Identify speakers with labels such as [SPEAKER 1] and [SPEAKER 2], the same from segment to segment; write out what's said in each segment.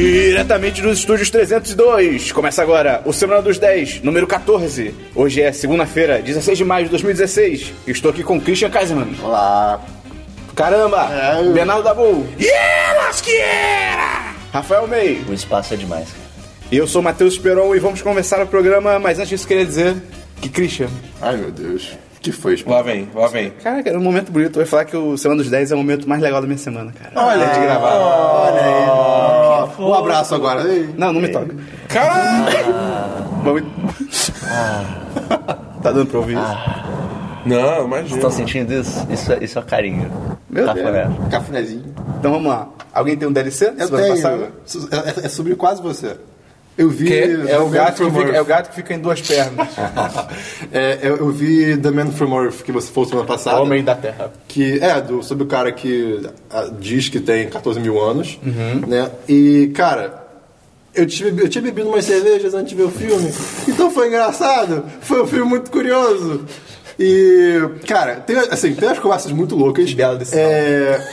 [SPEAKER 1] diretamente dos estúdios 302. Começa agora o Semana dos 10, número 14. Hoje é segunda-feira, 16 de maio de 2016. Estou aqui com Christian Kaiserman.
[SPEAKER 2] Olá.
[SPEAKER 1] Caramba!
[SPEAKER 2] É, eu-
[SPEAKER 1] Bernardo Dabu. Yeah, lasqueira! Rafael May.
[SPEAKER 2] O espaço é demais.
[SPEAKER 1] E eu sou o Matheus Esperon e vamos começar o programa, mas antes disso queria dizer que Christian.
[SPEAKER 2] Ai, meu Deus. que foi, espaço?
[SPEAKER 3] Lá vem, lá vem.
[SPEAKER 1] Caraca, era um momento bonito. Eu ia falar que o Semana dos 10 é o momento mais legal da minha semana, cara.
[SPEAKER 2] Olha,
[SPEAKER 1] de gravar.
[SPEAKER 2] um abraço agora. Ei.
[SPEAKER 1] Não, não me toca.
[SPEAKER 3] Caralho!
[SPEAKER 1] Vamos-
[SPEAKER 2] Ah.
[SPEAKER 1] tá dando pra ouvir isso?
[SPEAKER 3] Não, imagina.
[SPEAKER 4] Estão sentindo isso? Isso, é- isso é carinho.
[SPEAKER 1] Meu Deus.
[SPEAKER 4] Cafuné.
[SPEAKER 2] Cafunézinho.
[SPEAKER 1] Então vamos lá. Alguém tem um DLC?
[SPEAKER 2] Eu
[SPEAKER 1] é? semana
[SPEAKER 2] tenho.
[SPEAKER 1] passada?
[SPEAKER 2] Su- É, é sobre quase você. Eu vi.
[SPEAKER 3] Quê?
[SPEAKER 2] The
[SPEAKER 1] É o,
[SPEAKER 2] Man
[SPEAKER 1] gato que
[SPEAKER 2] from
[SPEAKER 1] fica,
[SPEAKER 2] Earth.
[SPEAKER 1] é o gato que fica em duas pernas.
[SPEAKER 2] É, eu, eu vi The Man from Earth que você falou semana passada.
[SPEAKER 1] É, Homem da Terra.
[SPEAKER 2] que é do, sobre o cara que ah, diz que tem 14 mil anos,
[SPEAKER 1] Uhum.
[SPEAKER 2] né? E cara, eu tinha, bebi- eu tinha bebido umas cervejas antes de ver o filme, então foi engraçado, foi um filme muito curioso. E cara, tem assim, tem umas conversas muito loucas.
[SPEAKER 1] Bela decisão.
[SPEAKER 2] É,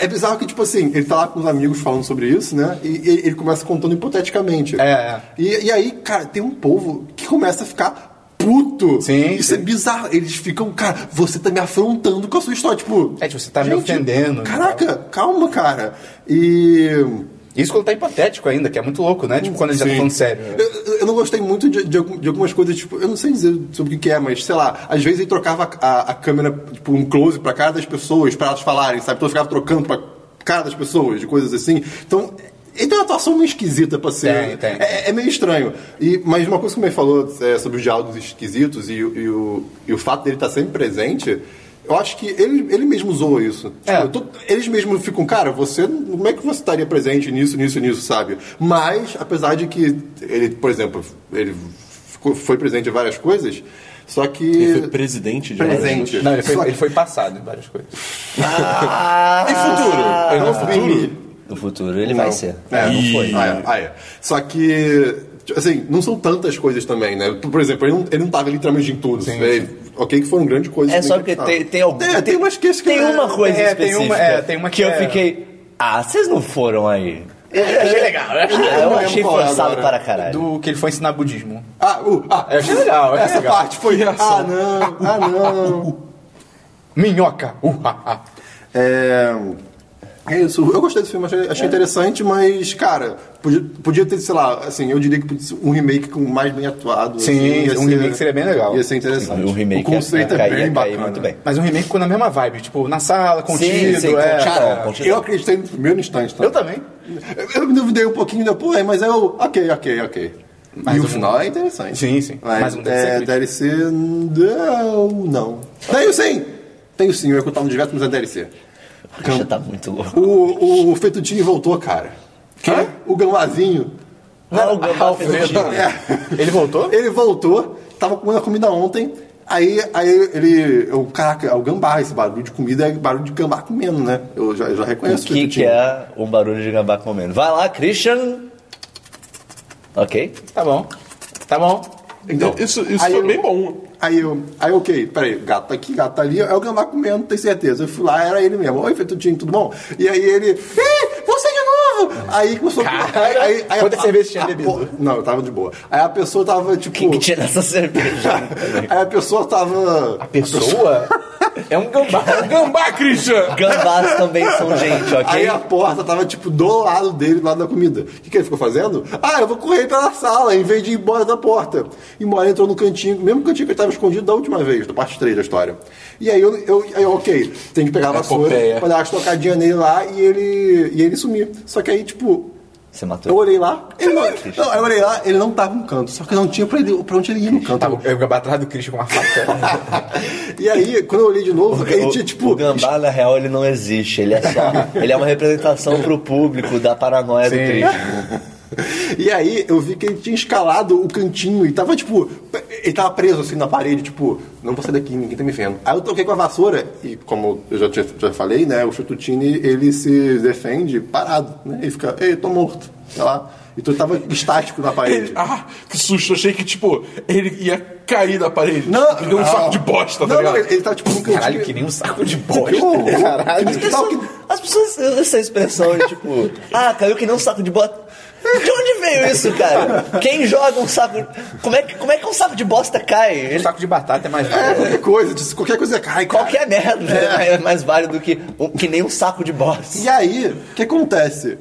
[SPEAKER 2] é bizarro que tipo assim, ele tá lá com os amigos falando sobre isso, né? E, e ele começa contando hipoteticamente.
[SPEAKER 1] É, é.
[SPEAKER 2] E, e aí, cara, tem um povo que começa a ficar puto.
[SPEAKER 1] Sim,
[SPEAKER 2] Isso
[SPEAKER 1] sim.
[SPEAKER 2] é bizarro. Eles ficam, cara, você tá me afrontando com a sua história. Tipo.
[SPEAKER 1] É, tipo, você tá me ofendendo,
[SPEAKER 2] Caraca, calma, cara. E.
[SPEAKER 1] Isso quando tá hipotético ainda, que é muito louco, né? Tipo, quando ele já tá
[SPEAKER 2] Sim.
[SPEAKER 1] falando sério.
[SPEAKER 2] Eu, eu não gostei muito de, de algum- de algumas coisas, tipo, eu não sei dizer sobre o que que é, mas sei lá, às vezes ele trocava a, a câmera, tipo, um close pra cara das pessoas, pra elas falarem, sabe? Então eu ficava trocando pra cara das pessoas, de coisas assim. Então, ele tem uma atuação meio esquisita pra ser.
[SPEAKER 1] Tem, tem.
[SPEAKER 2] É- é, é meio estranho. E, mas uma coisa que o May falou é, sobre os diálogos esquisitos e, o- e o, e o fato dele estar sempre presente, eu acho que ele, ele mesmo usou isso.
[SPEAKER 1] É.
[SPEAKER 2] Tipo, eu tô- eles mesmos ficam, cara, você. Como é que você estaria presente nisso, nisso, nisso, sabe? Mas, apesar de que ele, por exemplo, ele ficou- foi presente em várias coisas, só que.
[SPEAKER 3] Ele foi presidente de
[SPEAKER 2] presente.
[SPEAKER 1] Não, ele
[SPEAKER 2] É. Só
[SPEAKER 1] foi,
[SPEAKER 2] que-
[SPEAKER 1] ele foi passado em várias coisas. Ah!
[SPEAKER 3] E futuro? Ele não é futuro?
[SPEAKER 4] No futuro ele vai ser.
[SPEAKER 2] É, não
[SPEAKER 3] Ih.
[SPEAKER 2] foi. Ah, é, ah, é. Só que, tipo, assim, não são tantas coisas também, né? Por por exemplo, ele não, ele não tava literalmente em tudo. né? Ok que foram grandes coisas.
[SPEAKER 4] É
[SPEAKER 2] também
[SPEAKER 4] só
[SPEAKER 2] que
[SPEAKER 4] porque
[SPEAKER 2] ele
[SPEAKER 4] tem,
[SPEAKER 2] tava.
[SPEAKER 4] tem algum.
[SPEAKER 2] É, tem, umas queixas que...
[SPEAKER 4] Tem uma coisa
[SPEAKER 1] é, tem
[SPEAKER 4] específica.
[SPEAKER 1] uma- é, tem uma que
[SPEAKER 4] que eu
[SPEAKER 1] é-
[SPEAKER 4] fiquei. Ah, vocês não foram aí.
[SPEAKER 1] achei legal, né?
[SPEAKER 4] Ah,
[SPEAKER 2] não
[SPEAKER 4] eu
[SPEAKER 2] lembro
[SPEAKER 4] achei
[SPEAKER 2] qual é
[SPEAKER 4] forçado
[SPEAKER 2] agora.
[SPEAKER 4] para caralho.
[SPEAKER 1] Do que ele foi ensinar budismo.
[SPEAKER 2] Ah, uh, ah,
[SPEAKER 1] Eu achei é legal, eu achei
[SPEAKER 2] Essa
[SPEAKER 1] legal.
[SPEAKER 2] parte foi... Ah, não, ah, não.
[SPEAKER 1] Minhoca! Uh, ha, ha.
[SPEAKER 2] É... É isso, eu gostei desse filme, achei,
[SPEAKER 1] É.
[SPEAKER 2] achei interessante, mas, cara, podia, podia ter, sei lá, assim, eu diria que podia ser um remake com mais bem atuado.
[SPEAKER 1] Sim,
[SPEAKER 2] assim, ia
[SPEAKER 1] um remake seria bem legal.
[SPEAKER 2] Ia ser interessante.
[SPEAKER 4] O um remake
[SPEAKER 2] o conceito
[SPEAKER 4] ia- ia
[SPEAKER 2] é
[SPEAKER 4] cair-
[SPEAKER 2] bem
[SPEAKER 4] ia cair
[SPEAKER 2] bacana.
[SPEAKER 4] muito bem.
[SPEAKER 1] Mas um remake ficou na mesma vibe, tipo, na sala, contido,
[SPEAKER 4] sim,
[SPEAKER 1] é.
[SPEAKER 4] contido.
[SPEAKER 2] Cara,
[SPEAKER 4] Continua.
[SPEAKER 2] eu acreditei no primeiro instante, tá?
[SPEAKER 1] Eu também.
[SPEAKER 2] Eu- Eu me duvidei um pouquinho depois, mas eu. Ok, ok, ok.
[SPEAKER 1] Mas
[SPEAKER 2] e
[SPEAKER 1] um-
[SPEAKER 2] o final é interessante.
[SPEAKER 1] Sim, sim.
[SPEAKER 2] Mas,
[SPEAKER 1] Mas um DLC,
[SPEAKER 2] é,
[SPEAKER 1] Cris?
[SPEAKER 2] DLC. Não, não. Tenho sim! Tenho sim, eu ia contar no diverso, mas é DLC.
[SPEAKER 4] Já tá muito louco.
[SPEAKER 2] O, o Fettuccine voltou, cara. Hã? O Gambazinho.
[SPEAKER 4] Ah, o Gambá fez um time.
[SPEAKER 2] É.
[SPEAKER 1] Ele voltou?
[SPEAKER 2] Ele voltou, tava comendo a comida ontem. Aí, aí ele. Eu, caraca, é o gambá, esse barulho de comida é barulho de gambá comendo, né? Eu já, eu já reconheço
[SPEAKER 4] O que, que
[SPEAKER 2] Fettuccine.
[SPEAKER 4] é um barulho de gambá comendo? Vai lá, Christian! Ok?
[SPEAKER 1] Tá bom. Tá bom.
[SPEAKER 2] Então,
[SPEAKER 3] Isso, isso
[SPEAKER 2] aí
[SPEAKER 3] foi
[SPEAKER 2] eu-
[SPEAKER 3] bem bom.
[SPEAKER 2] Aí eu, aí ok, peraí, o gato tá aqui, o gato tá ali, é o gambá comendo, tem certeza. Eu fui lá, era ele mesmo. Oi, Fettuccine, tudo bom? E aí ele, ei, você de novo! Aí começou
[SPEAKER 1] Cara,
[SPEAKER 2] aí- aí- aí
[SPEAKER 1] quantas
[SPEAKER 2] a-
[SPEAKER 1] cervejas tinha
[SPEAKER 2] a-
[SPEAKER 1] bebido?
[SPEAKER 2] pô- Não, eu tava de boa. Aí a pessoa tava, tipo...
[SPEAKER 4] O que, que tinha nessa cerveja?
[SPEAKER 2] aí a pessoa tava...
[SPEAKER 1] Pessoa? é um gambá.
[SPEAKER 3] Gambá, Christian!
[SPEAKER 4] Gambás também são gente, ok?
[SPEAKER 2] Aí a porta tava, tipo, do lado dele, do lado da comida. O que, que ele ficou fazendo? Ah, eu vou correr pela sala, em vez de ir embora da porta. E uma hora entrou no cantinho, mesmo cantinho que ele tava escondido da última vez, da parte 3 da história. E aí eu, eu, aí eu, ok, tem que
[SPEAKER 4] É
[SPEAKER 2] pegar a
[SPEAKER 3] Epopeia.
[SPEAKER 2] vassoura, pra dar umas tocadinhas nele lá e ele, e ele sumir. Só que aí, tipo,
[SPEAKER 4] Você
[SPEAKER 2] eu
[SPEAKER 4] matou.
[SPEAKER 2] olhei lá, ele não, não, eu olhei lá, ele não tava no canto, só que não tinha pra, ele, pra onde ele ia no canto.
[SPEAKER 1] Tá, é o gambá atrás do Christian com uma faca.
[SPEAKER 2] E aí, quando eu olhei de novo, ele tinha,
[SPEAKER 4] o
[SPEAKER 2] tipo,
[SPEAKER 4] gambá, na real, ele não existe. Ele é só. ele é uma representação pro público da paranoia do
[SPEAKER 1] Sim.
[SPEAKER 4] Christian.
[SPEAKER 2] E aí eu vi que ele tinha escalado o cantinho e tava tipo. Ele tava preso assim na parede, tipo, não vou sair daqui, ninguém tá me vendo. Aí eu toquei com a vassoura e, como eu já, tinha- já falei, né, o Chututini ele se defende parado, né? Ele fica, ei, tô morto, sei lá. Então ele tava estático na parede.
[SPEAKER 3] Ele- ah, que susto. Achei que, tipo, ele ia cair da parede. Ele deu um saco de bosta,
[SPEAKER 2] não,
[SPEAKER 3] tá ligado?
[SPEAKER 2] Não, ele, ele tava tipo num cantinho.
[SPEAKER 1] Caralho, que nem um saco de bosta.
[SPEAKER 2] Que horror.
[SPEAKER 1] Caralho.
[SPEAKER 2] Que tal que-
[SPEAKER 4] As pessoas usam essa expressão de tipo, ah, caiu que nem um saco de bota. De onde veio isso, cara? Quem joga um saco. Como é que, como é que um saco de bosta cai?
[SPEAKER 1] Um
[SPEAKER 4] Ele...
[SPEAKER 1] saco de batata é mais válido.
[SPEAKER 2] Qualquer coisa, disso, qualquer coisa cai. cara.
[SPEAKER 4] Qualquer merda é. mais válido do que, um- que nem um saco de bosta.
[SPEAKER 2] E aí, o que acontece?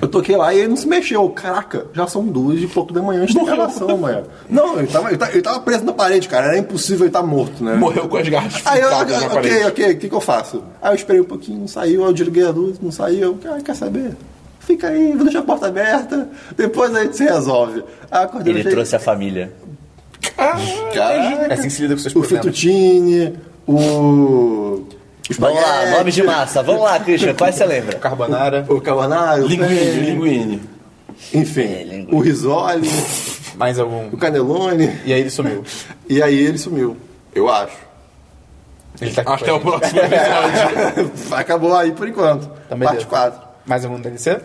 [SPEAKER 2] Eu toquei lá e ele não se mexeu. Caraca, já são duas e pouco da manhã, a gente tem gravação, mano. Não, ele tava, ele, tava, ele tava preso na parede, cara. Era impossível ele estar morto, né?
[SPEAKER 3] Morreu com as garras
[SPEAKER 2] Aí eu,
[SPEAKER 3] fincadas na
[SPEAKER 2] ok,
[SPEAKER 3] parede.
[SPEAKER 2] ok, o que, que eu faço? Aí eu esperei um pouquinho, não saiu, aí eu desliguei a luz, não saiu. Ah, quer saber? Fica aí, vou deixar a porta aberta, depois a gente se resolve. Aí eu acordei,
[SPEAKER 4] Ele
[SPEAKER 2] deixei-
[SPEAKER 4] trouxe a família.
[SPEAKER 1] É assim que se lida com seus
[SPEAKER 2] o
[SPEAKER 1] problemas.
[SPEAKER 2] fettuccine, o... os
[SPEAKER 4] Vamos lá,
[SPEAKER 2] espaguete,
[SPEAKER 4] nome de massa. Vamos lá, Christian, quais você lembra?
[SPEAKER 1] Carbonara,
[SPEAKER 2] O carbonara, o
[SPEAKER 3] Linguine,
[SPEAKER 2] penne,
[SPEAKER 3] linguine.
[SPEAKER 2] Enfim,
[SPEAKER 3] É,
[SPEAKER 4] linguine.
[SPEAKER 2] o risole,
[SPEAKER 1] mais algum.
[SPEAKER 2] o canelone.
[SPEAKER 1] E aí ele sumiu.
[SPEAKER 2] E aí ele sumiu, eu acho.
[SPEAKER 1] Ele tá aqui
[SPEAKER 3] Até
[SPEAKER 1] com a
[SPEAKER 3] é o
[SPEAKER 1] gente.
[SPEAKER 3] próximo episódio.
[SPEAKER 2] Acabou aí por enquanto.
[SPEAKER 4] Tá
[SPEAKER 1] Também
[SPEAKER 2] parte
[SPEAKER 1] deu.
[SPEAKER 2] 4.
[SPEAKER 1] Mais algum DLC?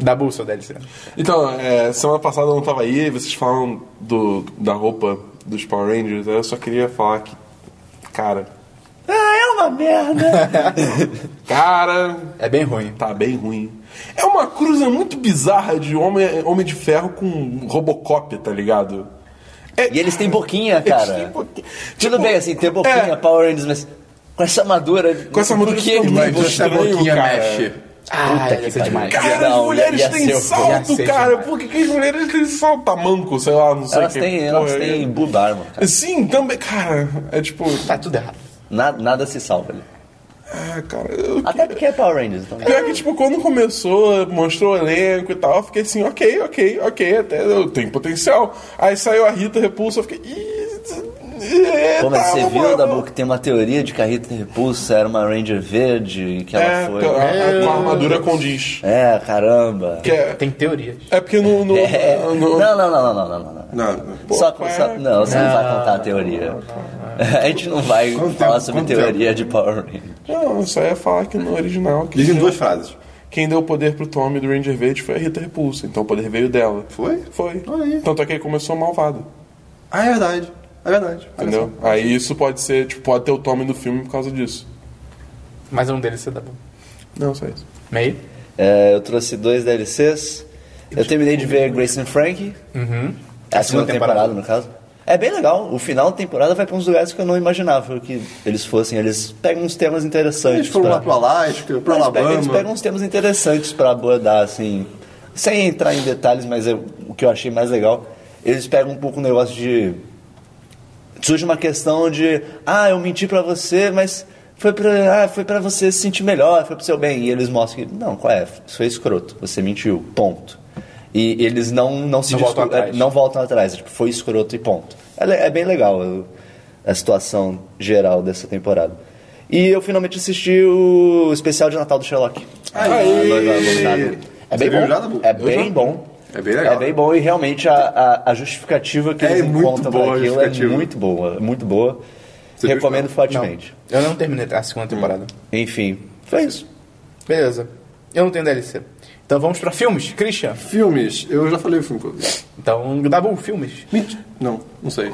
[SPEAKER 1] Da bolsa DLC.
[SPEAKER 3] Então, é, semana passada eu não tava aí, vocês falam do, da roupa dos Power Rangers, eu só queria falar que. Cara.
[SPEAKER 4] Ah, é uma merda.
[SPEAKER 3] Cara,
[SPEAKER 1] É bem ruim.
[SPEAKER 3] tá bem ruim. É uma cruza muito bizarra de homem, homem de ferro com Robocop, tá ligado? É,
[SPEAKER 4] E eles têm boquinha,
[SPEAKER 3] eles
[SPEAKER 4] cara.
[SPEAKER 3] têm boqui-
[SPEAKER 4] Tudo
[SPEAKER 3] tipo,
[SPEAKER 4] bem, assim, ter boquinha,
[SPEAKER 3] é,
[SPEAKER 4] Power Rangers, mas com essa armadura...
[SPEAKER 3] com essa tipo,
[SPEAKER 4] por
[SPEAKER 3] armadura é
[SPEAKER 4] que que
[SPEAKER 3] ficou muito
[SPEAKER 4] botou-
[SPEAKER 3] estranho, cara.
[SPEAKER 1] Ah, ia ser
[SPEAKER 4] pariu.
[SPEAKER 1] demais.
[SPEAKER 3] Cara,
[SPEAKER 4] Não,
[SPEAKER 3] as mulheres
[SPEAKER 4] ia- ia ser
[SPEAKER 3] têm
[SPEAKER 4] o-
[SPEAKER 1] ia
[SPEAKER 3] salto,
[SPEAKER 1] ser
[SPEAKER 3] cara.
[SPEAKER 1] demais.
[SPEAKER 3] Por que, que as mulheres têm salto? Tamanco, sei lá, não sei
[SPEAKER 4] Elas
[SPEAKER 3] que
[SPEAKER 4] têm,
[SPEAKER 3] porra
[SPEAKER 4] elas
[SPEAKER 3] é.
[SPEAKER 4] têm boob armor, cara.
[SPEAKER 3] Sim, também, cara, é tipo...
[SPEAKER 1] Tá tudo errado.
[SPEAKER 4] Na- nada se salva ali.
[SPEAKER 3] Ah, cara, eu
[SPEAKER 4] Até porque é Power Rangers, então...
[SPEAKER 3] Pior que, tipo, quando começou, mostrou o elenco e tal, eu fiquei assim, ok, ok, ok, até eu tenho potencial. Aí saiu a Rita Repulsa, eu fiquei. "Ih, é,
[SPEAKER 4] Pô, mas
[SPEAKER 3] tá,
[SPEAKER 4] você
[SPEAKER 3] vamos
[SPEAKER 4] viu,
[SPEAKER 3] lá,
[SPEAKER 4] Dabu,
[SPEAKER 3] vamos
[SPEAKER 4] que tem uma teoria de que a Rita Repulsa era uma Ranger verde e que
[SPEAKER 3] lá."
[SPEAKER 4] ela
[SPEAKER 3] É,
[SPEAKER 4] foi...
[SPEAKER 3] com a- com a armadura condiz.
[SPEAKER 4] É, caramba.
[SPEAKER 3] Que é,
[SPEAKER 1] Tem teorias.
[SPEAKER 3] é porque no. no,
[SPEAKER 4] É. Não,
[SPEAKER 3] no-
[SPEAKER 4] não, não, não, não, não, não, não.
[SPEAKER 2] Não, não.
[SPEAKER 4] Só,
[SPEAKER 3] qual
[SPEAKER 4] só-
[SPEAKER 3] é?
[SPEAKER 4] não, você não, vai contar a teoria. A gente não vai
[SPEAKER 2] Quanto
[SPEAKER 4] falar
[SPEAKER 2] tempo?
[SPEAKER 4] sobre
[SPEAKER 2] Quanto
[SPEAKER 4] teoria de Power Rangers.
[SPEAKER 3] Não, eu só ia falar que no original. Quem
[SPEAKER 2] Dizem
[SPEAKER 3] deu,
[SPEAKER 2] duas frases.
[SPEAKER 3] quem deu o poder pro Tommy do Ranger Verde foi a Rita Repulsa, então o poder veio dela.
[SPEAKER 2] Foi?
[SPEAKER 3] Foi.
[SPEAKER 2] Olha aí.
[SPEAKER 3] Tanto é que ele começou malvado.
[SPEAKER 2] Ah, é verdade. É verdade. Olha
[SPEAKER 3] Entendeu? Aí isso pode ser, tipo, pode ter o Tommy no filme por causa disso.
[SPEAKER 1] Mais um DLC da bolsa.
[SPEAKER 3] Não, só isso.
[SPEAKER 1] Meio.
[SPEAKER 4] É, eu trouxe dois DLCs. Eu terminei de
[SPEAKER 2] um.
[SPEAKER 4] ver Grace and Frank.
[SPEAKER 2] Uhum.
[SPEAKER 4] É A segunda temporada, no caso. É bem legal. O final da temporada vai pra uns lugares que eu não imaginava que eles fossem. Eles pegam uns temas
[SPEAKER 2] só.
[SPEAKER 4] interessantes.
[SPEAKER 2] Eles foram
[SPEAKER 4] pra-
[SPEAKER 2] lá pro Alasca, pro
[SPEAKER 4] Eles pegam, eles
[SPEAKER 2] Alabama.
[SPEAKER 4] pegam uns temas interessantes pra abordar, assim. Sem entrar em detalhes, mas é o que eu achei mais legal. Eles pegam um pouco o negócio de. Surge uma questão de. Ah, eu menti pra você, mas foi pra, ah, foi pra você se sentir melhor, foi pro seu bem. E eles mostram que. Não, qual é? Isso foi escroto. Você mentiu. Ponto. E eles não, não se
[SPEAKER 1] Não voltam
[SPEAKER 4] discu- é,
[SPEAKER 1] atrás.
[SPEAKER 4] não voltam atrás. é, Tipo, foi escroto e ponto. É, le- é bem legal eu- a situação geral dessa temporada. E eu finalmente assisti o especial de Natal do Sherlock. É
[SPEAKER 2] Você
[SPEAKER 4] bem
[SPEAKER 2] viu
[SPEAKER 4] bom.
[SPEAKER 2] já, Dabu?
[SPEAKER 4] é bem bom.
[SPEAKER 2] É bem legal.
[SPEAKER 4] É bem bom e realmente a, a- a justificativa que
[SPEAKER 2] É
[SPEAKER 4] eles
[SPEAKER 2] muito
[SPEAKER 4] encontram
[SPEAKER 2] boa a
[SPEAKER 4] para aquilo é
[SPEAKER 2] justificativa.
[SPEAKER 4] muito boa, muito boa.
[SPEAKER 2] Você viu
[SPEAKER 4] Recomendo
[SPEAKER 2] já?
[SPEAKER 4] fortemente.
[SPEAKER 1] Eu não terminei a segunda temporada.
[SPEAKER 4] Enfim, foi isso.
[SPEAKER 1] Beleza. Eu não tenho DLC. Então vamos pra filmes, Christian.
[SPEAKER 2] Filmes. Eu já falei o filme todo.
[SPEAKER 1] Então, Dabu, filmes.
[SPEAKER 2] Mentira. Não, não sei.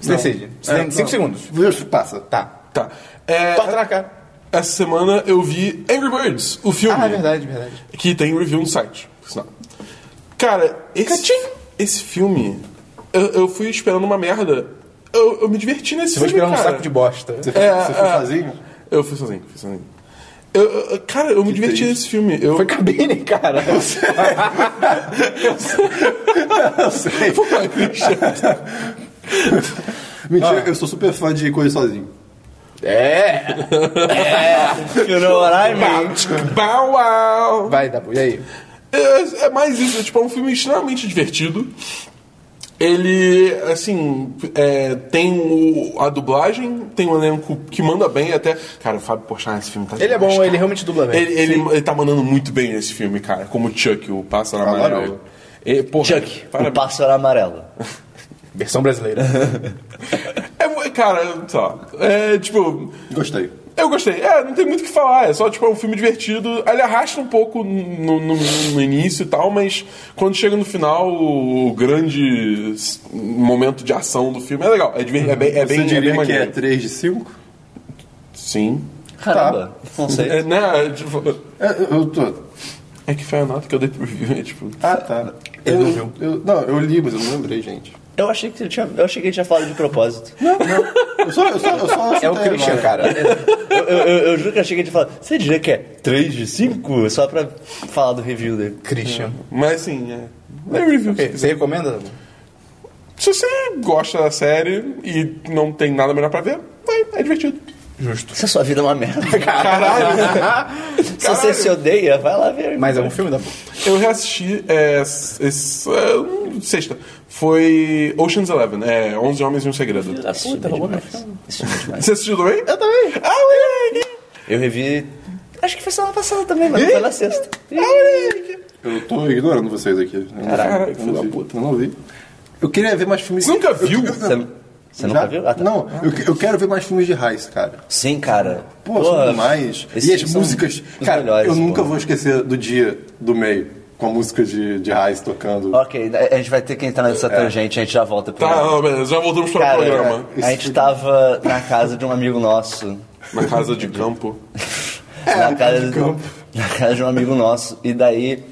[SPEAKER 1] Você decide. Você tem
[SPEAKER 2] É,
[SPEAKER 1] cinco
[SPEAKER 2] não.
[SPEAKER 1] segundos.
[SPEAKER 2] Vê, Passa.
[SPEAKER 1] Tá.
[SPEAKER 3] Tá. É,
[SPEAKER 1] Torta na cara.
[SPEAKER 3] Essa semana eu vi Angry Birds, o filme.
[SPEAKER 1] Ah, verdade, verdade.
[SPEAKER 3] Que tem review no site. por sinal. Cara, esse, esse filme, eu, eu fui esperando uma merda. Eu, eu me diverti nesse
[SPEAKER 1] Você vai
[SPEAKER 3] filme.
[SPEAKER 1] esperar um
[SPEAKER 3] cara.
[SPEAKER 1] saco de bosta.
[SPEAKER 2] Você, foi- você foi
[SPEAKER 3] é.
[SPEAKER 2] sozinho?
[SPEAKER 3] Eu fui sozinho, fui sozinho. Eu- eu- cara, eu me diverti
[SPEAKER 2] triste.
[SPEAKER 3] nesse filme. Eu,
[SPEAKER 1] Foi cabine, cara.
[SPEAKER 4] Ah.
[SPEAKER 2] Mentira, eu sou super fã de coisa sozinho.
[SPEAKER 1] é.
[SPEAKER 4] You know what I mean?
[SPEAKER 3] Tá. Bow wow!
[SPEAKER 1] Vai, Dabu, e aí?
[SPEAKER 3] É, é mais isso, é, tipo, é um filme extremamente divertido. Ele, assim, é, tem o- a dublagem, tem um elenco que manda bem até. Cara, o Fábio Porchat nesse filme tá
[SPEAKER 1] Ele é
[SPEAKER 3] demais,
[SPEAKER 1] bom,
[SPEAKER 3] cara.
[SPEAKER 1] ele realmente dubla bem.
[SPEAKER 3] Ele, ele, ele tá mandando muito bem nesse filme, cara. Como o Chuck, o pássaro
[SPEAKER 2] Falaram.
[SPEAKER 3] amarelo. E, porra,
[SPEAKER 4] Chuck, o
[SPEAKER 3] parabéns.
[SPEAKER 4] pássaro amarelo.
[SPEAKER 1] Versão brasileira.
[SPEAKER 3] É, mu- cara, só. É, tipo,
[SPEAKER 2] Gostei.
[SPEAKER 3] Eu gostei. É, não tem muito o que falar. É só, tipo, é um filme divertido. Ele arrasta um pouco no, no- no início e tal, mas quando chega no final, o grande s- momento de ação do filme é legal. É, diver- é bem, é
[SPEAKER 2] Você
[SPEAKER 3] bem, é bem
[SPEAKER 2] diria que é
[SPEAKER 3] maneiro.
[SPEAKER 2] 3 de 5?
[SPEAKER 3] Sim.
[SPEAKER 4] Caramba, Tá. não sei.
[SPEAKER 3] É, né? Tipo,
[SPEAKER 2] É, eu tô.
[SPEAKER 3] É que foi a nota que eu dei pro review, é tipo.
[SPEAKER 2] Ah, tá.
[SPEAKER 1] Ele
[SPEAKER 2] eu,
[SPEAKER 1] não viu.
[SPEAKER 2] eu- não, eu li, mas eu não lembrei, gente.
[SPEAKER 4] Eu achei que ele tinha, eu achei que ele tinha falado de propósito.
[SPEAKER 2] Eu só, eu só, eu só
[SPEAKER 1] É o
[SPEAKER 2] chutei
[SPEAKER 1] Christian,
[SPEAKER 2] agora.
[SPEAKER 1] cara.
[SPEAKER 4] Eu, eu, eu- eu juro que achei que ele tinha falado. Você diria que é 3 de 5? Só pra falar do review dele.
[SPEAKER 1] Christian.
[SPEAKER 3] Mas assim, é. Lê o review.
[SPEAKER 1] Ok, Você
[SPEAKER 3] se quiser.
[SPEAKER 1] recomenda? Dabu?
[SPEAKER 3] Se você gosta da série e não tem nada melhor pra ver, vai, é divertido.
[SPEAKER 1] Justo.
[SPEAKER 4] Se a sua vida é uma merda, se você
[SPEAKER 3] Caralho.
[SPEAKER 4] se odeia, vai lá ver.
[SPEAKER 1] Mais algum filme, Dabu?
[SPEAKER 3] Eu reassisti é, s- esse- é, hum, sexta. Foi Ocean's Eleven, é 11 Homens e um Segredo.
[SPEAKER 4] Isso é demais. Isso é demais.
[SPEAKER 3] Você assistiu também? Eu também. Ah, moleque!
[SPEAKER 4] Eu revi. Acho que foi semana passada também, mas não foi na sexta.
[SPEAKER 2] Eu tô ignorando vocês aqui.
[SPEAKER 3] Caralho,
[SPEAKER 2] filho da
[SPEAKER 3] fuzil.
[SPEAKER 2] puta, eu não vi. Eu queria ver mais filmes.
[SPEAKER 3] Você nunca viu?
[SPEAKER 4] Você, você
[SPEAKER 2] Já?
[SPEAKER 4] nunca viu? Ah, tá.
[SPEAKER 2] Não, eu, que- eu quero ver mais filmes de Heist, cara.
[SPEAKER 4] Sim, cara.
[SPEAKER 2] Pô, são demais.
[SPEAKER 4] esses
[SPEAKER 2] E as
[SPEAKER 4] são
[SPEAKER 2] músicas.
[SPEAKER 4] os
[SPEAKER 2] Cara,
[SPEAKER 4] melhores,
[SPEAKER 2] eu nunca
[SPEAKER 4] pô.
[SPEAKER 2] vou esquecer do dia do meio com a música de, de Heist tocando.
[SPEAKER 4] Ok, a gente vai ter que entrar nessa tangente, a gente já volta pro.
[SPEAKER 3] É. Tá, não, beleza, já voltamos para
[SPEAKER 4] Cara,
[SPEAKER 3] o programa.
[SPEAKER 4] a gente tava na casa de um amigo nosso.
[SPEAKER 3] Na casa de campo.
[SPEAKER 2] É,
[SPEAKER 4] na, casa de na casa de um amigo nosso. E daí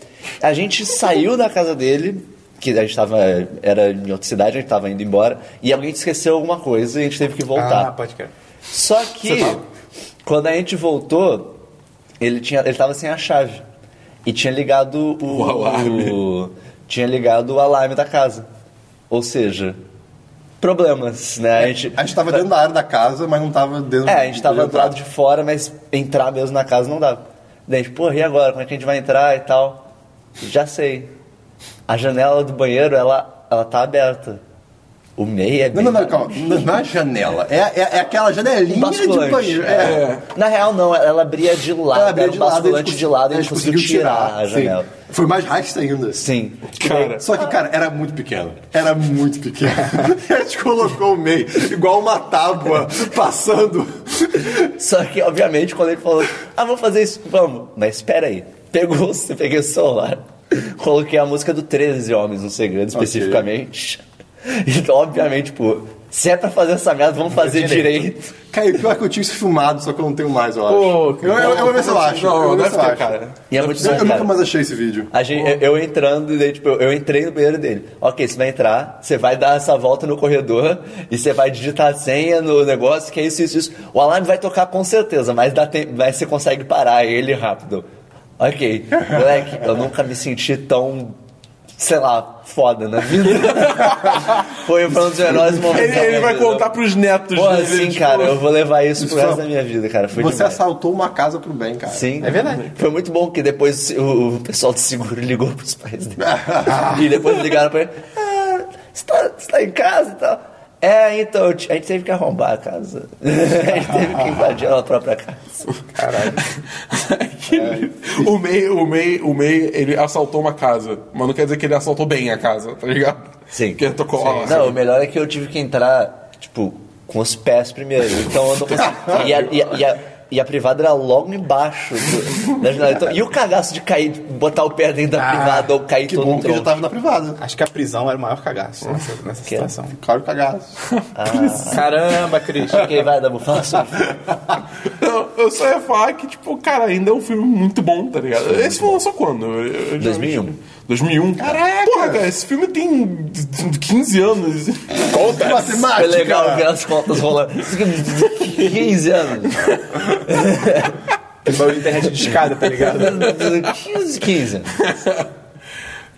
[SPEAKER 4] a gente saiu da casa dele, que a gente tava. Era em outra cidade, a gente tava indo embora, e alguém esqueceu alguma coisa e a gente teve que voltar.
[SPEAKER 1] Ah, pode crer.
[SPEAKER 4] Só que quando a gente voltou, ele tinha, ele tava sem a chave e tinha ligado o,
[SPEAKER 3] O alarme.
[SPEAKER 4] o- tinha ligado o alarme da casa. Ou seja, problemas, né? A gente,
[SPEAKER 2] É, A gente tava dentro da área da casa, mas não tava dentro
[SPEAKER 4] é, a gente tava do lado
[SPEAKER 2] entrado
[SPEAKER 4] de fora, mas entrar mesmo na casa não dava. Daí a gente, porra, e agora? Como é que a gente vai entrar e tal? Já sei. A janela do banheiro, ela, ela tá aberta. O meio é
[SPEAKER 2] Não,
[SPEAKER 4] bem
[SPEAKER 2] não, não, calma. Na- Na janela. É, é, é aquela janelinha de
[SPEAKER 4] Um basculante.
[SPEAKER 2] banheiro. É.
[SPEAKER 4] É. Na real, não, ela abria de lado,
[SPEAKER 2] Ela abria
[SPEAKER 4] era um
[SPEAKER 2] de lado, a
[SPEAKER 4] basculante
[SPEAKER 2] gente
[SPEAKER 4] de lado, e a gente
[SPEAKER 2] cons-
[SPEAKER 4] conseguiu tirar, a
[SPEAKER 2] sim.
[SPEAKER 4] janela.
[SPEAKER 2] Foi mais rasta ainda.
[SPEAKER 4] Sim.
[SPEAKER 3] Cara,
[SPEAKER 2] Só que, cara, era muito pequeno. Era muito pequeno. a gente colocou o meio, igual uma tábua passando.
[SPEAKER 4] Só que, obviamente, quando ele falou, ah, vamos fazer isso, vamos. Mas espera aí. Pegou, você peguei o celular, coloquei a música do 13 Homens, um segredo especificamente. Então, obviamente, tipo, se é pra fazer essa merda, vamos fazer direito.
[SPEAKER 2] Cara, e pior que eu tinha isso filmado, só que eu não tenho mais, eu acho.
[SPEAKER 3] Pô,
[SPEAKER 2] eu, eu, eu vou ver se eu acho. eu
[SPEAKER 3] Não,
[SPEAKER 2] vou ver
[SPEAKER 3] deve
[SPEAKER 2] se eu
[SPEAKER 3] ter,
[SPEAKER 2] acho.
[SPEAKER 3] cara.
[SPEAKER 4] E é muito
[SPEAKER 2] Eu,
[SPEAKER 4] bom,
[SPEAKER 2] eu nunca
[SPEAKER 4] cara. Ah,
[SPEAKER 2] mais achei esse vídeo.
[SPEAKER 4] A gente, eu, eu entrando, e daí, tipo, eu, eu entrei no banheiro dele. Ok, você vai entrar, você vai dar essa volta no corredor e você vai digitar a senha no negócio, que é isso, isso, isso. O alarme vai tocar com certeza, mas, dá tempo, mas você consegue parar ele rápido. Ok, moleque, eu nunca me senti tão, sei lá, foda na vida. Foi um dos melhores momentos.
[SPEAKER 3] Ele,
[SPEAKER 4] da
[SPEAKER 3] ele
[SPEAKER 4] minha
[SPEAKER 3] vai
[SPEAKER 4] vida.
[SPEAKER 3] contar pros netos
[SPEAKER 4] Porra,
[SPEAKER 3] dele,
[SPEAKER 4] sim,
[SPEAKER 3] tipo,
[SPEAKER 4] cara, eu vou levar isso pro
[SPEAKER 2] Isso
[SPEAKER 4] resto
[SPEAKER 2] é-
[SPEAKER 4] da minha vida, cara. Foi
[SPEAKER 2] Você
[SPEAKER 4] demais.
[SPEAKER 2] assaltou uma casa pro bem, cara.
[SPEAKER 4] Sim.
[SPEAKER 1] É verdade.
[SPEAKER 4] Foi muito bom que depois o, o pessoal do seguro ligou pros pais dele. e depois ligaram pra ele. Ah, você tá, você tá em casa e tal. É, então, a gente teve que arrombar a casa. a gente teve que invadir a própria casa.
[SPEAKER 3] o May, o May, o May, ele assaltou uma casa. Mas não quer dizer que ele assaltou bem a casa, tá ligado?
[SPEAKER 4] Sim.
[SPEAKER 3] Porque ele tocou a
[SPEAKER 4] Não, o melhor é que eu tive que entrar, tipo, com os pés primeiro. Então eu não consegui. E a, e a- e a- e a privada era logo embaixo do- da janela. Então, e o cagaço de cair, botar o pé dentro da privada ou cair
[SPEAKER 2] Ah, Que
[SPEAKER 4] todo
[SPEAKER 2] bom
[SPEAKER 4] no
[SPEAKER 2] que eu já
[SPEAKER 4] tronco.
[SPEAKER 2] tava na privada.
[SPEAKER 1] Acho que a prisão era o maior cagaço nessa, nessa
[SPEAKER 4] Que?
[SPEAKER 1] situação.
[SPEAKER 2] Claro, cagaço.
[SPEAKER 1] Caramba,
[SPEAKER 2] tá.
[SPEAKER 1] Christian.
[SPEAKER 4] Ok, vai, Dabu, fala sobre
[SPEAKER 3] Não, eu só ia falar que, tipo, cara, ainda é um filme muito bom, tá ligado? Esse filme lançou quando? Eu- eu- eu-
[SPEAKER 4] 2001.
[SPEAKER 3] 2001. Caraca! Porra, um, cara, esse filme tem 15 anos.
[SPEAKER 4] Foi
[SPEAKER 2] Matemática!
[SPEAKER 4] legal ver as contas rolando. 15 anos.
[SPEAKER 1] Tem barulho é de internet de escada, tá ligado?
[SPEAKER 4] 15, 15.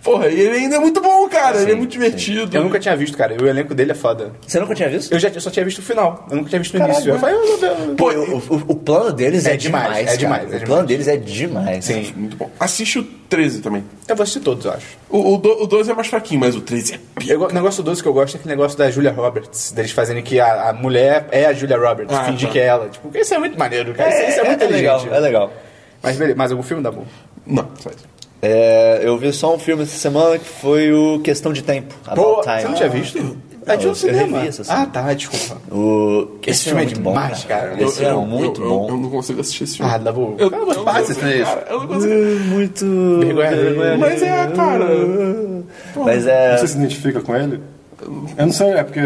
[SPEAKER 3] Porra, e ele ainda é muito bom, cara. ele é
[SPEAKER 4] Sim,
[SPEAKER 3] muito divertido.
[SPEAKER 1] Eu nunca tinha visto, cara. O elenco dele é foda.
[SPEAKER 4] Você nunca tinha visto?
[SPEAKER 1] Eu já eu só tinha visto o final. Eu nunca tinha visto o início. Eu falei, oh, meu Deus.
[SPEAKER 4] Pô, o, o- o plano deles é,
[SPEAKER 1] É demais,
[SPEAKER 4] demais.
[SPEAKER 1] é
[SPEAKER 4] cara.
[SPEAKER 1] demais, é
[SPEAKER 4] O
[SPEAKER 1] demais.
[SPEAKER 4] plano deles é demais.
[SPEAKER 1] Sim.
[SPEAKER 3] Muito bom. Assiste o 13 também.
[SPEAKER 1] Eu vou assistir todos, eu acho.
[SPEAKER 3] O, o, do- o 12 é mais fraquinho, mas o 13 é pica.
[SPEAKER 1] Eu go- o negócio 12 que eu gosto é aquele negócio da Julia Roberts, deles fazendo que a, a mulher é a Julia Roberts,
[SPEAKER 3] Ah,
[SPEAKER 1] fingir
[SPEAKER 3] tá.
[SPEAKER 1] que é ela. Tipo, isso é muito maneiro, cara. Isso, isso é muito
[SPEAKER 4] é
[SPEAKER 1] legal.
[SPEAKER 4] legal, é legal.
[SPEAKER 1] Mas beleza, mais algum filme da bom?
[SPEAKER 3] Não, sai.
[SPEAKER 4] É, eu vi só um filme essa semana que foi o Questão de Tempo. About Time.
[SPEAKER 1] você não tinha visto?
[SPEAKER 4] tá, ah, Não,
[SPEAKER 1] é de um
[SPEAKER 4] eu
[SPEAKER 1] cinema.
[SPEAKER 4] revi essa
[SPEAKER 1] ah,
[SPEAKER 4] cena.
[SPEAKER 1] tá, desculpa.
[SPEAKER 4] O... Esse,
[SPEAKER 1] filme é
[SPEAKER 4] muito
[SPEAKER 1] demais,
[SPEAKER 4] bom,
[SPEAKER 1] cara.
[SPEAKER 4] Esse
[SPEAKER 3] Eu-
[SPEAKER 4] filme
[SPEAKER 3] eu-
[SPEAKER 4] é muito
[SPEAKER 3] eu-
[SPEAKER 4] bom.
[SPEAKER 3] Eu, eu não consigo assistir esse filme.
[SPEAKER 1] Ah, Dabu.
[SPEAKER 3] eu,
[SPEAKER 1] Calma,
[SPEAKER 3] eu,
[SPEAKER 2] faz esse
[SPEAKER 4] né?
[SPEAKER 2] três.
[SPEAKER 3] cara, eu não consigo.
[SPEAKER 4] muito.
[SPEAKER 1] Vergonha alheia.
[SPEAKER 3] Mas é, cara.
[SPEAKER 4] Mas é.
[SPEAKER 2] Você se identifica com ele? Eu não sei, é porque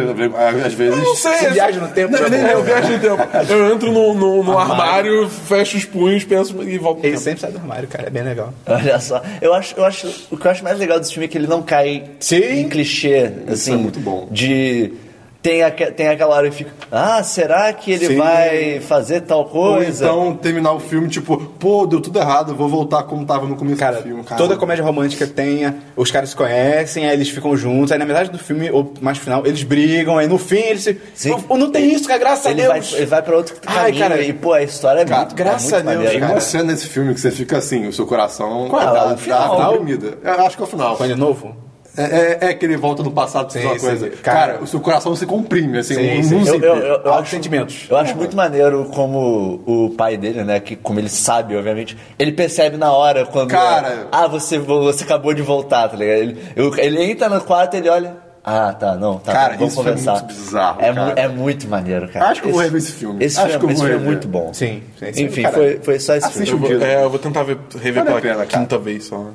[SPEAKER 2] às vezes.
[SPEAKER 3] Não sei.
[SPEAKER 1] Você
[SPEAKER 3] é-
[SPEAKER 1] viaja no tempo,
[SPEAKER 3] Não,
[SPEAKER 1] né?
[SPEAKER 3] nem- é, eu viajo no tempo. Eu entro no, no- no armário, fecho os punhos, penso e volto no
[SPEAKER 1] Ele
[SPEAKER 3] tempo.
[SPEAKER 1] sempre sai do armário, cara. É bem legal.
[SPEAKER 4] Olha só, eu acho, eu acho, o que eu acho mais legal desse filme é que ele não cai
[SPEAKER 1] Sim.
[SPEAKER 4] em clichê, assim,
[SPEAKER 2] é muito bom.
[SPEAKER 4] de tem, aque- tem aquela hora que fica, ah, será que ele vai fazer tal
[SPEAKER 2] Ou
[SPEAKER 4] coisa?
[SPEAKER 2] então terminar o filme, tipo, pô, deu tudo errado, vou voltar como tava no começo
[SPEAKER 1] Cara,
[SPEAKER 2] do filme.
[SPEAKER 1] toda comédia romântica tem, os caras se conhecem, aí eles ficam juntos, aí na metade do filme, ou mais no final, eles brigam, aí no fim eles se.
[SPEAKER 4] Sim.
[SPEAKER 1] Não, não tem isso, cara, graças
[SPEAKER 4] ele
[SPEAKER 1] a
[SPEAKER 4] vai,
[SPEAKER 1] Deus.
[SPEAKER 4] ele vai pra outro
[SPEAKER 1] Ai,
[SPEAKER 4] caminho
[SPEAKER 1] cara,
[SPEAKER 4] e, pô, a história é
[SPEAKER 1] cara,
[SPEAKER 4] muito,
[SPEAKER 1] graças
[SPEAKER 4] é
[SPEAKER 1] a
[SPEAKER 4] muito
[SPEAKER 1] Deus,
[SPEAKER 4] maneira,
[SPEAKER 2] Tem
[SPEAKER 1] cara.
[SPEAKER 2] uma cena nesse filme que você fica assim, o seu coração
[SPEAKER 4] Qual é?
[SPEAKER 2] dá,
[SPEAKER 4] O
[SPEAKER 2] dá-
[SPEAKER 4] final?
[SPEAKER 2] dá oprimida. Eu acho que é o final.
[SPEAKER 1] Quando é novo?
[SPEAKER 2] É, é, é que ele volta no passado pra fazer
[SPEAKER 1] Sim,
[SPEAKER 2] uma
[SPEAKER 1] sim.
[SPEAKER 2] coisa.
[SPEAKER 1] Cara,
[SPEAKER 2] Cara, o seu coração se comprime, assim, um, um
[SPEAKER 4] Eu,
[SPEAKER 2] zíper.
[SPEAKER 4] eu, eu, eu
[SPEAKER 1] Altos
[SPEAKER 4] acho,
[SPEAKER 1] sentimentos.
[SPEAKER 4] eu acho muito maneiro como o pai dele, né? Que, como ele sabe, obviamente, ele percebe na hora quando.
[SPEAKER 2] Cara.
[SPEAKER 4] Ah, você, vo- você acabou de voltar, tá ligado? Ele, eu- ele entra no quarto ele olha. Ah, tá, não, tá.
[SPEAKER 2] Cara,
[SPEAKER 4] vamos
[SPEAKER 2] isso foi
[SPEAKER 4] conversar.
[SPEAKER 2] muito bizarro,
[SPEAKER 4] É,
[SPEAKER 2] cara.
[SPEAKER 4] mu- é muito maneiro, cara.
[SPEAKER 2] Acho que eu vou rever esse filme.
[SPEAKER 4] Esse
[SPEAKER 2] Acho
[SPEAKER 4] filme,
[SPEAKER 2] que eu
[SPEAKER 4] esse
[SPEAKER 2] vou
[SPEAKER 4] filme é
[SPEAKER 2] rever.
[SPEAKER 4] muito bom.
[SPEAKER 1] Sim, sim, sim,
[SPEAKER 4] Enfim,
[SPEAKER 1] cara.
[SPEAKER 4] foi, foi só esse
[SPEAKER 2] Assiste
[SPEAKER 4] filme.
[SPEAKER 3] Eu vou- É, eu vou tentar ver, rever
[SPEAKER 2] Vale a
[SPEAKER 3] pela
[SPEAKER 2] pena, cara.
[SPEAKER 3] quinta vez só. né?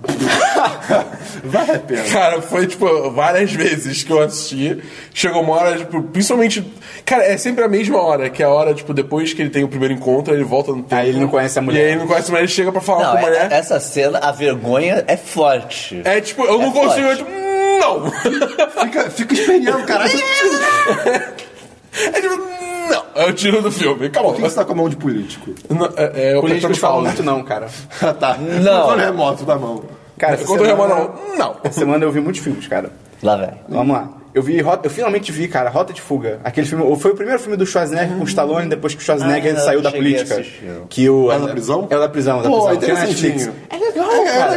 [SPEAKER 2] Vale a pena.
[SPEAKER 3] Cara, foi tipo várias vezes que eu assisti. Chegou uma hora, tipo, principalmente. Cara, é sempre a mesma hora, que é a hora, tipo, depois que ele tem o primeiro encontro, ele volta no tempo.
[SPEAKER 1] ele não conhece a mulher.
[SPEAKER 3] E aí ele não conhece a mulher, ele chega pra falar
[SPEAKER 4] Não,
[SPEAKER 3] com a
[SPEAKER 4] é-
[SPEAKER 3] mulher. É,
[SPEAKER 4] essa cena, a vergonha é forte.
[SPEAKER 3] tipo, eu não
[SPEAKER 4] é
[SPEAKER 3] consigo.
[SPEAKER 4] forte.
[SPEAKER 3] Eu, tipo, "Hum, não!
[SPEAKER 2] Fica, fica esperneando, cara. Por
[SPEAKER 3] é tipo, "Hum, não! É o tiro do filme. Acabou.
[SPEAKER 2] que você tá com a mão de político?
[SPEAKER 3] Não, é, é, o
[SPEAKER 1] Políticos
[SPEAKER 3] Petrônio
[SPEAKER 1] falam
[SPEAKER 3] Paulo.
[SPEAKER 1] muito não, cara.
[SPEAKER 2] Ah, tá.
[SPEAKER 4] Não.
[SPEAKER 2] Controle remoto da mão.
[SPEAKER 1] Cara, essa
[SPEAKER 3] Enquanto o
[SPEAKER 1] semana-
[SPEAKER 3] Remoto, não.
[SPEAKER 1] Essa semana eu vi muitos filmes, cara.
[SPEAKER 4] Lá, velho.
[SPEAKER 1] Vamos lá. Eu vi, Rota- eu finalmente vi, cara, Rota de Fuga. Aquele filme, foi o primeiro filme do Schwarzenegger com Stallone depois que o Schwarzenegger
[SPEAKER 4] Ah, eu
[SPEAKER 1] saiu da
[SPEAKER 4] cheguei a
[SPEAKER 1] política.
[SPEAKER 4] assistir.
[SPEAKER 1] Que o
[SPEAKER 2] É o da prisão?
[SPEAKER 1] É o da prisão, é o da
[SPEAKER 2] Pô,
[SPEAKER 1] prisão. Tem na
[SPEAKER 2] interessantinho.
[SPEAKER 1] Netflix.
[SPEAKER 2] É legal, cara.
[SPEAKER 1] Esse
[SPEAKER 2] Não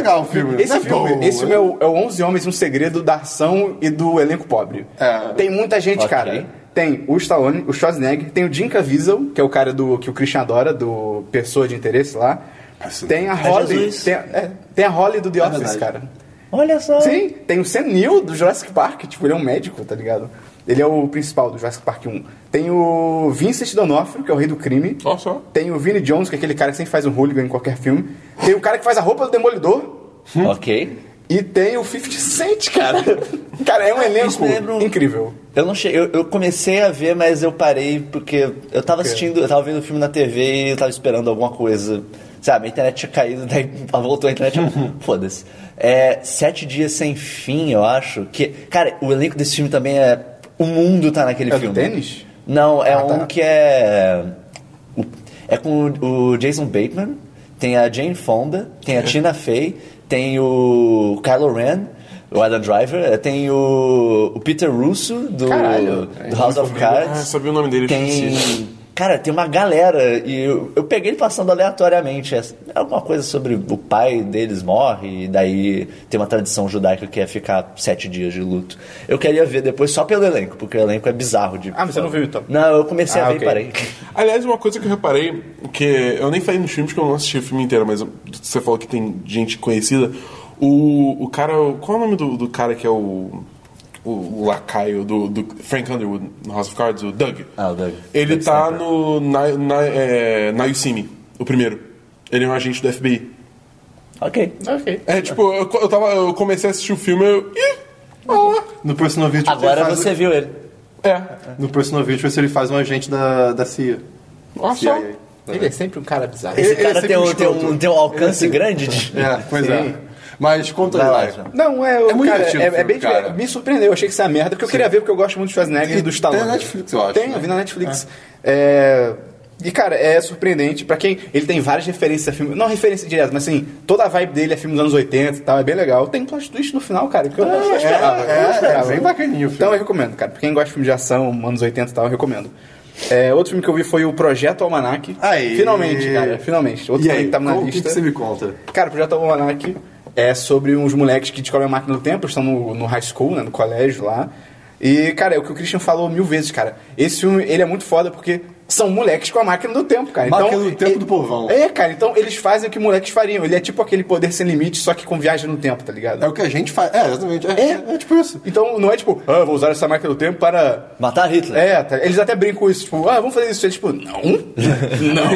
[SPEAKER 2] é
[SPEAKER 1] filme,
[SPEAKER 2] bom,
[SPEAKER 1] esse
[SPEAKER 2] é?
[SPEAKER 1] filme é o, é o 11 Homens e um Segredo da Ação e do Elenco Pobre.
[SPEAKER 2] É.
[SPEAKER 1] Tem muita gente,
[SPEAKER 4] Ok.
[SPEAKER 1] cara. Tem o Stallone, o Schwarzenegger, tem o Jim Caviezel, que é o cara do que o Christian adora, do Pessoa de Interesse lá. Tem a Holly,
[SPEAKER 4] Jesus.
[SPEAKER 1] tem, a- é, tem a Holly do The Office,
[SPEAKER 2] Ah, verdade.
[SPEAKER 1] cara.
[SPEAKER 4] Olha só.
[SPEAKER 1] Sim, tem o Sam Neill do Jurassic Park, tipo, ele é um médico, tá ligado? Ele é o principal do Jurassic Park 1. Tem o Vincent D'Onofrio, que é o rei do crime.
[SPEAKER 3] Ó, só.
[SPEAKER 1] Tem o Vinnie Jones, que é aquele cara que sempre faz um hooligan em qualquer filme. Tem o cara que faz a roupa do Demolidor.
[SPEAKER 4] Ok.
[SPEAKER 1] E tem o 50 Cent, cara. cara, é um elenco
[SPEAKER 4] Isso me lembra um-
[SPEAKER 1] incrível.
[SPEAKER 4] Eu não cheguei, eu, eu comecei a ver, mas eu parei porque eu tava assistindo, eu tava vendo o filme na TV e eu tava esperando alguma coisa. Sabe, a internet tinha caído, daí voltou a internet. eu- Foda-se. É, Sete Dias Sem Fim, eu acho. que Cara, o elenco desse filme também é. O mundo tá naquele
[SPEAKER 1] É do
[SPEAKER 4] filme.
[SPEAKER 1] tênis?
[SPEAKER 4] Não, é
[SPEAKER 1] Ah,
[SPEAKER 4] um
[SPEAKER 1] tá.
[SPEAKER 4] que é. o- É com o o Jason Bateman, tem a Jane Fonda,
[SPEAKER 3] É.
[SPEAKER 4] tem a Tina Fey, tem o Kylo Ren, o Adam Driver, eh, tem o, o Peter Russo do,
[SPEAKER 1] Caralho,
[SPEAKER 4] do House of
[SPEAKER 3] Ah,
[SPEAKER 4] Cards.
[SPEAKER 3] sabia o nome dele, esqueci.
[SPEAKER 4] Tem. Cara, tem uma galera e eu, eu peguei ele passando aleatoriamente. É alguma coisa sobre o pai deles morre, e daí tem uma tradição judaica que é ficar sete dias de luto. Eu queria ver depois só pelo elenco, porque o elenco é bizarro de.
[SPEAKER 1] Ah, mas você não viu, então?
[SPEAKER 4] Não, eu comecei a
[SPEAKER 1] Ah,
[SPEAKER 4] ver
[SPEAKER 1] ok.
[SPEAKER 4] e parei.
[SPEAKER 3] Aliás, uma coisa que eu reparei, que eu nem falei nos filmes que eu não assisti o filme inteiro, mas você falou que tem gente conhecida. O, o cara. Qual é o nome do, do cara que é o. O, o lacaio do, do Frank Underwood no House of Cards, o Doug.
[SPEAKER 4] Ah, o Doug.
[SPEAKER 3] Ele
[SPEAKER 4] Doug
[SPEAKER 3] tá
[SPEAKER 4] Stamper.
[SPEAKER 3] no. Na, na, é, na Yucine, o primeiro. Ele é um agente do FBI.
[SPEAKER 4] Ok.
[SPEAKER 1] Ok.
[SPEAKER 3] É tipo, eu, co- eu, tava, eu comecei a assistir o filme eu. Ih, ah,
[SPEAKER 2] No Personal Video
[SPEAKER 4] Agora
[SPEAKER 2] ele faz-
[SPEAKER 4] você viu ele.
[SPEAKER 3] é.
[SPEAKER 2] No Personal Video ele faz um agente da, da CIA.
[SPEAKER 3] Olha só.
[SPEAKER 2] CIA.
[SPEAKER 1] Ele é sempre um cara bizarro.
[SPEAKER 4] Esse
[SPEAKER 2] Ele-
[SPEAKER 4] cara
[SPEAKER 2] ele
[SPEAKER 4] tem um,
[SPEAKER 2] sempre
[SPEAKER 4] tem, um,
[SPEAKER 2] escroto.
[SPEAKER 4] tem um alcance grande
[SPEAKER 1] um-
[SPEAKER 4] de.
[SPEAKER 2] É, pois é. Mas conta
[SPEAKER 4] Vai lá,
[SPEAKER 2] aí,
[SPEAKER 4] Jean.
[SPEAKER 2] Laia.
[SPEAKER 1] Não, é,
[SPEAKER 2] É muito
[SPEAKER 1] cara,
[SPEAKER 2] divertido
[SPEAKER 1] é,
[SPEAKER 2] o filme,
[SPEAKER 1] é bem
[SPEAKER 2] cara.
[SPEAKER 1] divertido. Me surpreendeu, eu achei que isso é uma merda, porque eu queria ver, porque eu gosto muito do Schwarzenegger e,
[SPEAKER 2] E
[SPEAKER 1] do Stallone.
[SPEAKER 2] tem na Netflix, eu acho,
[SPEAKER 1] Tem,
[SPEAKER 2] né?
[SPEAKER 1] eu vi na Netflix. É, E, cara, é surpreendente. Pra quem. Ele tem várias referências a filme. Não referência direta, mas assim, toda a vibe dele é filme dos anos 80 e tal. É bem legal. Tem plot twist no final, cara, que eu não esperava. eu não
[SPEAKER 2] Ah, é,
[SPEAKER 1] esperava.
[SPEAKER 2] é bem bacaninho o filme.
[SPEAKER 1] Então eu recomendo, cara. Pra quem gosta de filme de ação, anos 80 e tal, eu recomendo. É, outro filme que eu vi foi o Projeto Almanac.
[SPEAKER 2] Aí.
[SPEAKER 1] Finalmente, cara, finalmente. Outro
[SPEAKER 2] E
[SPEAKER 1] filme
[SPEAKER 2] aí,
[SPEAKER 1] que tava na
[SPEAKER 2] qual- o
[SPEAKER 1] lista.
[SPEAKER 2] que, que você me conta?
[SPEAKER 1] Cara, o Projeto Almanac é sobre uns moleques que descobrem a máquina do tempo, estão no, no high school, né, no colégio lá. E, cara, é o que o Christian falou mil vezes, cara. Esse filme, ele é muito foda porque são moleques com a máquina do tempo, cara.
[SPEAKER 2] Máquina
[SPEAKER 1] então,
[SPEAKER 2] do tempo
[SPEAKER 1] ele-
[SPEAKER 2] do povão.
[SPEAKER 1] É, cara, então eles fazem o que moleques fariam. Ele é tipo aquele poder sem limite, só que com viagem no tempo, tá ligado?
[SPEAKER 2] É o que a gente faz. É, exatamente. É,
[SPEAKER 1] É.
[SPEAKER 2] é, tipo isso.
[SPEAKER 1] Então não é tipo, ah, vou usar essa máquina do tempo para
[SPEAKER 4] Matar Hitler.
[SPEAKER 1] é, tá- eles até brincam isso, tipo, ah, vamos fazer isso. Eles, tipo, não, não.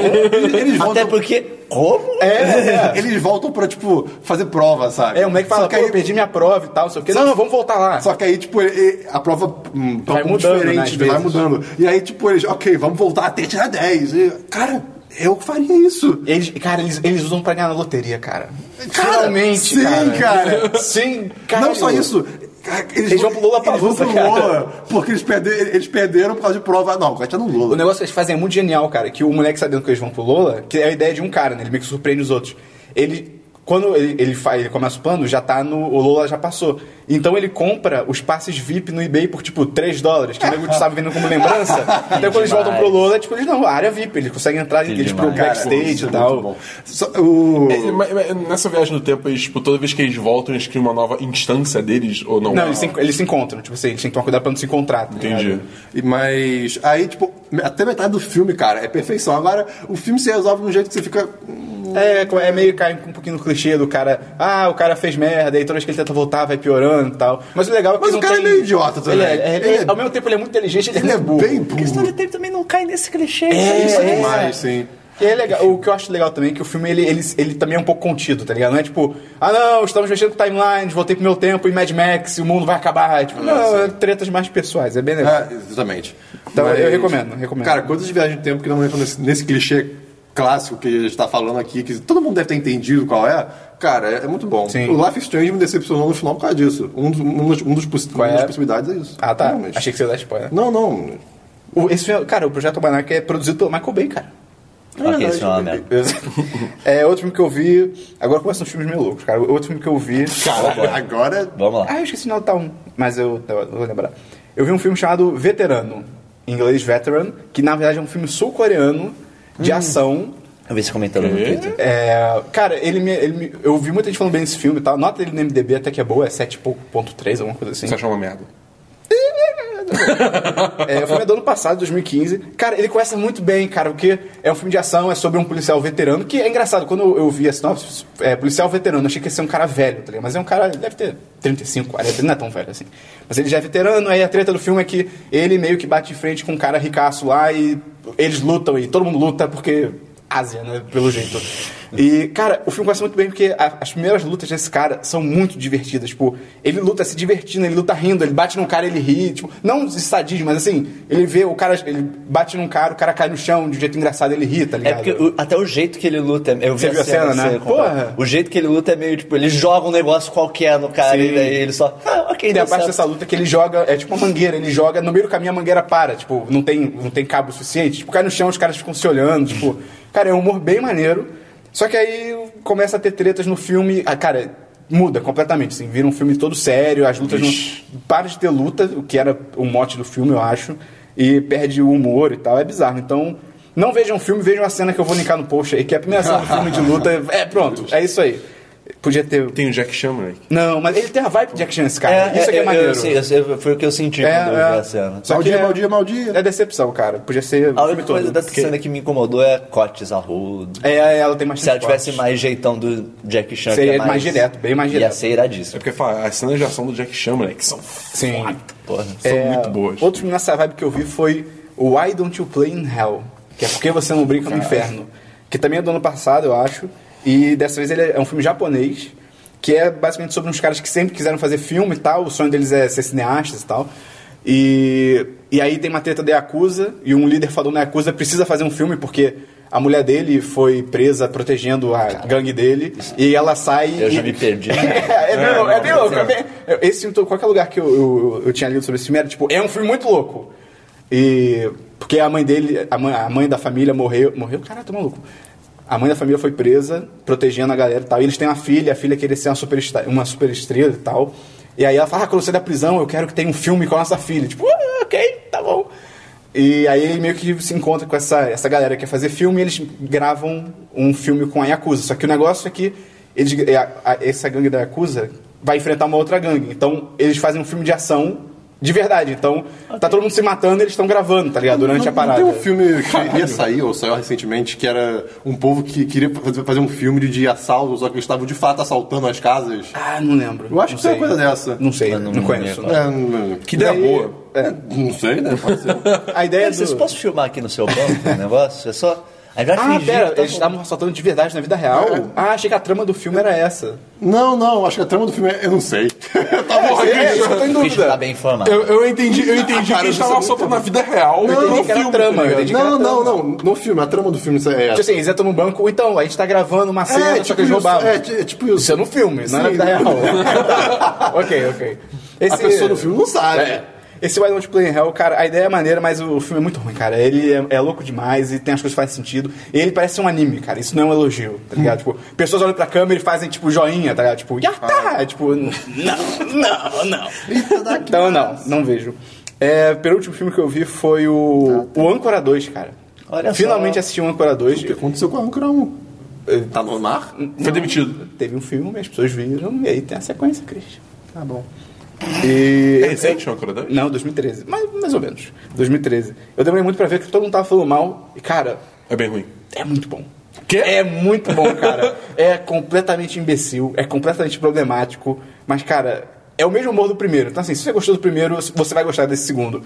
[SPEAKER 2] Eles
[SPEAKER 4] Até
[SPEAKER 2] voltam,
[SPEAKER 4] porque né, como?
[SPEAKER 2] É, eles voltam pra, tipo, fazer prova, sabe?
[SPEAKER 1] É, o moleque fala,
[SPEAKER 2] Só
[SPEAKER 1] pô,
[SPEAKER 2] que
[SPEAKER 1] eu
[SPEAKER 2] aí,
[SPEAKER 1] perdi minha prova e tal, não sei o quê. Não, não, vamos voltar lá.
[SPEAKER 2] Só que aí, tipo, ele- a prova hum, tá
[SPEAKER 1] Vai
[SPEAKER 2] um pouco
[SPEAKER 1] mudando, né, às
[SPEAKER 2] diferente, vai
[SPEAKER 1] vezes.
[SPEAKER 2] mudando. E aí, tipo, eles, ok, vamos voltar até tirar 10. E, cara, eu faria isso.
[SPEAKER 1] Eles, cara, eles, eles usam pra ganhar na loteria, cara.
[SPEAKER 2] Cara,
[SPEAKER 1] Finalmente,
[SPEAKER 2] sim,
[SPEAKER 1] cara.
[SPEAKER 2] cara.
[SPEAKER 1] Sim, cara.
[SPEAKER 2] Não só isso. cara, Eles,
[SPEAKER 1] Eles vão pro Lollapalooza,
[SPEAKER 2] Eles vão pro
[SPEAKER 1] cara.
[SPEAKER 2] Lola, porque eles, perder, eles perderam por causa de prova. Não, vai tirar no
[SPEAKER 1] O
[SPEAKER 2] Lola.
[SPEAKER 1] negócio que eles fazem é muito genial, cara. Que o moleque sabendo que eles vão pro Lola, que é a ideia de um cara, né? Ele meio que surpreende os outros. Ele. Quando ele, ele, faz, ele começa o plano, já tá no. O Lola já passou. Então ele compra os passes VIP no eBay por tipo 3 dólares, que o nego sabe vendo como lembrança. então quando eles voltam pro Lola, tipo, eles não, a área VIP, eles conseguem entrar, eles pro
[SPEAKER 4] demais.
[SPEAKER 1] backstage
[SPEAKER 2] Isso
[SPEAKER 1] e
[SPEAKER 2] é muito
[SPEAKER 1] tal.
[SPEAKER 2] bom. Só- o...
[SPEAKER 3] É, mas- mas Nessa viagem no tempo, eles, tipo, toda vez que eles voltam, eles criam uma nova instância deles ou não?
[SPEAKER 1] Não, eles se, eles se encontram, tipo assim, eles têm que tomar cuidado pra não se encontrar. tá ligado?
[SPEAKER 3] Entendi.
[SPEAKER 2] E- Mas aí, tipo, até metade do filme, cara, é perfeição. Agora, o filme se resolve de um jeito que você fica. hum,
[SPEAKER 1] É, co- é meio cai um pouquinho no clichê do cara, ah, o cara fez merda, e toda vez que ele tenta voltar vai piorando e tal. Mas o legal é que
[SPEAKER 2] Mas
[SPEAKER 1] não
[SPEAKER 2] o cara
[SPEAKER 1] tem-
[SPEAKER 2] é meio idiota também.
[SPEAKER 1] Ele é- é-
[SPEAKER 2] Ele
[SPEAKER 1] ele-
[SPEAKER 2] é-
[SPEAKER 1] Ao mesmo tempo ele é muito inteligente, ele, é
[SPEAKER 2] Ele é
[SPEAKER 1] muito burro.
[SPEAKER 2] bem burro.
[SPEAKER 4] tempo também não cai nesse clichê.
[SPEAKER 2] Isso é demais, sim.
[SPEAKER 1] E é legal, o que eu acho legal também é que o filme ele, ele, ele também é um pouco contido, tá ligado? Não é tipo, ah não, estamos mexendo com timelines, voltei pro meu tempo e Mad Max, o mundo vai acabar. É Tipo, não, é tretas mais pessoais, é bem legal.
[SPEAKER 2] Ah, exatamente.
[SPEAKER 1] Então, eu recomendo, recomendo.
[SPEAKER 2] Cara, quantas viagens de tempo que não entram nesse, nesse clichê clássico que a gente tá falando aqui, que todo mundo deve ter entendido qual é. Cara, é, é muito bom.
[SPEAKER 1] Sim.
[SPEAKER 2] O Life is Strange me decepcionou no final por causa disso. Um dos, um dos, um dos possi- uma
[SPEAKER 1] é?
[SPEAKER 2] das possibilidades é isso.
[SPEAKER 1] Ah tá,
[SPEAKER 2] Realmente.
[SPEAKER 1] achei que você ia dar spoiler.
[SPEAKER 2] Não, não.
[SPEAKER 1] O- esse, filme- cara, o Projeto Almanac é produzido pelo Michael Bay, cara.
[SPEAKER 4] Ok, isso é uma merda.
[SPEAKER 1] é, outro filme que eu vi. Agora começam os filmes meio loucos, cara. Outro filme que eu vi.
[SPEAKER 2] Cara, agora. é
[SPEAKER 4] Vamos lá.
[SPEAKER 1] Ah, eu esqueci o nome do tal um, mas eu, eu vou lembrar. Eu vi um filme chamado Veterano, em inglês Veteran, que na verdade é um filme sul-coreano de ação.
[SPEAKER 4] Eu vi você comentando
[SPEAKER 3] Uhum.
[SPEAKER 4] no Twitter.
[SPEAKER 1] É, cara, ele me, ele me- Eu vi muita gente falando bem desse filme e tal. Nota ele no MDB até que é boa, é 7.3, alguma coisa assim.
[SPEAKER 3] Você achou uma merda?
[SPEAKER 1] É, o filme é do ano passado, 2015. Cara, ele começa muito bem, cara, porque é um filme de ação, é sobre um policial veterano, que é engraçado, quando eu, eu vi a sinopse, é, policial veterano, eu achei que ia ser um cara velho, tá ligado? Mas é um cara, ele deve ter 35, 40, ele não é tão velho assim. Mas ele já é veterano, aí a treta do filme é que ele meio que bate de frente com um cara ricaço lá e eles lutam, e todo mundo luta porque... Ásia, né? Pelo jeito. E, cara, o filme começa muito bem porque a- as primeiras lutas desse cara são muito divertidas. Tipo, ele luta se divertindo, ele luta rindo, ele bate num cara, ele ri. Tipo, não de sadismo, mas assim, ele vê o cara, ele bate num cara, o cara cai no chão de um jeito engraçado, ele ri, tá
[SPEAKER 4] É
[SPEAKER 1] ligado?
[SPEAKER 4] porque o- até o jeito que ele luta. é- Eu vi
[SPEAKER 1] Você viu a cena,
[SPEAKER 4] que
[SPEAKER 1] né?
[SPEAKER 4] você comprou.
[SPEAKER 1] Porra!
[SPEAKER 4] O jeito que ele luta é meio tipo. Ele joga um negócio qualquer no cara
[SPEAKER 1] Sim.
[SPEAKER 4] e daí ele só. Ah, ok,
[SPEAKER 1] E
[SPEAKER 4] deu
[SPEAKER 1] a parte
[SPEAKER 4] certo.
[SPEAKER 1] dessa luta que ele joga, é tipo uma mangueira, ele joga, no meio do caminho a mangueira para, tipo, não tem, não tem cabo suficiente, tipo, cai no chão, os caras ficam se olhando, tipo, cara, é um humor bem maneiro, só que aí começa a ter tretas no filme, ah, cara, muda completamente, assim, vira um filme todo sério, as lutas não, para de ter luta, o que era o mote do filme, eu acho, e perde o humor e tal, é bizarro, então... Não vejam o filme, vejam a cena que eu vou linkar no post aí, que é a primeira cena do filme de luta. É, pronto, é isso aí. Podia ter.
[SPEAKER 3] Tem o Jack Shamrock.
[SPEAKER 1] Não, mas ele tem a vibe de Jack Chan, esse cara. Isso aqui é,
[SPEAKER 4] eu- eu
[SPEAKER 1] maneiro.
[SPEAKER 4] sei, eu sei, foi o que eu senti
[SPEAKER 1] É,
[SPEAKER 4] quando eu
[SPEAKER 1] é.
[SPEAKER 4] vi a cena.
[SPEAKER 1] Só que
[SPEAKER 2] Maldia,
[SPEAKER 1] é-
[SPEAKER 2] maldia, maldia.
[SPEAKER 1] É decepção, cara. Podia ser.
[SPEAKER 4] né? A
[SPEAKER 1] o
[SPEAKER 4] única
[SPEAKER 1] filme todo,
[SPEAKER 4] coisa dessa
[SPEAKER 1] né? porque-
[SPEAKER 4] cena que me incomodou é cortes arrudo.
[SPEAKER 1] É, é, ela tem mais
[SPEAKER 4] Se ela
[SPEAKER 1] transporte.
[SPEAKER 4] tivesse mais jeitão do Jack Chan,
[SPEAKER 1] Seria
[SPEAKER 4] que é
[SPEAKER 1] mais direto, bem mais direto.
[SPEAKER 4] Ia ser
[SPEAKER 3] É
[SPEAKER 4] iradíssimo.
[SPEAKER 3] porque fala, as cenas de ação do Jack Shamrock são, são
[SPEAKER 1] Sim.
[SPEAKER 4] Porra.
[SPEAKER 1] É,
[SPEAKER 3] muito boas.
[SPEAKER 1] Outro filme nessa vibe que eu vi foi o Why Don't You Play in Hell? Que é Porque Você Não Brinca no Inferno. Que também é do ano passado, eu acho. E dessa vez ele é um filme japonês. Que é basicamente sobre uns caras que sempre quiseram fazer filme e tal. O sonho deles é ser cineastas e tal. E, e aí tem uma treta da Yakuza. E um líder falou na Yakuza precisa fazer um filme porque... A mulher dele foi presa protegendo a gangue dele. E ela sai.
[SPEAKER 4] Eu já
[SPEAKER 1] e-
[SPEAKER 4] me perdi.
[SPEAKER 1] é, é bem louco, é bem
[SPEAKER 3] não,
[SPEAKER 1] louco.
[SPEAKER 3] não.
[SPEAKER 1] é bem- eu- Esse filme, todo- qualquer lugar que eu, eu, eu tinha lido sobre esse filme era, tipo, é um filme muito louco. E... Porque a mãe dele, a mãe, a mãe da família morreu... Morreu? Caralho, tô maluco. A mãe da família foi presa, protegendo a galera e tal. E eles têm uma filha, a filha queria ser uma superestra- uma superestrela e tal. E aí ela fala, ah, quando eu sair da prisão, eu quero que tenha um filme com a nossa filha. Tipo, ah, ok, tá bom. E aí ele meio que se encontra com essa, essa galera que quer fazer filme e eles gravam um filme com a Yakuza. Só que o negócio é que eles, é, a- a- essa gangue da Yakuza vai enfrentar uma outra gangue. Então eles fazem um filme de ação de verdade. Então tá todo mundo se matando e eles estão gravando, tá ligado? Durante a
[SPEAKER 2] Não-
[SPEAKER 1] parada.
[SPEAKER 2] Não tem um filme que ia sair, ou saiu recentemente, que era um povo que queria fazer fazer um filme de, de assalto, só que eles estavam de fato assaltaltando as casas.
[SPEAKER 1] Ah, não lembro.
[SPEAKER 2] Eu acho
[SPEAKER 1] não
[SPEAKER 2] que tem uma coisa dessa.
[SPEAKER 1] Não sei, não,
[SPEAKER 4] não me
[SPEAKER 1] conheço.
[SPEAKER 4] lembro.
[SPEAKER 2] É, não-
[SPEAKER 3] Que ideia boa.
[SPEAKER 2] é, não sei, né? Pode ser.
[SPEAKER 1] A ideia é
[SPEAKER 4] Vocês
[SPEAKER 1] do...
[SPEAKER 4] posso filmar aqui no seu banco o negócio? É só. Aí vai
[SPEAKER 1] Ah,
[SPEAKER 4] fingir
[SPEAKER 1] pera,
[SPEAKER 4] que tá
[SPEAKER 1] eles estavam assaltando de verdade na vida real? Ah, achei que a trama do filme era essa.
[SPEAKER 2] Não, não, acho que a trama do filme é. Eu não sei. eu tava
[SPEAKER 3] Porra,
[SPEAKER 1] É,
[SPEAKER 3] Christian.
[SPEAKER 1] eu tô em
[SPEAKER 4] com- Christian tá
[SPEAKER 1] dúvida.
[SPEAKER 4] bem informado.
[SPEAKER 3] Eu, eu entendi, eu entendi que
[SPEAKER 2] cara,
[SPEAKER 3] eles estavam
[SPEAKER 2] eu sou
[SPEAKER 3] assaltando na vida real
[SPEAKER 1] Eu entendi
[SPEAKER 3] não no
[SPEAKER 1] que era
[SPEAKER 3] filme.
[SPEAKER 1] trama, eu
[SPEAKER 3] tá ligado?
[SPEAKER 1] entendi que era
[SPEAKER 2] Não,
[SPEAKER 1] trama.
[SPEAKER 2] não, não. No filme, a trama do filme é
[SPEAKER 1] Tipo
[SPEAKER 2] essa.
[SPEAKER 1] assim, eles entram no banco, então, a gente tá gravando uma cena, só que eles
[SPEAKER 2] isso,
[SPEAKER 1] roubavam.
[SPEAKER 2] é, ti- é tipo isso.
[SPEAKER 1] Isso é no filme, não é na
[SPEAKER 2] Sim.
[SPEAKER 1] vida real. Tá. ok, ok. Esse,
[SPEAKER 2] A pessoa no filme não sabe.
[SPEAKER 1] É. Esse Why Don't You Play in Hell, cara, a ideia é maneira, mas o filme é muito ruim, cara. Ele é, é louco demais e tem as coisas que fazem sentido. E ele parece um anime, cara. Isso não é um elogio,
[SPEAKER 2] Hum.
[SPEAKER 1] tá ligado? Tipo, pessoas olham pra câmera e fazem, tipo, joinha, tá ligado? Tipo, yata! Tipo, n- não, não, não. então, não, não vejo. É, penúltimo filme que eu vi foi o,
[SPEAKER 2] Tá,
[SPEAKER 1] o Âncora 2, cara.
[SPEAKER 4] Olha só.
[SPEAKER 1] Finalmente assisti o Âncora 2.
[SPEAKER 2] O que aconteceu com a Âncora 1? Tá no mar?
[SPEAKER 3] Foi demitido.
[SPEAKER 1] Teve um filme, as pessoas viram, e aí tem a sequência, Christian. Tá bom.
[SPEAKER 3] É recente, é uma coisa dessa?
[SPEAKER 1] Não, 2013. Mais, mais ou menos. 2013. Eu demorei muito pra ver que todo mundo tava falando mal. E, cara,
[SPEAKER 3] É bem ruim.
[SPEAKER 1] é muito bom.
[SPEAKER 3] Quê?
[SPEAKER 1] É muito bom, cara. é completamente imbecil, é completamente problemático. Mas, cara, é o mesmo humor do primeiro. Então, assim, se você gostou do primeiro, você vai gostar desse segundo.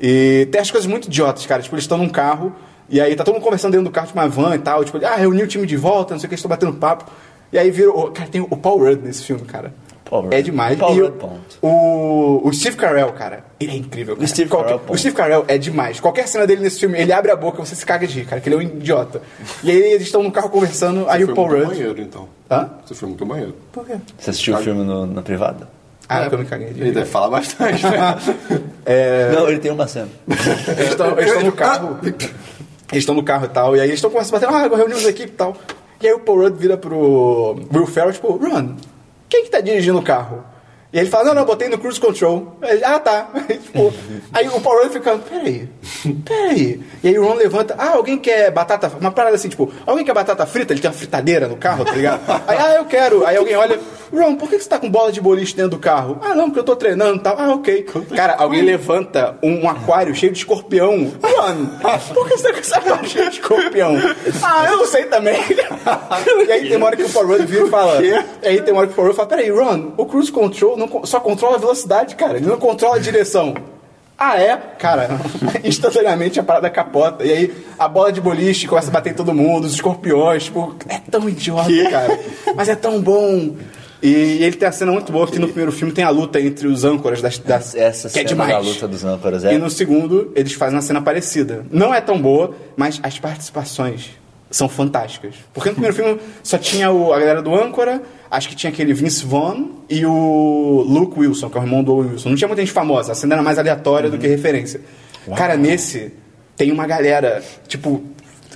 [SPEAKER 1] E tem as coisas muito idiotas, cara. Tipo, eles estão num carro, e aí tá todo mundo conversando dentro do carro de uma van e tal. Tipo, ah, reuni o time de volta, não sei o que, eles estão batendo papo. E aí vira. o- Cara, tem o Paul Rudd nesse filme, cara.
[SPEAKER 4] Paul Rudd.
[SPEAKER 1] É demais.
[SPEAKER 4] Paul
[SPEAKER 1] e
[SPEAKER 4] Rudd,
[SPEAKER 1] o,
[SPEAKER 4] ponto.
[SPEAKER 1] o, o Steve Carell, cara, ele é incrível. Cara.
[SPEAKER 4] Steve
[SPEAKER 1] Qualquer-
[SPEAKER 4] Carell, ponto.
[SPEAKER 1] o Steve Carell é demais. Qualquer cena dele nesse filme, ele abre a boca, você se caga de rir, cara, que ele é um idiota. E aí eles estão no carro conversando, aí
[SPEAKER 2] Você
[SPEAKER 1] o Paul
[SPEAKER 2] foi muito
[SPEAKER 1] Rudd.
[SPEAKER 2] banheiro, então.
[SPEAKER 1] Hã?
[SPEAKER 2] Você foi muito banheiro.
[SPEAKER 1] Por quê?
[SPEAKER 4] Você assistiu o filme no- na privada?
[SPEAKER 1] Ah, porque eu me caguei de
[SPEAKER 2] Ele
[SPEAKER 1] rir.
[SPEAKER 2] deve falar bastante. né?
[SPEAKER 1] É.
[SPEAKER 4] Não, ele tem uma cena.
[SPEAKER 1] Eles estão eles estão no carro.
[SPEAKER 2] Ah,
[SPEAKER 1] Eles estão no carro e tal. E aí eles estão começando a bater, ah, agora reunimos a equipe e tal. E aí o Paul Rudd vira pro Will Ferrell, tipo, Ron, quem que tá dirigindo o carro? E ele fala, não, não, botei no cruise control. Aí ele, ah, tá. Aí, tipo, aí o Paul Rudd fica, peraí, peraí. E aí o Ron levanta, ah, alguém quer batata, uma parada assim, tipo, alguém quer batata frita? Ele tem uma fritadeira no carro, tá ligado? Aí, ah, eu quero. Aí alguém olha, Ron, por que que você tá com bola de boliche dentro do carro? Ah, não, porque eu tô treinando e tal. Ah, ok. Cara, alguém levanta um, um aquário cheio de escorpião. Ron, por que você tá com essa aquário cheio de escorpião? Ah, eu não sei também. e aí tem uma hora que o Paul Rudd vira e fala... E aí tem uma hora que o Paul Rudd fala, peraí, Ron, o cruise control não con- só controla a velocidade, cara. Ele não controla a direção. Ah, é? Cara, instantaneamente a parada capota. E aí a bola de boliche começa a bater em todo mundo, os escorpiões. Tipo, é tão idiota, cara. Mas é tão bom. E ele tem a cena muito boa que no primeiro filme tem a luta entre os âncoras das. das
[SPEAKER 4] Essa
[SPEAKER 1] que é
[SPEAKER 4] cena
[SPEAKER 1] demais.
[SPEAKER 4] da luta dos âncoras é.
[SPEAKER 1] E no segundo, eles fazem uma cena parecida. Não é tão boa, mas as participações são fantásticas. Porque no primeiro filme só tinha o- a galera do âncora, acho que tinha aquele Vince Vaughn e o Luke Wilson, que é o irmão do Owen Wilson. Não tinha muita gente famosa, a cena era mais aleatória do que
[SPEAKER 2] Uhum.
[SPEAKER 1] referência. Cara, nesse tem uma galera, tipo...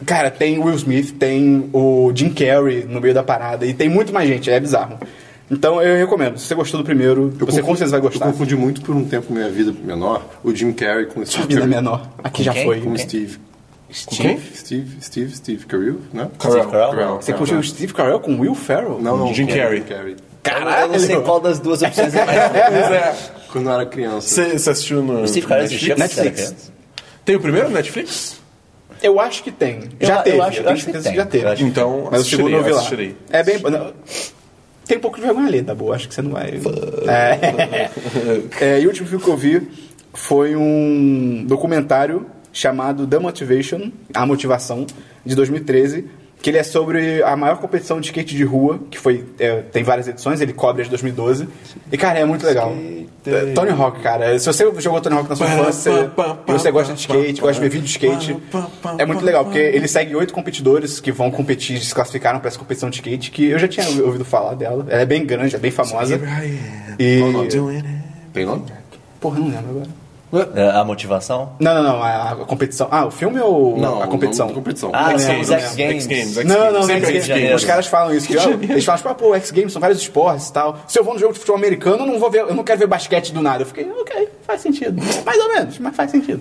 [SPEAKER 1] Cara, tem o Will Smith, tem o Jim Carrey no meio da parada e tem muito mais gente, é bizarro. Então eu recomendo, se você gostou do primeiro, você
[SPEAKER 2] Eu
[SPEAKER 1] com
[SPEAKER 2] confundi-
[SPEAKER 1] certeza vai gostar.
[SPEAKER 2] Eu confundi muito por um tempo minha vida menor o Jim Carrey com o
[SPEAKER 1] Sua
[SPEAKER 2] Steve
[SPEAKER 1] vida
[SPEAKER 2] Carell.
[SPEAKER 1] menor. Aqui já
[SPEAKER 4] quem?
[SPEAKER 1] foi.
[SPEAKER 2] Com o Steve. Steve, Steve, Steve Carell, né?
[SPEAKER 4] Steve Carell?
[SPEAKER 1] Você curtiu o Steve Carell com Will Ferrell?
[SPEAKER 2] Não, não.
[SPEAKER 3] Jim
[SPEAKER 2] com o
[SPEAKER 3] Carrey.
[SPEAKER 4] Caralho! Eu não sei qual das duas opções é mais.
[SPEAKER 3] Pois é.
[SPEAKER 2] Quando eu era criança.
[SPEAKER 3] Você você assistiu no.
[SPEAKER 4] O Steve Carell existia quando você era
[SPEAKER 1] Netflix.
[SPEAKER 4] criança?
[SPEAKER 3] Tem o primeiro Netflix?
[SPEAKER 1] Eu acho que tem.
[SPEAKER 4] Eu-
[SPEAKER 1] Já
[SPEAKER 4] eu
[SPEAKER 1] teve.
[SPEAKER 4] acho- eu
[SPEAKER 1] tenho
[SPEAKER 4] acho que
[SPEAKER 1] certeza
[SPEAKER 4] tem.
[SPEAKER 1] já teve.
[SPEAKER 4] Eu acho-
[SPEAKER 3] Então,
[SPEAKER 1] Mas o
[SPEAKER 3] assistirei,
[SPEAKER 1] segundo eu vi lá.
[SPEAKER 3] assistirei.
[SPEAKER 1] É bem... não, Tem um pouco de vergonha ali, Dabu. Acho que você não vai... É. É, e o último filme que eu vi foi um documentário chamado The Motivation, A Motivação, de 2013, que ele é sobre a maior competição de skate de rua, que foi... é, tem várias edições, ele cobre as de 2012. E, cara, é muito legal. É, Tony Hawk, cara. Se você jogou Tony Hawk na sua infância e você gosta de skate, gosta de ver vídeo de skate, é muito legal, porque ele segue oito competidores que vão competir, se classificaram para essa competição de skate, que eu já tinha ouvido falar dela. Ela é bem grande, é bem famosa.
[SPEAKER 3] Ah, é.
[SPEAKER 1] E...
[SPEAKER 2] Tem nome?
[SPEAKER 1] Porra, não lembro agora.
[SPEAKER 4] É, A motivação?
[SPEAKER 1] Não, não, não. A, a competição. Ah, o filme ou a competição?
[SPEAKER 2] Não, competição.
[SPEAKER 4] Ah,
[SPEAKER 1] X
[SPEAKER 4] são
[SPEAKER 1] Games,
[SPEAKER 4] os X Games.
[SPEAKER 3] X Games, X
[SPEAKER 1] Não, não, não, X
[SPEAKER 3] Sempre
[SPEAKER 4] Rio de
[SPEAKER 1] Games.
[SPEAKER 4] Janeiro.
[SPEAKER 1] Os caras falam isso. Que, ó, eles falam, tipo, ah, pô, X Games são vários esportes e tal. Se eu vou no jogo de futebol americano, eu não vou ver, eu não quero ver basquete do nada. Eu fiquei, ok, faz sentido. Mais ou menos, mas faz sentido.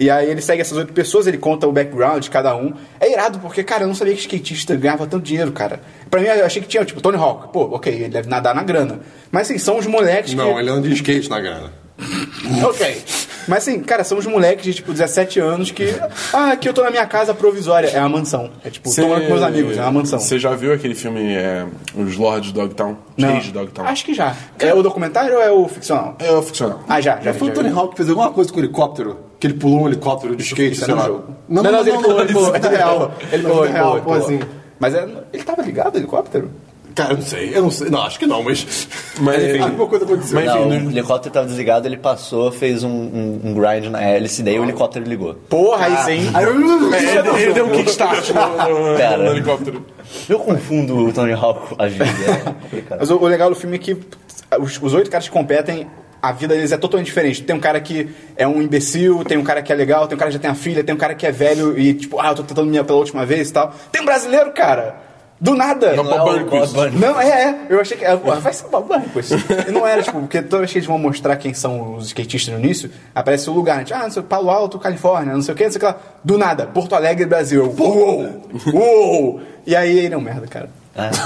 [SPEAKER 1] E aí ele segue essas oito pessoas, ele conta o background de cada um. É irado, porque, cara, eu não sabia que skatista ganhava tanto dinheiro, cara. Pra mim, eu achei que tinha, tipo, Tony Hawk. Pô, ok, ele deve nadar na grana. Mas, assim, são os moleques que...
[SPEAKER 2] Não, ele anda de skate na grana.
[SPEAKER 1] Ok. Mas assim, cara, são os moleques de tipo 17 anos que. Ah, aqui eu tô na minha casa provisória. É uma mansão. É tipo, tô morando com meus amigos, é uma mansão.
[SPEAKER 3] Você já viu aquele filme é, Os Lords de Dogtown?
[SPEAKER 1] Não.
[SPEAKER 3] Reis de Dogtown?
[SPEAKER 1] Acho que já. É o documentário ou é o ficcional?
[SPEAKER 3] É o ficcional.
[SPEAKER 1] Ah, já, já.
[SPEAKER 2] Já
[SPEAKER 1] vi,
[SPEAKER 2] foi o
[SPEAKER 1] já
[SPEAKER 2] Tony
[SPEAKER 1] vi.
[SPEAKER 2] Hawk que fez alguma coisa com helicóptero? Que ele pulou um helicóptero de skate,
[SPEAKER 1] Isso é
[SPEAKER 2] sei
[SPEAKER 1] no
[SPEAKER 2] lá.
[SPEAKER 1] jogo.
[SPEAKER 2] Não, não, não,
[SPEAKER 1] ele pulou, ele pulou.
[SPEAKER 2] isso é real.
[SPEAKER 1] Ele
[SPEAKER 2] Isso
[SPEAKER 1] pulou,
[SPEAKER 2] é
[SPEAKER 1] ele
[SPEAKER 2] real,
[SPEAKER 1] pulou.
[SPEAKER 2] pô,
[SPEAKER 1] ele pulou.
[SPEAKER 2] assim.
[SPEAKER 1] Mas é- ele tava ligado, o helicóptero?
[SPEAKER 2] Cara, eu não sei, eu não sei. Não, acho que não, mas.
[SPEAKER 3] Mas,
[SPEAKER 2] Enfim, né? alguma coisa aconteceu.
[SPEAKER 3] Mas,
[SPEAKER 4] Não,
[SPEAKER 3] enfim,
[SPEAKER 4] o helicóptero tava desligado, ele passou, fez um, um- um grind na hélice, daí o helicóptero ligou.
[SPEAKER 1] Porra, aí sim.
[SPEAKER 2] Ah, Aí eu-
[SPEAKER 3] É, ele, deu- ele deu um kickstart no,
[SPEAKER 1] Ah,
[SPEAKER 3] no- no
[SPEAKER 4] Pera.
[SPEAKER 3] helicóptero.
[SPEAKER 4] Eu confundo o Tony Hawk com a vida. é complicado.
[SPEAKER 1] Mas o, o legal do filme é que os, os oito caras que competem, a vida deles é totalmente diferente. Tem um cara que é um imbecil, tem um cara que é legal, tem um cara que já tem a filha, tem um cara que é velho e tipo, ah, eu tô tentando minha pela última vez e tal. Tem um brasileiro, cara! Do nada!
[SPEAKER 3] Não,
[SPEAKER 4] Não é o
[SPEAKER 3] Bob Barnquist.
[SPEAKER 4] Bob Barnquist.
[SPEAKER 1] Não, é, é. Eu achei que. é, ah, vai ser o Bob Marcos. E não era, tipo, porque toda vez que eles vão mostrar quem são os skatistas no início, aparece o lugar. Tipo, ah, não sei, Palo Alto, Califórnia, não sei o que, não sei o que lá. Do nada, Porto Alegre, Brasil. Eu, Uou! Uou! E aí ele é um merda, cara.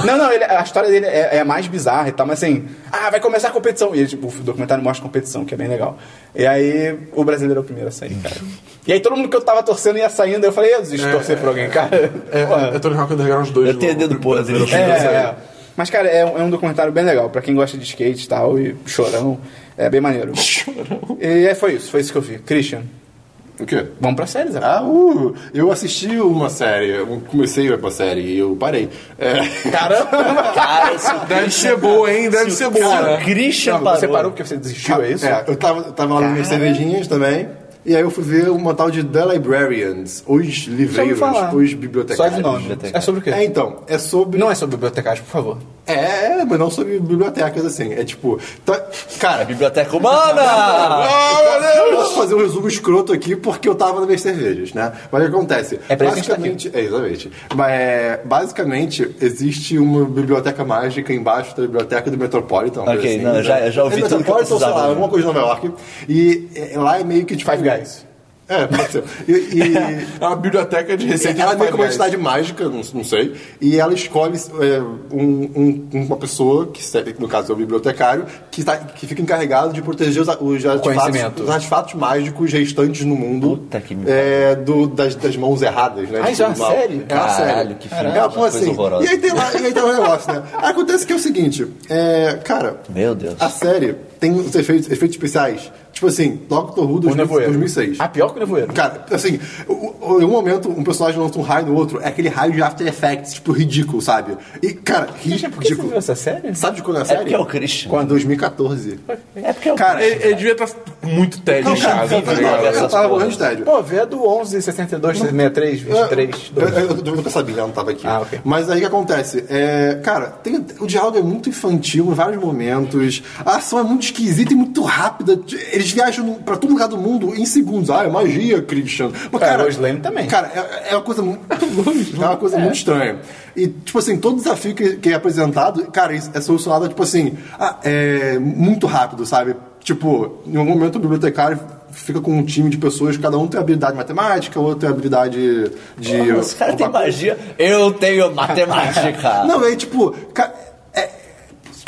[SPEAKER 1] Não, não, ele- a história dele é, é a mais bizarra e tal, mas assim, ah, vai começar a competição. E ele, tipo, o documentário mostra a competição, que é bem legal. E aí o brasileiro é o primeiro a sair, cara. E aí todo mundo que eu tava torcendo ia saindo, eu falei, eu desisto de torcer pra alguém, cara.
[SPEAKER 3] É,
[SPEAKER 1] Porra.
[SPEAKER 3] é, é Tony Hawk Underground 2.
[SPEAKER 4] Eu tenho
[SPEAKER 3] no-
[SPEAKER 4] dedo podre.
[SPEAKER 3] brasileiro.
[SPEAKER 1] É, é. Mas, cara, é um, é um documentário bem legal. Pra quem gosta de skate e tal, e chorão, é bem maneiro. Chorão. E é, foi isso, foi isso que eu vi. Christian,
[SPEAKER 2] O quê?
[SPEAKER 1] vamos pra séries agora.
[SPEAKER 2] Ah, uh, eu assisti uma série, eu comecei uma série e eu parei. É.
[SPEAKER 1] Caramba!
[SPEAKER 4] Cara, se o
[SPEAKER 3] Deve ser boa, hein? Deve ser boa, né?
[SPEAKER 1] Não,
[SPEAKER 4] Christian
[SPEAKER 1] você parou
[SPEAKER 4] parou.
[SPEAKER 1] porque você desistiu, é isso?
[SPEAKER 2] É, eu tava, eu tava lá nas minhas cervejinhas também. E aí eu fui ver uma tal de The Librarians, os
[SPEAKER 1] Já ouvi
[SPEAKER 2] livreiros,
[SPEAKER 1] falar.
[SPEAKER 2] os
[SPEAKER 1] Só
[SPEAKER 2] bibliotecários.
[SPEAKER 1] de nome. É sobre o quê?
[SPEAKER 2] É, então, é sobre.
[SPEAKER 1] Não é sobre bibliotecários, por favor.
[SPEAKER 2] É, é, mas não sobre bibliotecas assim. É tipo. tá- Cara,
[SPEAKER 4] Biblioteca Humana!
[SPEAKER 2] eu posso fazer um resumo escroto aqui porque eu tava nas minhas cervejas, né? Mas o que acontece?
[SPEAKER 1] É pra isso que a gente tá
[SPEAKER 2] basicamente, é, exatamente. Mas é, basicamente existe uma biblioteca mágica embaixo da biblioteca do Metropolitan. uma
[SPEAKER 4] Ok,
[SPEAKER 2] coisa
[SPEAKER 4] não,
[SPEAKER 2] né?
[SPEAKER 4] já- já ouvi
[SPEAKER 2] é
[SPEAKER 4] tudo que eu
[SPEAKER 2] Metropolitan, sei
[SPEAKER 4] precisava. né?
[SPEAKER 2] lá, alguma coisa de Nova York. E é, lá é meio que tipo
[SPEAKER 1] Five Guys.
[SPEAKER 2] É, pode ser. E, e-
[SPEAKER 3] É uma biblioteca de receitas.
[SPEAKER 2] ela é meio
[SPEAKER 3] de
[SPEAKER 2] que uma
[SPEAKER 3] Five Guys.
[SPEAKER 2] entidade mágica, não, não sei, e ela escolhe é, um- um- uma pessoa, que se- no caso é o bibliotecário, que, tá- que fica encarregado de proteger os, a- os artefatos,
[SPEAKER 1] conhecimento.
[SPEAKER 2] os artefatos mágicos restantes no mundo
[SPEAKER 4] Puta que me
[SPEAKER 2] é, do- das, das mãos erradas, né?
[SPEAKER 1] Ah,
[SPEAKER 2] de
[SPEAKER 1] isso é
[SPEAKER 2] tudo
[SPEAKER 1] uma
[SPEAKER 2] mal.
[SPEAKER 1] série?
[SPEAKER 2] É uma
[SPEAKER 4] Caralho,
[SPEAKER 2] série.
[SPEAKER 4] que
[SPEAKER 2] é
[SPEAKER 4] filme,
[SPEAKER 2] uma
[SPEAKER 4] que
[SPEAKER 2] porra
[SPEAKER 4] coisa
[SPEAKER 2] assim.
[SPEAKER 4] horrorosa.
[SPEAKER 2] E aí tem lá, e aí tem um negócio, né? Acontece que é o seguinte, é, cara,
[SPEAKER 4] Meu Deus.
[SPEAKER 2] a série tem os efeitos, efeitos especiais, tipo assim, Doctor Who
[SPEAKER 1] O Nevoeiro.
[SPEAKER 2] 2006.
[SPEAKER 1] Ah, pior que o Nevoeiro.
[SPEAKER 2] Cara, assim, o- o- em um momento um personagem lança um raio no outro, é aquele raio de After Effects, tipo, ridículo, sabe? E, cara,
[SPEAKER 1] Christian, por que é você
[SPEAKER 2] é ridículo.
[SPEAKER 1] viu essa série?
[SPEAKER 2] Sabe de quando é a
[SPEAKER 4] É
[SPEAKER 2] série?
[SPEAKER 4] porque é o Christian.
[SPEAKER 2] Quando? 2014.
[SPEAKER 4] É porque é o
[SPEAKER 2] Cara,
[SPEAKER 3] Ele, ele devia estar com muito tédio
[SPEAKER 2] não,
[SPEAKER 3] em
[SPEAKER 2] cara,
[SPEAKER 3] casa, tá
[SPEAKER 2] eu,
[SPEAKER 3] ligado?
[SPEAKER 2] eu, eu
[SPEAKER 4] Essas
[SPEAKER 2] tava
[SPEAKER 4] porra.
[SPEAKER 2] morrendo de tédio.
[SPEAKER 1] Pô, vê a do 11, 62, 63, 23,
[SPEAKER 2] Eu,
[SPEAKER 1] 12.
[SPEAKER 2] eu, eu, eu nunca sabia, ela não tava aqui.
[SPEAKER 1] Ah, ok.
[SPEAKER 2] Mas aí o que acontece? É, cara, tem- o diálogo é muito infantil em vários momentos. A ação é muito esquisita e muito rápida. Eles viajam pra todo lugar do mundo em segundos. Ah, é magia, Christian. Mas,
[SPEAKER 1] É,
[SPEAKER 2] cara,
[SPEAKER 1] Lois Lane também.
[SPEAKER 2] Cara, é, é uma coisa muito. é uma coisa muito estranha. E, tipo assim, todo desafio que, que é apresentado, cara, isso é solucionado, tipo assim, ah, é muito rápido, sabe? Tipo, em algum momento o bibliotecário fica com um time de pessoas, cada um tem habilidade matemática, outro tem habilidade de.
[SPEAKER 4] Christian. Os caras têm
[SPEAKER 2] alguma coisa.
[SPEAKER 4] magia, eu tenho matemática.
[SPEAKER 2] Não, é tipo. ca- É,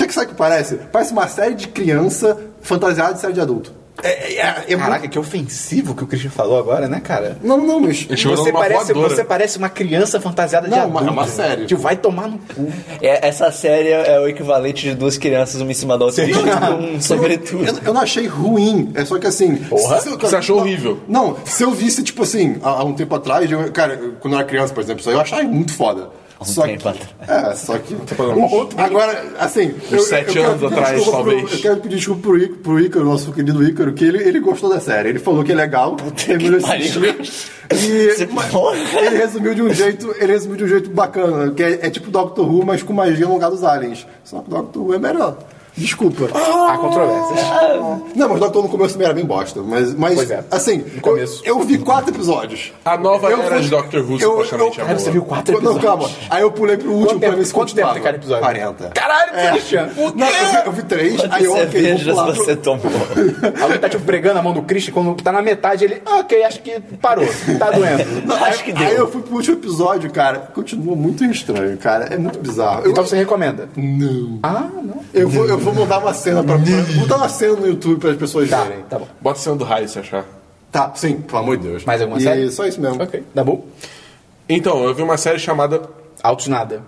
[SPEAKER 2] o que sabe o que parece? Parece uma série de criança fantasiada de série de adulto. É, é, é, é
[SPEAKER 1] Caraca, que ofensivo que o Christian falou agora, né, cara?
[SPEAKER 2] Não, não, mas.
[SPEAKER 3] Ele chegou
[SPEAKER 1] Você
[SPEAKER 3] numa
[SPEAKER 1] parece,
[SPEAKER 3] voadora.
[SPEAKER 1] você parece uma criança fantasiada de
[SPEAKER 2] Não,
[SPEAKER 1] adulto.
[SPEAKER 2] é uma série.
[SPEAKER 1] Que vai tomar no cu.
[SPEAKER 4] É, essa série é o equivalente de duas crianças uma em cima da outra, tipo, um sobre tudo.
[SPEAKER 2] Eu, eu não achei ruim, é só que assim.
[SPEAKER 3] Porra,
[SPEAKER 2] eu-
[SPEAKER 3] você achou
[SPEAKER 2] não-
[SPEAKER 3] horrível.
[SPEAKER 2] Não, se eu visse, tipo assim, há, há um tempo atrás, eu- cara, eu- quando eu era criança, por exemplo, isso aí eu achava muito foda.
[SPEAKER 4] um
[SPEAKER 2] só
[SPEAKER 4] tempo
[SPEAKER 2] que,
[SPEAKER 4] atrás.
[SPEAKER 2] É, só que.
[SPEAKER 3] falando.
[SPEAKER 2] Um outro- Agora, assim. eu-
[SPEAKER 3] sete
[SPEAKER 2] quero
[SPEAKER 3] anos
[SPEAKER 2] pedir
[SPEAKER 3] atrás,
[SPEAKER 2] desculpa pro-
[SPEAKER 3] talvez.
[SPEAKER 2] eu quero pedir desculpa pro Ícaro, pro Ícaro, nosso querido Ícaro, que ele, ele gostou da série. Ele falou que é legal, terminou de
[SPEAKER 4] pariu.
[SPEAKER 2] assistir. E.
[SPEAKER 4] Você-
[SPEAKER 2] mas- Ele resumiu de um jeito, ele resumiu de um jeito bacana, que é, é tipo Doctor Who, mas com magia no lugar dos aliens. Só que Doctor Who é melhor. Desculpa.
[SPEAKER 1] Há controvérsias.
[SPEAKER 2] Ah! Não, mas Doctor no começo também era bem bosta. Mas, mas
[SPEAKER 1] Pois é.
[SPEAKER 2] assim,
[SPEAKER 1] começo.
[SPEAKER 2] Eu, eu vi quatro episódios.
[SPEAKER 3] A nova
[SPEAKER 2] Eu
[SPEAKER 3] era
[SPEAKER 2] fui-
[SPEAKER 3] de Doctor Who,
[SPEAKER 2] eu-
[SPEAKER 3] supostamente,
[SPEAKER 2] eu-
[SPEAKER 3] é boa.
[SPEAKER 1] Você viu quatro
[SPEAKER 2] Não,
[SPEAKER 1] episódios?
[SPEAKER 2] calma. Aí eu pulei pro último
[SPEAKER 1] Quanto
[SPEAKER 2] pra
[SPEAKER 1] tempo,
[SPEAKER 2] ver se
[SPEAKER 1] quanto tempo tem cada
[SPEAKER 2] continuava.
[SPEAKER 1] episódio?
[SPEAKER 2] 40.
[SPEAKER 1] Caralho, Christian! O
[SPEAKER 2] Não, eu vi, eu vi três, aí eu,
[SPEAKER 4] Quantas
[SPEAKER 2] ok, vou
[SPEAKER 4] cervejas
[SPEAKER 2] pular pro-
[SPEAKER 4] você tomou?
[SPEAKER 1] Alguém tá tipo pregando a mão do Christian, quando tá na metade ele, "Ah, ok, acho que parou, tá doendo.
[SPEAKER 2] Não,
[SPEAKER 4] Acho
[SPEAKER 2] aí-
[SPEAKER 4] que deu.
[SPEAKER 2] Aí eu fui pro último episódio, cara. Continua muito estranho, cara. É muito bizarro. Eu-
[SPEAKER 1] Então você recomenda?
[SPEAKER 2] Não.
[SPEAKER 1] Ah, não.
[SPEAKER 2] Eu vou, eu vou mandar uma cena pra. pra- Botar uma cena no YouTube para as pessoas
[SPEAKER 1] Tá,
[SPEAKER 2] verem.
[SPEAKER 1] tá bom.
[SPEAKER 3] Bota sendo do raio, se achar.
[SPEAKER 2] Tá, sim, pelo amor de Deus.
[SPEAKER 1] Mais alguma
[SPEAKER 2] e
[SPEAKER 1] série?
[SPEAKER 2] só isso mesmo.
[SPEAKER 1] Ok, tá bom?
[SPEAKER 3] Então, eu vi uma série chamada...
[SPEAKER 1] Altos nada.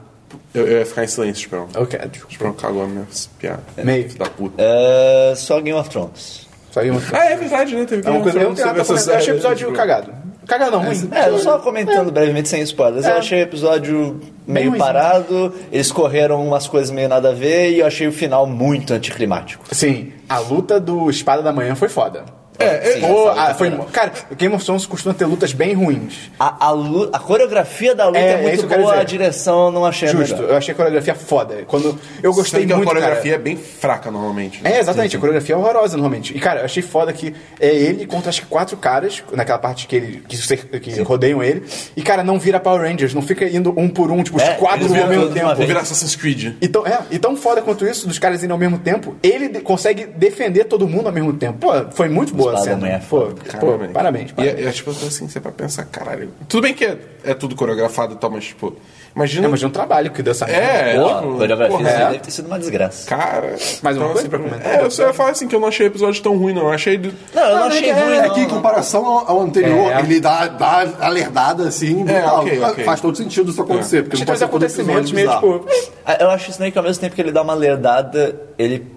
[SPEAKER 3] Eu, eu ia ficar em silêncio, tipo, Esperão.
[SPEAKER 1] Ok, desculpa.
[SPEAKER 3] É. Esperão cagou a minha piada.
[SPEAKER 1] Meio.
[SPEAKER 3] Filho Da puta.
[SPEAKER 4] É, só Game of Thrones.
[SPEAKER 1] Só ia mostrar.
[SPEAKER 3] Ah, é verdade, né? Teve
[SPEAKER 1] É uma coisa, eu não tenho nada pra comentar. Eu achei o episódio
[SPEAKER 3] cagado.
[SPEAKER 1] cagado. Cagado não, ruim.
[SPEAKER 4] É, só comentando brevemente, sem spoilers. Eu achei o episódio meio
[SPEAKER 1] ruimzinho.
[SPEAKER 4] parado, eles correram umas coisas meio nada a ver e eu achei o final muito anticlimático.
[SPEAKER 1] Sim, a luta do Espada da Manhã foi foda.
[SPEAKER 3] É,
[SPEAKER 1] Sim, Pô, ah, foi, cara, Game of Thrones costuma ter lutas bem ruins.
[SPEAKER 4] A, a lu- a coreografia da luta
[SPEAKER 1] É,
[SPEAKER 4] é,
[SPEAKER 1] é isso
[SPEAKER 4] muito
[SPEAKER 1] que eu quero
[SPEAKER 4] boa,
[SPEAKER 1] dizer.
[SPEAKER 4] a direção eu não achei a
[SPEAKER 1] Justo,
[SPEAKER 4] melhor.
[SPEAKER 1] eu achei a coreografia foda. Quando eu gostei
[SPEAKER 3] Sendo que
[SPEAKER 1] muito,
[SPEAKER 3] a coreografia
[SPEAKER 1] cara.
[SPEAKER 3] é bem fraca normalmente. né?
[SPEAKER 1] É, exatamente, a coreografia é horrorosa normalmente. E cara, eu achei foda que é ele contra acho que quatro caras, naquela parte que ele que, cer- que rodeiam ele. E cara, não vira Power Rangers, não fica indo um por um, tipo,
[SPEAKER 4] É,
[SPEAKER 1] os quatro
[SPEAKER 4] eles
[SPEAKER 1] ao
[SPEAKER 4] viram
[SPEAKER 1] mesmo
[SPEAKER 4] todos de uma
[SPEAKER 1] tempo.
[SPEAKER 4] vez.
[SPEAKER 3] Virar Assassin's Creed.
[SPEAKER 1] E tão, é, e tão foda quanto isso, dos caras irem ao mesmo tempo, ele de- consegue defender todo mundo ao mesmo tempo. Pô, foi muito boa a cena.
[SPEAKER 4] Spider-Man é
[SPEAKER 1] Pô,
[SPEAKER 4] foda.
[SPEAKER 1] pô,
[SPEAKER 3] velho.
[SPEAKER 1] parabéns.
[SPEAKER 3] E
[SPEAKER 1] parabéns.
[SPEAKER 3] é, é tipo assim, você vai pensar, caralho. Tudo bem que é, é tudo coreografado e tal, mas tipo, imagina.
[SPEAKER 1] É, mas de um trabalho que deu essa merda.
[SPEAKER 3] É,
[SPEAKER 4] Pô, a
[SPEAKER 3] tipo,
[SPEAKER 4] coreografia
[SPEAKER 3] porra,
[SPEAKER 4] assim,
[SPEAKER 1] é.
[SPEAKER 4] deve ter sido uma desgraça.
[SPEAKER 3] Cara, mais
[SPEAKER 1] uma coisa pra comentar?
[SPEAKER 3] É, eu só ia falar assim que eu não achei o episódio tão ruim, não. Eu achei. ele-
[SPEAKER 4] Não, eu não, achei ruim,
[SPEAKER 2] É
[SPEAKER 4] não.
[SPEAKER 2] que em comparação ao, ao anterior,
[SPEAKER 1] É.
[SPEAKER 2] ele dá, dá alerdada assim.
[SPEAKER 3] É,
[SPEAKER 2] brutal.
[SPEAKER 3] ok, ok.
[SPEAKER 2] Faz todo sentido isso acontecer. Porque
[SPEAKER 4] um
[SPEAKER 1] Tinha
[SPEAKER 2] não
[SPEAKER 1] dois
[SPEAKER 2] pode ser todo
[SPEAKER 1] acontecimentos
[SPEAKER 2] episódio
[SPEAKER 1] meio
[SPEAKER 2] bizarro.
[SPEAKER 1] tipo.
[SPEAKER 4] Ah, Eu acho estranho que ao mesmo tempo que ele dá uma lerdada, ele.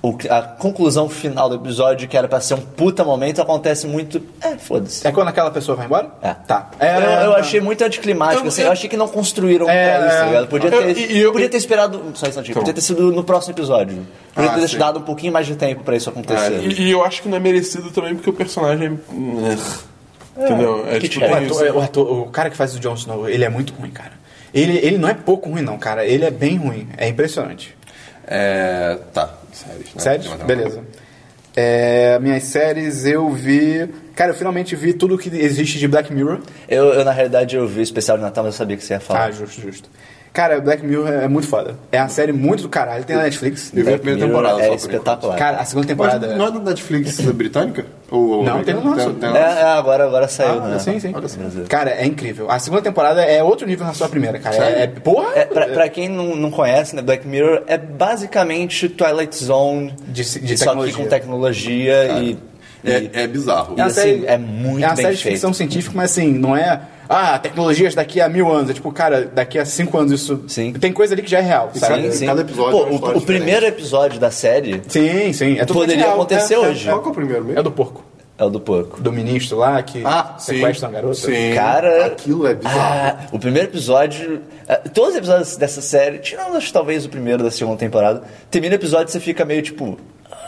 [SPEAKER 4] o que- a conclusão final do episódio, que era pra ser um puta momento, acontece muito. É, foda-se.
[SPEAKER 1] É quando aquela pessoa vai embora?
[SPEAKER 4] É.
[SPEAKER 1] Tá.
[SPEAKER 4] Eu,
[SPEAKER 1] É,
[SPEAKER 4] eu
[SPEAKER 1] tá.
[SPEAKER 4] achei muito anticlimático,
[SPEAKER 3] Eu-
[SPEAKER 4] assim.
[SPEAKER 3] eu-
[SPEAKER 4] Eu achei que não construíram
[SPEAKER 1] É,
[SPEAKER 4] pra isso, tá ligado? Podia
[SPEAKER 3] eu-
[SPEAKER 4] ter,
[SPEAKER 3] e- e eu-
[SPEAKER 4] podia ter esperado. Só um instantinho. Podia ter sido no próximo episódio. Podia
[SPEAKER 3] Ah,
[SPEAKER 4] ter
[SPEAKER 3] sim.
[SPEAKER 4] dado um pouquinho mais de tempo pra isso
[SPEAKER 1] assim.
[SPEAKER 4] acontecer.
[SPEAKER 3] Ah, E, e eu acho que não é merecido também porque o personagem. é- Entendeu? É,
[SPEAKER 4] Kit
[SPEAKER 3] tipo,
[SPEAKER 1] O
[SPEAKER 4] Kat.
[SPEAKER 3] tem isso.
[SPEAKER 1] ator, é, o, ator- o cara que faz o Jon Snow, ele é muito ruim, cara. Ele, ele não é pouco ruim, não, cara. Ele é bem ruim. É impressionante.
[SPEAKER 2] É. Tá. Séries. né?
[SPEAKER 1] tipo, Séries?
[SPEAKER 2] Tem mais alguma
[SPEAKER 1] Beleza. É, minhas séries eu vi. Cara, eu finalmente vi tudo que existe de Black Mirror.
[SPEAKER 4] Eu, eu, na realidade, eu vi o especial de Natal, mas eu sabia que você ia falar.
[SPEAKER 1] Ah, justo, justo. Cara, Black Mirror é muito foda. É uma série muito do caralho. Tem na Netflix.
[SPEAKER 2] Eu vi a primeira
[SPEAKER 4] Mirror
[SPEAKER 2] temporada
[SPEAKER 4] é
[SPEAKER 2] só por enquanto.
[SPEAKER 4] espetacular.
[SPEAKER 1] Cara, a segunda
[SPEAKER 2] Mas
[SPEAKER 1] temporada.
[SPEAKER 2] não é da Netflix britânica? Ou, ou
[SPEAKER 1] Não, tem no nosso.
[SPEAKER 2] Tem, um tem
[SPEAKER 4] É, é, agora, agora saiu,
[SPEAKER 1] Ah,
[SPEAKER 4] né?
[SPEAKER 1] sim, sim.
[SPEAKER 4] Olha só.
[SPEAKER 1] Cara, é incrível. A segunda temporada é outro nível na sua primeira, cara.
[SPEAKER 2] Sério?
[SPEAKER 1] É, é- porra!
[SPEAKER 4] É, pra, pra quem não, não conhece, né, Black Mirror é basicamente Twilight Zone
[SPEAKER 1] De- de
[SPEAKER 4] só
[SPEAKER 1] tecnologia.
[SPEAKER 4] que com tecnologia e, e-
[SPEAKER 2] É, é bizarro.
[SPEAKER 4] E- assim, é muito
[SPEAKER 1] É uma
[SPEAKER 4] bem
[SPEAKER 1] série de
[SPEAKER 4] feito.
[SPEAKER 1] ficção científica, mas assim, não é. Ah, tecnologias daqui a mil anos. É tipo, cara, daqui a cinco anos isso.
[SPEAKER 4] Sim.
[SPEAKER 1] Tem coisa ali que já é real, sabe?
[SPEAKER 4] sim, sim.
[SPEAKER 2] cada episódio
[SPEAKER 4] Pô,
[SPEAKER 2] é uma
[SPEAKER 4] o-
[SPEAKER 2] história
[SPEAKER 4] o,
[SPEAKER 2] diferente.
[SPEAKER 4] primeiro episódio da série
[SPEAKER 1] Sim, sim. É totalmente
[SPEAKER 4] poderia
[SPEAKER 1] real.
[SPEAKER 4] acontecer
[SPEAKER 1] É, é,
[SPEAKER 4] hoje.
[SPEAKER 2] Qual que é o primeiro
[SPEAKER 1] É,
[SPEAKER 2] mesmo?
[SPEAKER 1] o do porco.
[SPEAKER 4] É o do porco.
[SPEAKER 1] Do ministro lá que
[SPEAKER 2] Ah, sim.
[SPEAKER 1] sequestra uma garota.
[SPEAKER 2] Sim.
[SPEAKER 4] Cara,
[SPEAKER 2] Aquilo é bizarro.
[SPEAKER 4] Ah, o primeiro episódio. ah, Todos os episódios dessa série, tirando acho, talvez o primeiro da segunda temporada, termina o episódio e você fica meio tipo.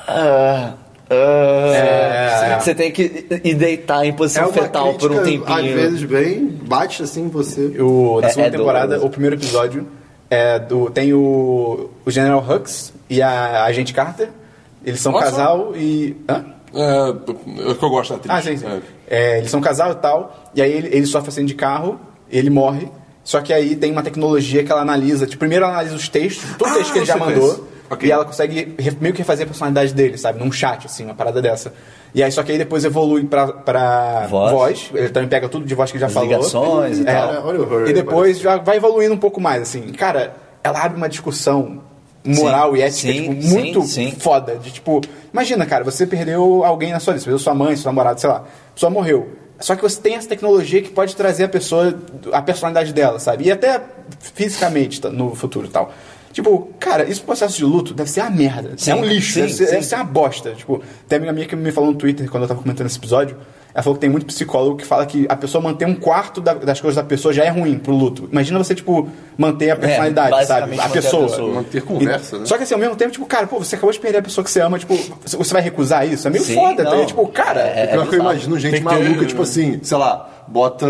[SPEAKER 4] ah, ah.
[SPEAKER 2] É,
[SPEAKER 4] você tem que ir deitar em posição fetal por um tempinho.
[SPEAKER 2] Às vezes bem, bate assim em você.
[SPEAKER 1] O, na
[SPEAKER 4] É-
[SPEAKER 1] segunda
[SPEAKER 4] é
[SPEAKER 1] temporada,
[SPEAKER 4] doloroso.
[SPEAKER 1] o primeiro episódio é do, tem o, o General Hux e a agente Carter. Eles são um
[SPEAKER 3] Nossa.
[SPEAKER 1] casal e. Hã?
[SPEAKER 3] É, é o que eu gosto da atriz.
[SPEAKER 1] Ah, sim, sim.
[SPEAKER 3] É.
[SPEAKER 1] É, eles são um casal e tal, e aí ele, ele sofre acidente de carro, ele morre. Só que aí tem uma tecnologia que ela analisa. Tipo, primeiro ela analisa os textos, todo o
[SPEAKER 3] Ah,
[SPEAKER 1] texto que ele
[SPEAKER 3] eu
[SPEAKER 1] já
[SPEAKER 3] sei
[SPEAKER 1] mandou,
[SPEAKER 3] desse. Ok.
[SPEAKER 1] e ela consegue re- meio que refazer a personalidade dele, sabe? Num chat, assim, uma parada dessa. E aí, só que aí depois evolui pra, pra voz.
[SPEAKER 4] Voz.
[SPEAKER 1] Ele também pega tudo de voz que ele já
[SPEAKER 4] As
[SPEAKER 1] falou.
[SPEAKER 4] ligações e
[SPEAKER 1] É,
[SPEAKER 4] tal.
[SPEAKER 2] Olha o horror,
[SPEAKER 1] E depois já vai evoluindo um pouco mais, assim. Cara, ela abre uma discussão moral
[SPEAKER 4] Sim,
[SPEAKER 1] e ética,
[SPEAKER 4] sim,
[SPEAKER 1] tipo, muito
[SPEAKER 4] sim, sim.
[SPEAKER 1] foda. De tipo, imagina, cara, você perdeu alguém na sua vida, você perdeu sua mãe, seu namorado, sei lá. A pessoa morreu. Só que você tem essa tecnologia que pode trazer a pessoa, a personalidade dela, sabe? E até fisicamente tá, no futuro e tal. Tipo, cara, esse processo de luto deve ser uma merda.
[SPEAKER 4] Sim,
[SPEAKER 1] é um lixo,
[SPEAKER 4] sim,
[SPEAKER 1] deve, ser,
[SPEAKER 4] sim.
[SPEAKER 1] deve ser uma bosta. Tipo, tem amiga minha que me falou no Twitter quando eu tava comentando esse episódio. Ela falou que tem muito psicólogo que fala que a pessoa manter um quarto da- das coisas da pessoa já é ruim pro luto. Imagina você, tipo, manter a personalidade,
[SPEAKER 4] É, basicamente
[SPEAKER 1] sabe? A
[SPEAKER 4] manter a
[SPEAKER 1] pessoa.
[SPEAKER 4] pessoa.
[SPEAKER 2] Manter conversa,
[SPEAKER 1] E-
[SPEAKER 2] né?
[SPEAKER 1] Só que assim, ao mesmo tempo, tipo, cara, pô, você acabou de perder a pessoa que você ama, tipo, você vai recusar isso? É meio
[SPEAKER 4] Sim,
[SPEAKER 1] foda, tá?
[SPEAKER 4] não.
[SPEAKER 1] Tipo, cara.
[SPEAKER 2] É, pior que eu imagino gente
[SPEAKER 3] Tem que ter-
[SPEAKER 2] maluca, tipo assim, sei lá, bota.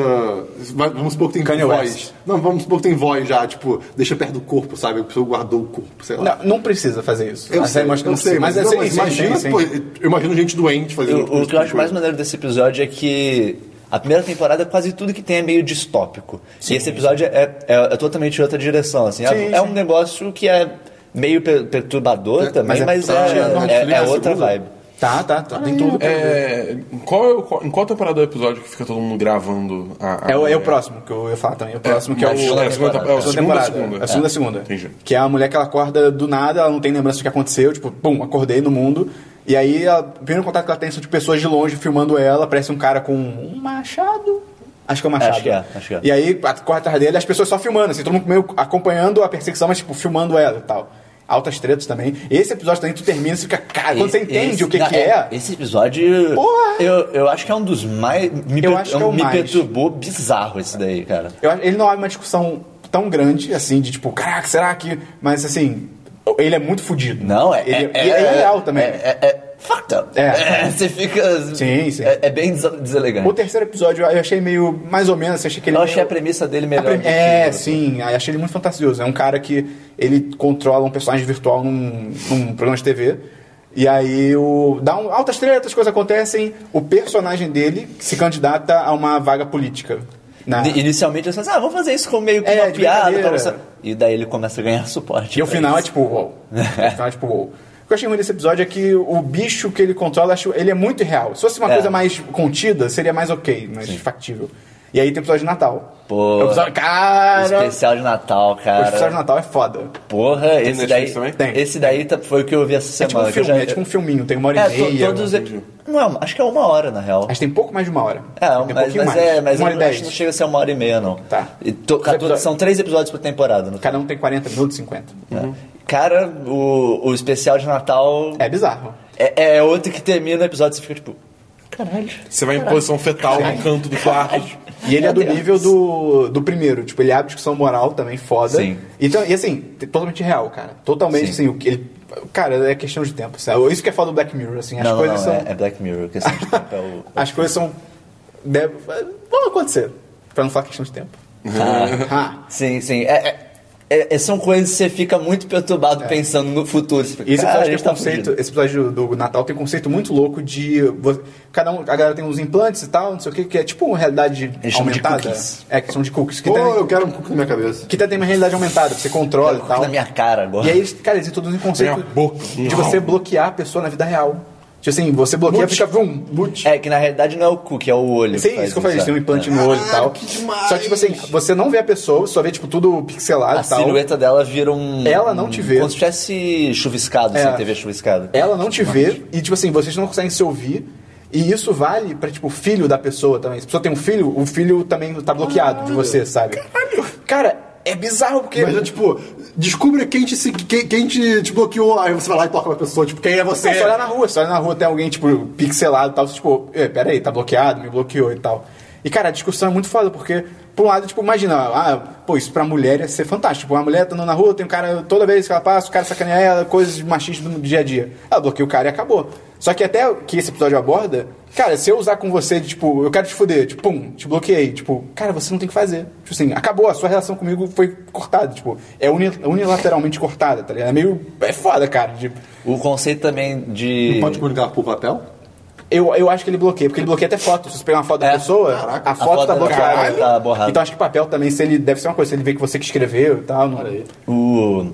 [SPEAKER 2] vai- Vamos supor que tem
[SPEAKER 1] Kanye
[SPEAKER 2] voz.
[SPEAKER 1] West.
[SPEAKER 2] Não, vamos supor que tem voz já, tipo, deixa perto do corpo, sabe? A pessoa guardou o corpo, sei lá.
[SPEAKER 1] Não, não precisa fazer isso.
[SPEAKER 2] Eu
[SPEAKER 1] A
[SPEAKER 2] sei,
[SPEAKER 1] série mostra que
[SPEAKER 2] eu
[SPEAKER 1] não
[SPEAKER 2] sei,
[SPEAKER 1] precisa.
[SPEAKER 2] mas,
[SPEAKER 1] é
[SPEAKER 2] não,
[SPEAKER 1] sim,
[SPEAKER 2] mas
[SPEAKER 1] sim,
[SPEAKER 2] imagina,
[SPEAKER 1] sim, sim.
[SPEAKER 2] pô, eu imagino gente doente fazendo tipo
[SPEAKER 4] O, o que eu acho mais
[SPEAKER 2] coisa.
[SPEAKER 4] maneiro desse episódio é que a primeira temporada quase tudo que tem é meio distópico. e esse episódio é, é- é totalmente outra direção. Assim. É-
[SPEAKER 1] Sim,
[SPEAKER 4] é, um negócio que é meio per- perturbador
[SPEAKER 1] mas
[SPEAKER 4] também,
[SPEAKER 1] é-
[SPEAKER 4] mas é,
[SPEAKER 1] tá,
[SPEAKER 4] é-
[SPEAKER 2] Netflix
[SPEAKER 4] é
[SPEAKER 2] é
[SPEAKER 4] outra
[SPEAKER 2] segunda.
[SPEAKER 4] vibe.
[SPEAKER 1] Tá, tá, tá. Tem tudo. É,
[SPEAKER 3] É, em qual, é o- qual- em qual temporada do episódio que fica todo mundo gravando a. a-
[SPEAKER 1] o, é o próximo que eu ia falar também. É o próximo que é o.
[SPEAKER 3] mas É a segunda
[SPEAKER 4] temporada.
[SPEAKER 3] é
[SPEAKER 1] segunda
[SPEAKER 3] o segundo
[SPEAKER 1] temporada.
[SPEAKER 3] da segunda.
[SPEAKER 1] A segunda
[SPEAKER 3] É.
[SPEAKER 1] segunda.
[SPEAKER 3] Entendi.
[SPEAKER 1] Que é a mulher que ela acorda do nada, ela não tem lembrança do que aconteceu, tipo, pum, acordei no mundo. E aí, ela- o primeiro contato que ela tem são de pessoas de longe filmando ela, aparece um cara com um machado. Acho que é um machado.
[SPEAKER 4] Acho que é, acho que é.
[SPEAKER 1] E aí, a- corre atrás dele, as pessoas só filmando, assim, todo mundo meio acompanhando a perseguição, mas, tipo, filmando ela e tal. altas tretas também. Esse episódio também, tu termina e fica, cara, Ah, quando você
[SPEAKER 4] Esse-
[SPEAKER 1] entende o que,
[SPEAKER 4] não,
[SPEAKER 1] que é.
[SPEAKER 4] Esse episódio.
[SPEAKER 1] Porra!
[SPEAKER 4] Eu, eu acho que é um dos mais. Me,
[SPEAKER 1] Eu
[SPEAKER 4] per-
[SPEAKER 1] acho que é o
[SPEAKER 4] me
[SPEAKER 1] mais.
[SPEAKER 4] perturbou bizarro esse daí, cara.
[SPEAKER 1] Eu acho- ele não abre uma discussão tão grande, assim, de tipo, caraca, será que. Mas assim, ele é muito fodido.
[SPEAKER 4] Não, é.
[SPEAKER 1] Ele,
[SPEAKER 4] é,
[SPEAKER 1] e é real também.
[SPEAKER 4] É, é, é fucked up.
[SPEAKER 1] É.
[SPEAKER 4] Você fica.
[SPEAKER 1] Sim, sim.
[SPEAKER 4] É, é bem desa- deselegante.
[SPEAKER 1] O terceiro episódio eu achei meio mais ou menos, assim, achei que ele
[SPEAKER 4] Eu
[SPEAKER 1] meio-
[SPEAKER 4] achei a premissa dele
[SPEAKER 1] A
[SPEAKER 4] melhor.
[SPEAKER 1] prem-
[SPEAKER 4] do que né? o
[SPEAKER 1] É,
[SPEAKER 4] outro.
[SPEAKER 1] sim, aí achei ele muito fantasioso. É um cara que ele controla um personagem virtual num, num programa de TV. E aí o. Dá um, altas tretas, coisas acontecem. O personagem dele se candidata a uma vaga política. Na,
[SPEAKER 4] Ni- Inicialmente eles falam assim, ah, vamos fazer isso com meio que
[SPEAKER 1] É,
[SPEAKER 4] uma
[SPEAKER 1] de
[SPEAKER 4] piada. Tal,
[SPEAKER 1] brincadeira.
[SPEAKER 4] você- E daí ele começa a ganhar suporte.
[SPEAKER 1] E o
[SPEAKER 4] pra
[SPEAKER 1] final é
[SPEAKER 4] isso.
[SPEAKER 1] tipo, uou. O final é tipo, uou. O que eu achei ruim desse episódio é que o bicho que ele controla, acho, ele é muito real. Se fosse uma
[SPEAKER 4] É.
[SPEAKER 1] coisa mais contida, seria mais ok, mais factível. E aí tem o episódio de Natal.
[SPEAKER 4] Pô.
[SPEAKER 1] tipo, é O episódio, cara!
[SPEAKER 4] Especial de Natal,
[SPEAKER 1] O
[SPEAKER 4] cara.
[SPEAKER 1] episódio de Natal é foda.
[SPEAKER 4] Porra, esse
[SPEAKER 3] Netflix
[SPEAKER 4] daí,
[SPEAKER 3] também?
[SPEAKER 1] Tem.
[SPEAKER 4] esse daí tá- foi o que eu vi essa
[SPEAKER 1] É tipo
[SPEAKER 4] semana.
[SPEAKER 1] um
[SPEAKER 4] que eu
[SPEAKER 1] filme,
[SPEAKER 4] já-
[SPEAKER 1] é tipo um filminho, tem uma hora
[SPEAKER 4] É,
[SPEAKER 1] e
[SPEAKER 4] to-
[SPEAKER 1] meia.
[SPEAKER 4] todos. Não, acho que é uma hora, na real.
[SPEAKER 1] Acho que tem pouco mais de uma hora.
[SPEAKER 4] É,
[SPEAKER 1] tem
[SPEAKER 4] mas, mas é, mas
[SPEAKER 1] uma
[SPEAKER 4] eu
[SPEAKER 1] hora e
[SPEAKER 4] não, acho
[SPEAKER 1] dez.
[SPEAKER 4] que não chega a ser uma hora e meia, não.
[SPEAKER 1] Tá.
[SPEAKER 4] E to-
[SPEAKER 1] Os
[SPEAKER 4] 14
[SPEAKER 1] episódios-
[SPEAKER 4] São três episódios por temporada. Não
[SPEAKER 1] Cada um tem 40 minutos, 50.
[SPEAKER 4] Cara, o, o especial de Natal
[SPEAKER 1] Uhum. É bizarro.
[SPEAKER 4] é, é outro que termina o episódio e você fica tipo. Caralho.
[SPEAKER 3] Você vai em posição fetal no canto do quarto.
[SPEAKER 1] E ele é do
[SPEAKER 4] Meu Deus.
[SPEAKER 1] nível do, do primeiro. Tipo, ele abre discussão moral também, foda.
[SPEAKER 4] Sim.
[SPEAKER 1] Então, e assim, t- totalmente real, cara. Totalmente,
[SPEAKER 4] Sim.
[SPEAKER 1] assim, o que ele... Cara, é questão de tempo. Sabe? Isso que é foda do Black Mirror, assim. As
[SPEAKER 4] Não, não, não,
[SPEAKER 1] coisas
[SPEAKER 4] é,
[SPEAKER 1] são...
[SPEAKER 4] é Black Mirror. Questão de tempo, é o-
[SPEAKER 1] As coisas são... Deve, vão acontecer. Pra não falar questão de tempo. Ah.
[SPEAKER 4] Sim, sim. É- é- é- é- são coisas que você fica muito
[SPEAKER 1] É.
[SPEAKER 4] perturbado pensando no futuro. Você fica,
[SPEAKER 1] E esse
[SPEAKER 4] "Cara,
[SPEAKER 1] episódio,
[SPEAKER 4] a
[SPEAKER 1] tem
[SPEAKER 4] gente tá
[SPEAKER 1] é conceito,
[SPEAKER 4] fudido."
[SPEAKER 1] esse episódio do, do Natal tem um conceito muito louco de. vo- Cada um, a galera tem uns implantes e tal, não sei o que, que é tipo uma realidade
[SPEAKER 4] Eles chamam de
[SPEAKER 1] aumentada.
[SPEAKER 4] cookies.
[SPEAKER 1] é, que são de cookies. Que,
[SPEAKER 2] Pô,
[SPEAKER 1] tem,
[SPEAKER 2] eu quero um cuco na minha cabeça.
[SPEAKER 1] que tem uma realidade aumentada, que você controla e tal.
[SPEAKER 4] Na minha cara agora.
[SPEAKER 1] tá um E aí, eles- cara, eles introduzem o conceito
[SPEAKER 3] Minha boca.
[SPEAKER 1] de você bloquear a pessoa na vida real. Tipo assim, você bloqueia,
[SPEAKER 2] Mute.
[SPEAKER 1] fica vum, mute.
[SPEAKER 4] É que na realidade não é o cookie, é o olho.
[SPEAKER 1] Sim, isso que eu falei, eles têm um
[SPEAKER 4] é.
[SPEAKER 1] implante no olho e tal.
[SPEAKER 2] Caralho, que demais.
[SPEAKER 1] Só que, tipo assim, você não vê a pessoa, você só vê, tipo, tudo pixelado
[SPEAKER 4] A
[SPEAKER 1] e tal.
[SPEAKER 4] silhueta dela vira um.
[SPEAKER 1] Ela não te vê.
[SPEAKER 4] Como se tivesse chuviscado,
[SPEAKER 1] É.
[SPEAKER 4] assim, TV chuviscada.
[SPEAKER 1] Ela não te vê e, tipo assim, vocês não conseguem se ouvir. E isso vale pra, tipo, o filho da pessoa também. Se a pessoa tem um filho, o filho também tá bloqueado de você, sabe? Cara, é bizarro porque.
[SPEAKER 2] Imagina, tipo, descubra quem te, se- quem, quem te, te bloqueou. Aí você vai lá e toca uma pessoa, tipo, quem é você?
[SPEAKER 1] Você olha na rua, você olha na rua, tem alguém, tipo, pixelado e tal, você, tipo, "Eh, peraí, tá bloqueado, me bloqueou e tal. E, cara, a discussão é muito foda, porque, por um lado, tipo, imagina, ah, pô, isso pra mulher ia ser fantástico. Tipo, Uma mulher tá andando na rua, tem um cara, toda vez que ela passa, o cara sacaneia ela, coisas de machismo do dia a dia. Ela bloqueia o cara e acabou. Só que até que esse episódio aborda, cara, se eu usar com você, de, tipo, eu quero te fuder, tipo, pum, te bloqueei, tipo, cara, você não tem o que fazer. Tipo assim, acabou, a sua relação comigo foi cortada, tipo, é uni- unilateralmente cortada, tá ligado? É meio, é foda, cara, de...
[SPEAKER 4] O conceito também de.
[SPEAKER 2] Pode comunicar por papel?
[SPEAKER 1] Eu, eu acho que ele bloqueia, porque ele bloqueia até foto. Se você pegar uma foto da
[SPEAKER 4] É.
[SPEAKER 1] pessoa,
[SPEAKER 2] Caraca.
[SPEAKER 1] a foto
[SPEAKER 4] foto
[SPEAKER 1] tá
[SPEAKER 4] da-
[SPEAKER 1] bloqueada.
[SPEAKER 4] tá borrada.
[SPEAKER 1] Então acho que papel também, se ele deve ser uma coisa, se ele vê que você que escreveu e tal. Não...
[SPEAKER 4] O,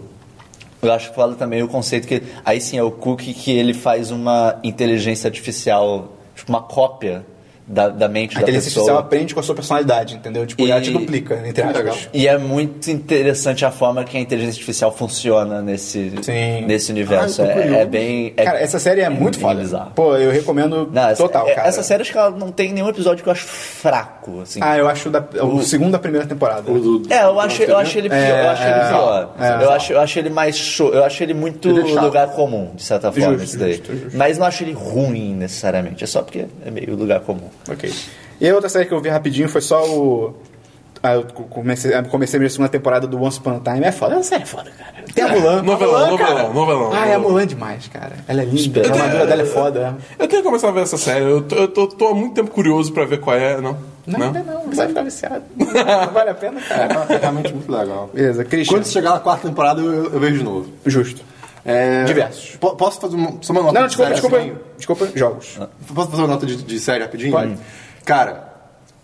[SPEAKER 4] eu acho que fala também o conceito que. Aí sim, é o Cook que ele faz uma inteligência artificial, tipo uma cópia da, da mente
[SPEAKER 1] A
[SPEAKER 4] da
[SPEAKER 1] inteligência artificial
[SPEAKER 4] pessoa.
[SPEAKER 1] aprende com a sua personalidade, entendeu? Tipo,
[SPEAKER 4] E-
[SPEAKER 1] ela te duplica, entre
[SPEAKER 2] legal.
[SPEAKER 1] aspas.
[SPEAKER 4] E é muito interessante a forma que a inteligência artificial funciona nesse,
[SPEAKER 1] Sim.
[SPEAKER 4] nesse universo.
[SPEAKER 2] Ah, eu tô
[SPEAKER 4] é,
[SPEAKER 2] curioso.
[SPEAKER 4] é bem. é-
[SPEAKER 1] Cara, essa série é muito
[SPEAKER 4] bem
[SPEAKER 1] foda.
[SPEAKER 4] bizarro.
[SPEAKER 1] Pô, eu recomendo
[SPEAKER 4] Não, essa,
[SPEAKER 1] total,
[SPEAKER 4] é-
[SPEAKER 1] cara.
[SPEAKER 4] Essa série acho que ela não tem nenhum episódio que eu acho fraco. Assim.
[SPEAKER 1] Ah, eu acho da, o, segundo da primeira temporada.
[SPEAKER 2] O do-
[SPEAKER 4] É, eu acho, eu acho ele pior. eu acho ele
[SPEAKER 1] é,
[SPEAKER 4] pior.
[SPEAKER 1] é.
[SPEAKER 4] eu, acho, eu acho ele mais show. Eu acho ele muito
[SPEAKER 2] Ele é chato.
[SPEAKER 4] lugar comum, de certa forma,
[SPEAKER 1] Justo,
[SPEAKER 4] esse daí.
[SPEAKER 1] justo, justo.
[SPEAKER 4] Mas não acho ele ruim necessariamente. É só porque é meio lugar comum.
[SPEAKER 1] Ok. E a outra série que eu vi rapidinho foi só o. Ah, eu co- comecei, ah, comecei a minha segunda temporada do Once Upon a Time. É foda, essa série é foda, cara. Tem a Mulan.
[SPEAKER 3] Novelão,
[SPEAKER 1] a Mulan, cara.
[SPEAKER 3] novelão, novelão,
[SPEAKER 1] Ah, é a
[SPEAKER 3] novelão.
[SPEAKER 1] Mulan demais, cara. Ela é linda, a armadura dela é foda.
[SPEAKER 3] Eu tenho que começar a ver essa série. Eu tô, eu tô, tô há muito tempo curioso pra ver qual é, não?
[SPEAKER 1] Não, ainda não, você vai ficar viciado. Não vale a pena, cara.
[SPEAKER 2] É realmente muito legal.
[SPEAKER 1] Beleza, Christian.
[SPEAKER 2] Quando chegar na quarta temporada, eu, eu vejo de novo.
[SPEAKER 1] Justo.
[SPEAKER 2] É,
[SPEAKER 1] Diversos.
[SPEAKER 2] po- posso fazer uma, só uma nota
[SPEAKER 1] Não, não,
[SPEAKER 2] de
[SPEAKER 1] desculpa,
[SPEAKER 2] série
[SPEAKER 1] desculpa.
[SPEAKER 2] rapidinho?
[SPEAKER 1] Desculpa, jogos.
[SPEAKER 2] Posso fazer uma nota de, de série rapidinho?
[SPEAKER 1] Pode.
[SPEAKER 2] Cara,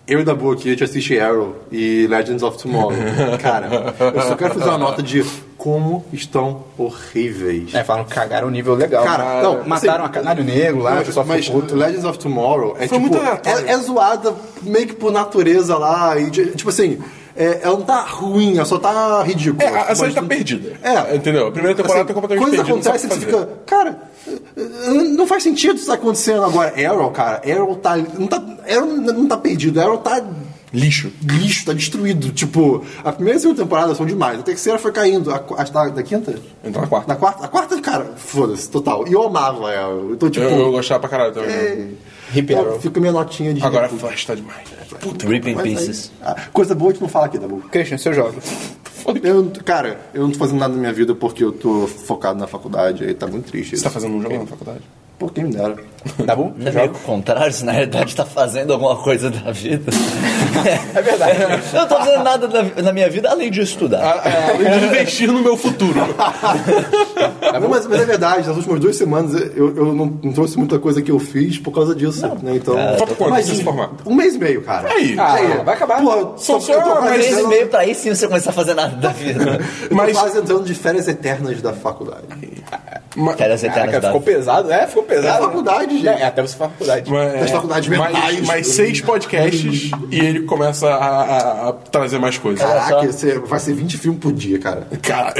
[SPEAKER 2] eu e da Boa aqui, a gente assiste Arrow e Legends of Tomorrow. Cara, eu só quero fazer uma nota de como estão horríveis.
[SPEAKER 1] É, falaram que cagaram um nível legal.
[SPEAKER 2] Cara, não,
[SPEAKER 1] mataram
[SPEAKER 2] assim,
[SPEAKER 1] a canário negro lá, o
[SPEAKER 2] mas,
[SPEAKER 1] pessoal
[SPEAKER 2] mas
[SPEAKER 1] ficou puto.
[SPEAKER 2] Legends of Tomorrow é
[SPEAKER 3] Foi
[SPEAKER 2] tipo.
[SPEAKER 3] muito aleatório.
[SPEAKER 2] É, é zoada meio que por natureza lá. E, de- tipo assim, é, ela não tá ruim, ela só tá ridícula.
[SPEAKER 3] É, a, a
[SPEAKER 2] Mas
[SPEAKER 3] série tá
[SPEAKER 2] tu-
[SPEAKER 3] perdida.
[SPEAKER 2] É.
[SPEAKER 3] Entendeu? A primeira temporada
[SPEAKER 2] Assim,
[SPEAKER 3] tá completamente
[SPEAKER 2] coisas
[SPEAKER 3] perdida. não sabe
[SPEAKER 2] acontecem
[SPEAKER 3] o
[SPEAKER 2] e
[SPEAKER 3] que
[SPEAKER 2] você
[SPEAKER 3] fazer.
[SPEAKER 2] fica, cara, não faz sentido isso tá acontecendo agora. Arrow, cara, Arrow tá. Não tá, Arrow não tá perdido, Arrow tá
[SPEAKER 3] Lixo.
[SPEAKER 2] Lixo, tá destruído. Tipo, a primeira e a segunda temporada são demais. A terceira foi caindo. A, qu- a, da, da quinta?
[SPEAKER 3] Então na quarta.
[SPEAKER 2] Na quarta? A quarta, cara, foda-se, total. E eu amava ela. Então, tipo.
[SPEAKER 3] Eu, eu gostava pra caralho também.
[SPEAKER 1] Hip
[SPEAKER 2] então,
[SPEAKER 1] Arrow.
[SPEAKER 2] fica minha notinha de.
[SPEAKER 3] Agora
[SPEAKER 2] Liverpool.
[SPEAKER 3] Flash tá demais. né?
[SPEAKER 4] Puta, Rip in
[SPEAKER 2] Mas aí-
[SPEAKER 4] Pieces.
[SPEAKER 2] Ah, coisa boa a gente não fala aqui, tá bom?
[SPEAKER 1] Christian, seu jogo.
[SPEAKER 2] Eu, não- cara, eu não tô fazendo nada na minha vida porque eu tô focado na faculdade. Aí tá muito triste.
[SPEAKER 3] Você tá fazendo um jogo na faculdade?
[SPEAKER 2] Pô, quem me dera.
[SPEAKER 1] Tá bom?
[SPEAKER 4] Não é meio que o contrário, se na realidade tá fazendo alguma coisa da vida.
[SPEAKER 1] É verdade. Ah,
[SPEAKER 4] Eu não tô fazendo nada na, na minha vida além de estudar.
[SPEAKER 3] Além de É, investir no meu futuro.
[SPEAKER 2] não, mas, mas é verdade, nas últimas duas semanas eu, eu não, não trouxe muita coisa que eu fiz por causa disso. Né? Então.
[SPEAKER 3] Falta quanto
[SPEAKER 2] Mas
[SPEAKER 3] pra você se formar?
[SPEAKER 2] Um mês e meio, cara.
[SPEAKER 3] Aí.
[SPEAKER 1] Ah, vai acabar.
[SPEAKER 2] Pô,
[SPEAKER 3] São
[SPEAKER 2] tô-
[SPEAKER 3] só
[SPEAKER 2] eu tô
[SPEAKER 3] mais
[SPEAKER 2] quase
[SPEAKER 4] Três um e
[SPEAKER 2] entrando-
[SPEAKER 4] meio pra aí sim você começar a fazer nada da vida.
[SPEAKER 2] eu tô
[SPEAKER 3] Mas-
[SPEAKER 2] quase entrando de férias eternas da faculdade.
[SPEAKER 3] Ma-
[SPEAKER 4] Cara, você tá
[SPEAKER 1] Caraca,
[SPEAKER 4] na
[SPEAKER 1] ficou pesado, né? Ficou pesado.
[SPEAKER 2] É faculdade, gente.
[SPEAKER 1] É, até você falar faculdade.
[SPEAKER 3] Mas,
[SPEAKER 2] Das faculdades mentais.
[SPEAKER 3] mais, mais seis podcasts e ele começa a, a- a trazer mais coisas.
[SPEAKER 2] Caraca,
[SPEAKER 4] só.
[SPEAKER 2] você- vai ser 20 filmes por dia, cara.
[SPEAKER 3] Cara,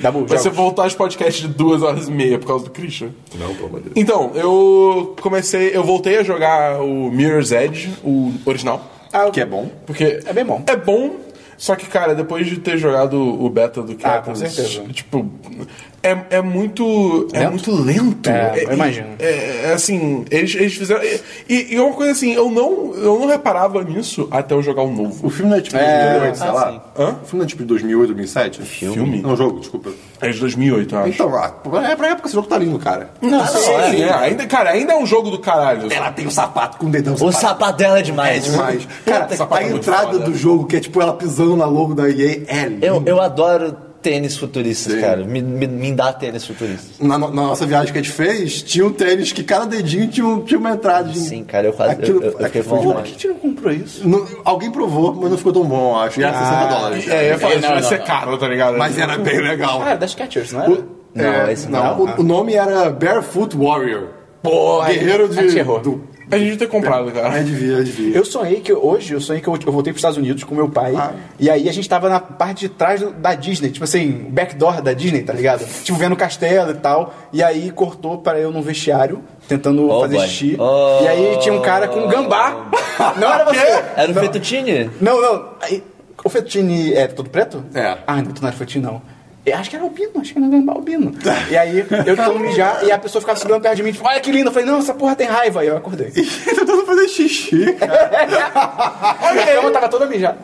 [SPEAKER 1] Dabu,
[SPEAKER 3] vai ser
[SPEAKER 1] jogos.
[SPEAKER 3] voltar aos podcasts de duas horas e meia por causa do Christian.
[SPEAKER 2] Não, pelo amor de Deus.
[SPEAKER 3] Então, eu comecei, eu voltei a jogar o Mirror's Edge, o original.
[SPEAKER 1] Ah,
[SPEAKER 2] Que é bom.
[SPEAKER 3] Porque
[SPEAKER 1] É bem bom.
[SPEAKER 3] É bom, só que, cara, depois de ter jogado o beta do
[SPEAKER 1] Ah, com
[SPEAKER 3] Capcom,
[SPEAKER 1] certeza.
[SPEAKER 3] tipo, é, é muito. É
[SPEAKER 1] Lento?
[SPEAKER 3] muito lento.
[SPEAKER 1] É, eu imagino.
[SPEAKER 3] É, é assim, eles, eles fizeram. E, e- e uma coisa assim, eu não, eu não reparava nisso até eu jogar o novo.
[SPEAKER 2] O filme não é tipo de 2008, sei lá?
[SPEAKER 3] Hã?
[SPEAKER 2] O filme não é tipo de 2008, 2007?
[SPEAKER 3] Filme?
[SPEAKER 2] Não, jogo, desculpa.
[SPEAKER 3] É de 2008, eu acho.
[SPEAKER 2] Então, ah, é pra época esse jogo tá lindo, cara.
[SPEAKER 3] não, sim,
[SPEAKER 4] é.
[SPEAKER 3] sim, é, ainda, cara, ainda é um jogo do caralho.
[SPEAKER 2] Ela tem o sapato com o dedão
[SPEAKER 4] O
[SPEAKER 2] separado.
[SPEAKER 4] sapato dela é
[SPEAKER 2] É
[SPEAKER 4] demais.
[SPEAKER 2] demais. Cara,
[SPEAKER 3] Sapato
[SPEAKER 2] a
[SPEAKER 3] é muito
[SPEAKER 2] entrada
[SPEAKER 3] foda.
[SPEAKER 2] do jogo, que é tipo ela pisando na logo da EA, é lindo.
[SPEAKER 4] Eu, eu adoro tênis futuristas,
[SPEAKER 2] Sim.
[SPEAKER 4] cara. Me, me, me dá tênis futuristas.
[SPEAKER 2] Na, no- na nossa viagem que a gente fez, tinha um tênis que cada dedinho tinha, um- tinha uma entrada.
[SPEAKER 4] Sim, cara, eu quase-
[SPEAKER 2] Aquilo,
[SPEAKER 4] eu- eu-
[SPEAKER 2] aquilo
[SPEAKER 4] eu fiquei
[SPEAKER 2] foi
[SPEAKER 4] bom.
[SPEAKER 1] Por
[SPEAKER 2] demais.
[SPEAKER 1] que a gente não comprou isso?
[SPEAKER 2] Não- alguém provou, mas não ficou tão bom, eu acho. E era 60 dólares.
[SPEAKER 3] É, eu ia falar,
[SPEAKER 1] É,
[SPEAKER 3] isso
[SPEAKER 1] não,
[SPEAKER 3] vai
[SPEAKER 1] não,
[SPEAKER 3] ser
[SPEAKER 1] não.
[SPEAKER 3] caro, tá ligado?
[SPEAKER 2] Mas era bem legal.
[SPEAKER 1] Ah, era das Catchers, não
[SPEAKER 2] O-
[SPEAKER 1] era?
[SPEAKER 4] Não,
[SPEAKER 2] é,
[SPEAKER 4] esse não.
[SPEAKER 2] o- O, nome era Barefoot Warrior.
[SPEAKER 1] Porra, é.
[SPEAKER 2] Guerreiro de.
[SPEAKER 1] a gente errou.
[SPEAKER 2] Do,
[SPEAKER 3] A gente devia ter comprado, cara.
[SPEAKER 2] é, devia, devia.
[SPEAKER 1] Eu sonhei que hoje, eu sonhei que eu, eu voltei pros Estados Unidos com meu pai.
[SPEAKER 2] Ah.
[SPEAKER 1] E aí a gente tava na parte de trás do- da Disney, tipo assim, o backdoor da Disney, tá ligado? Tipo, vendo o castelo e tal. E aí cortou para eu num vestiário, tentando
[SPEAKER 4] Oh,
[SPEAKER 1] fazer
[SPEAKER 4] boy.
[SPEAKER 1] xixi.
[SPEAKER 4] Oh.
[SPEAKER 1] E aí tinha um cara com um gambá. Não era você!
[SPEAKER 4] Era o Fettuccine?
[SPEAKER 1] Não, não. Aí, o Fettuccine é todo preto?
[SPEAKER 2] É.
[SPEAKER 1] Ah, não, tu não era Fettuccine, não. Eu acho que era albino, acho que era gambá albino. E aí, eu tentando mijar, e a pessoa ficava segurando perto de mim, tipo, olha que lindo. Eu falei, não, essa porra tem raiva. E eu acordei.
[SPEAKER 2] tentando fazer xixi. cara.
[SPEAKER 1] Olha, a cama tava toda mijada.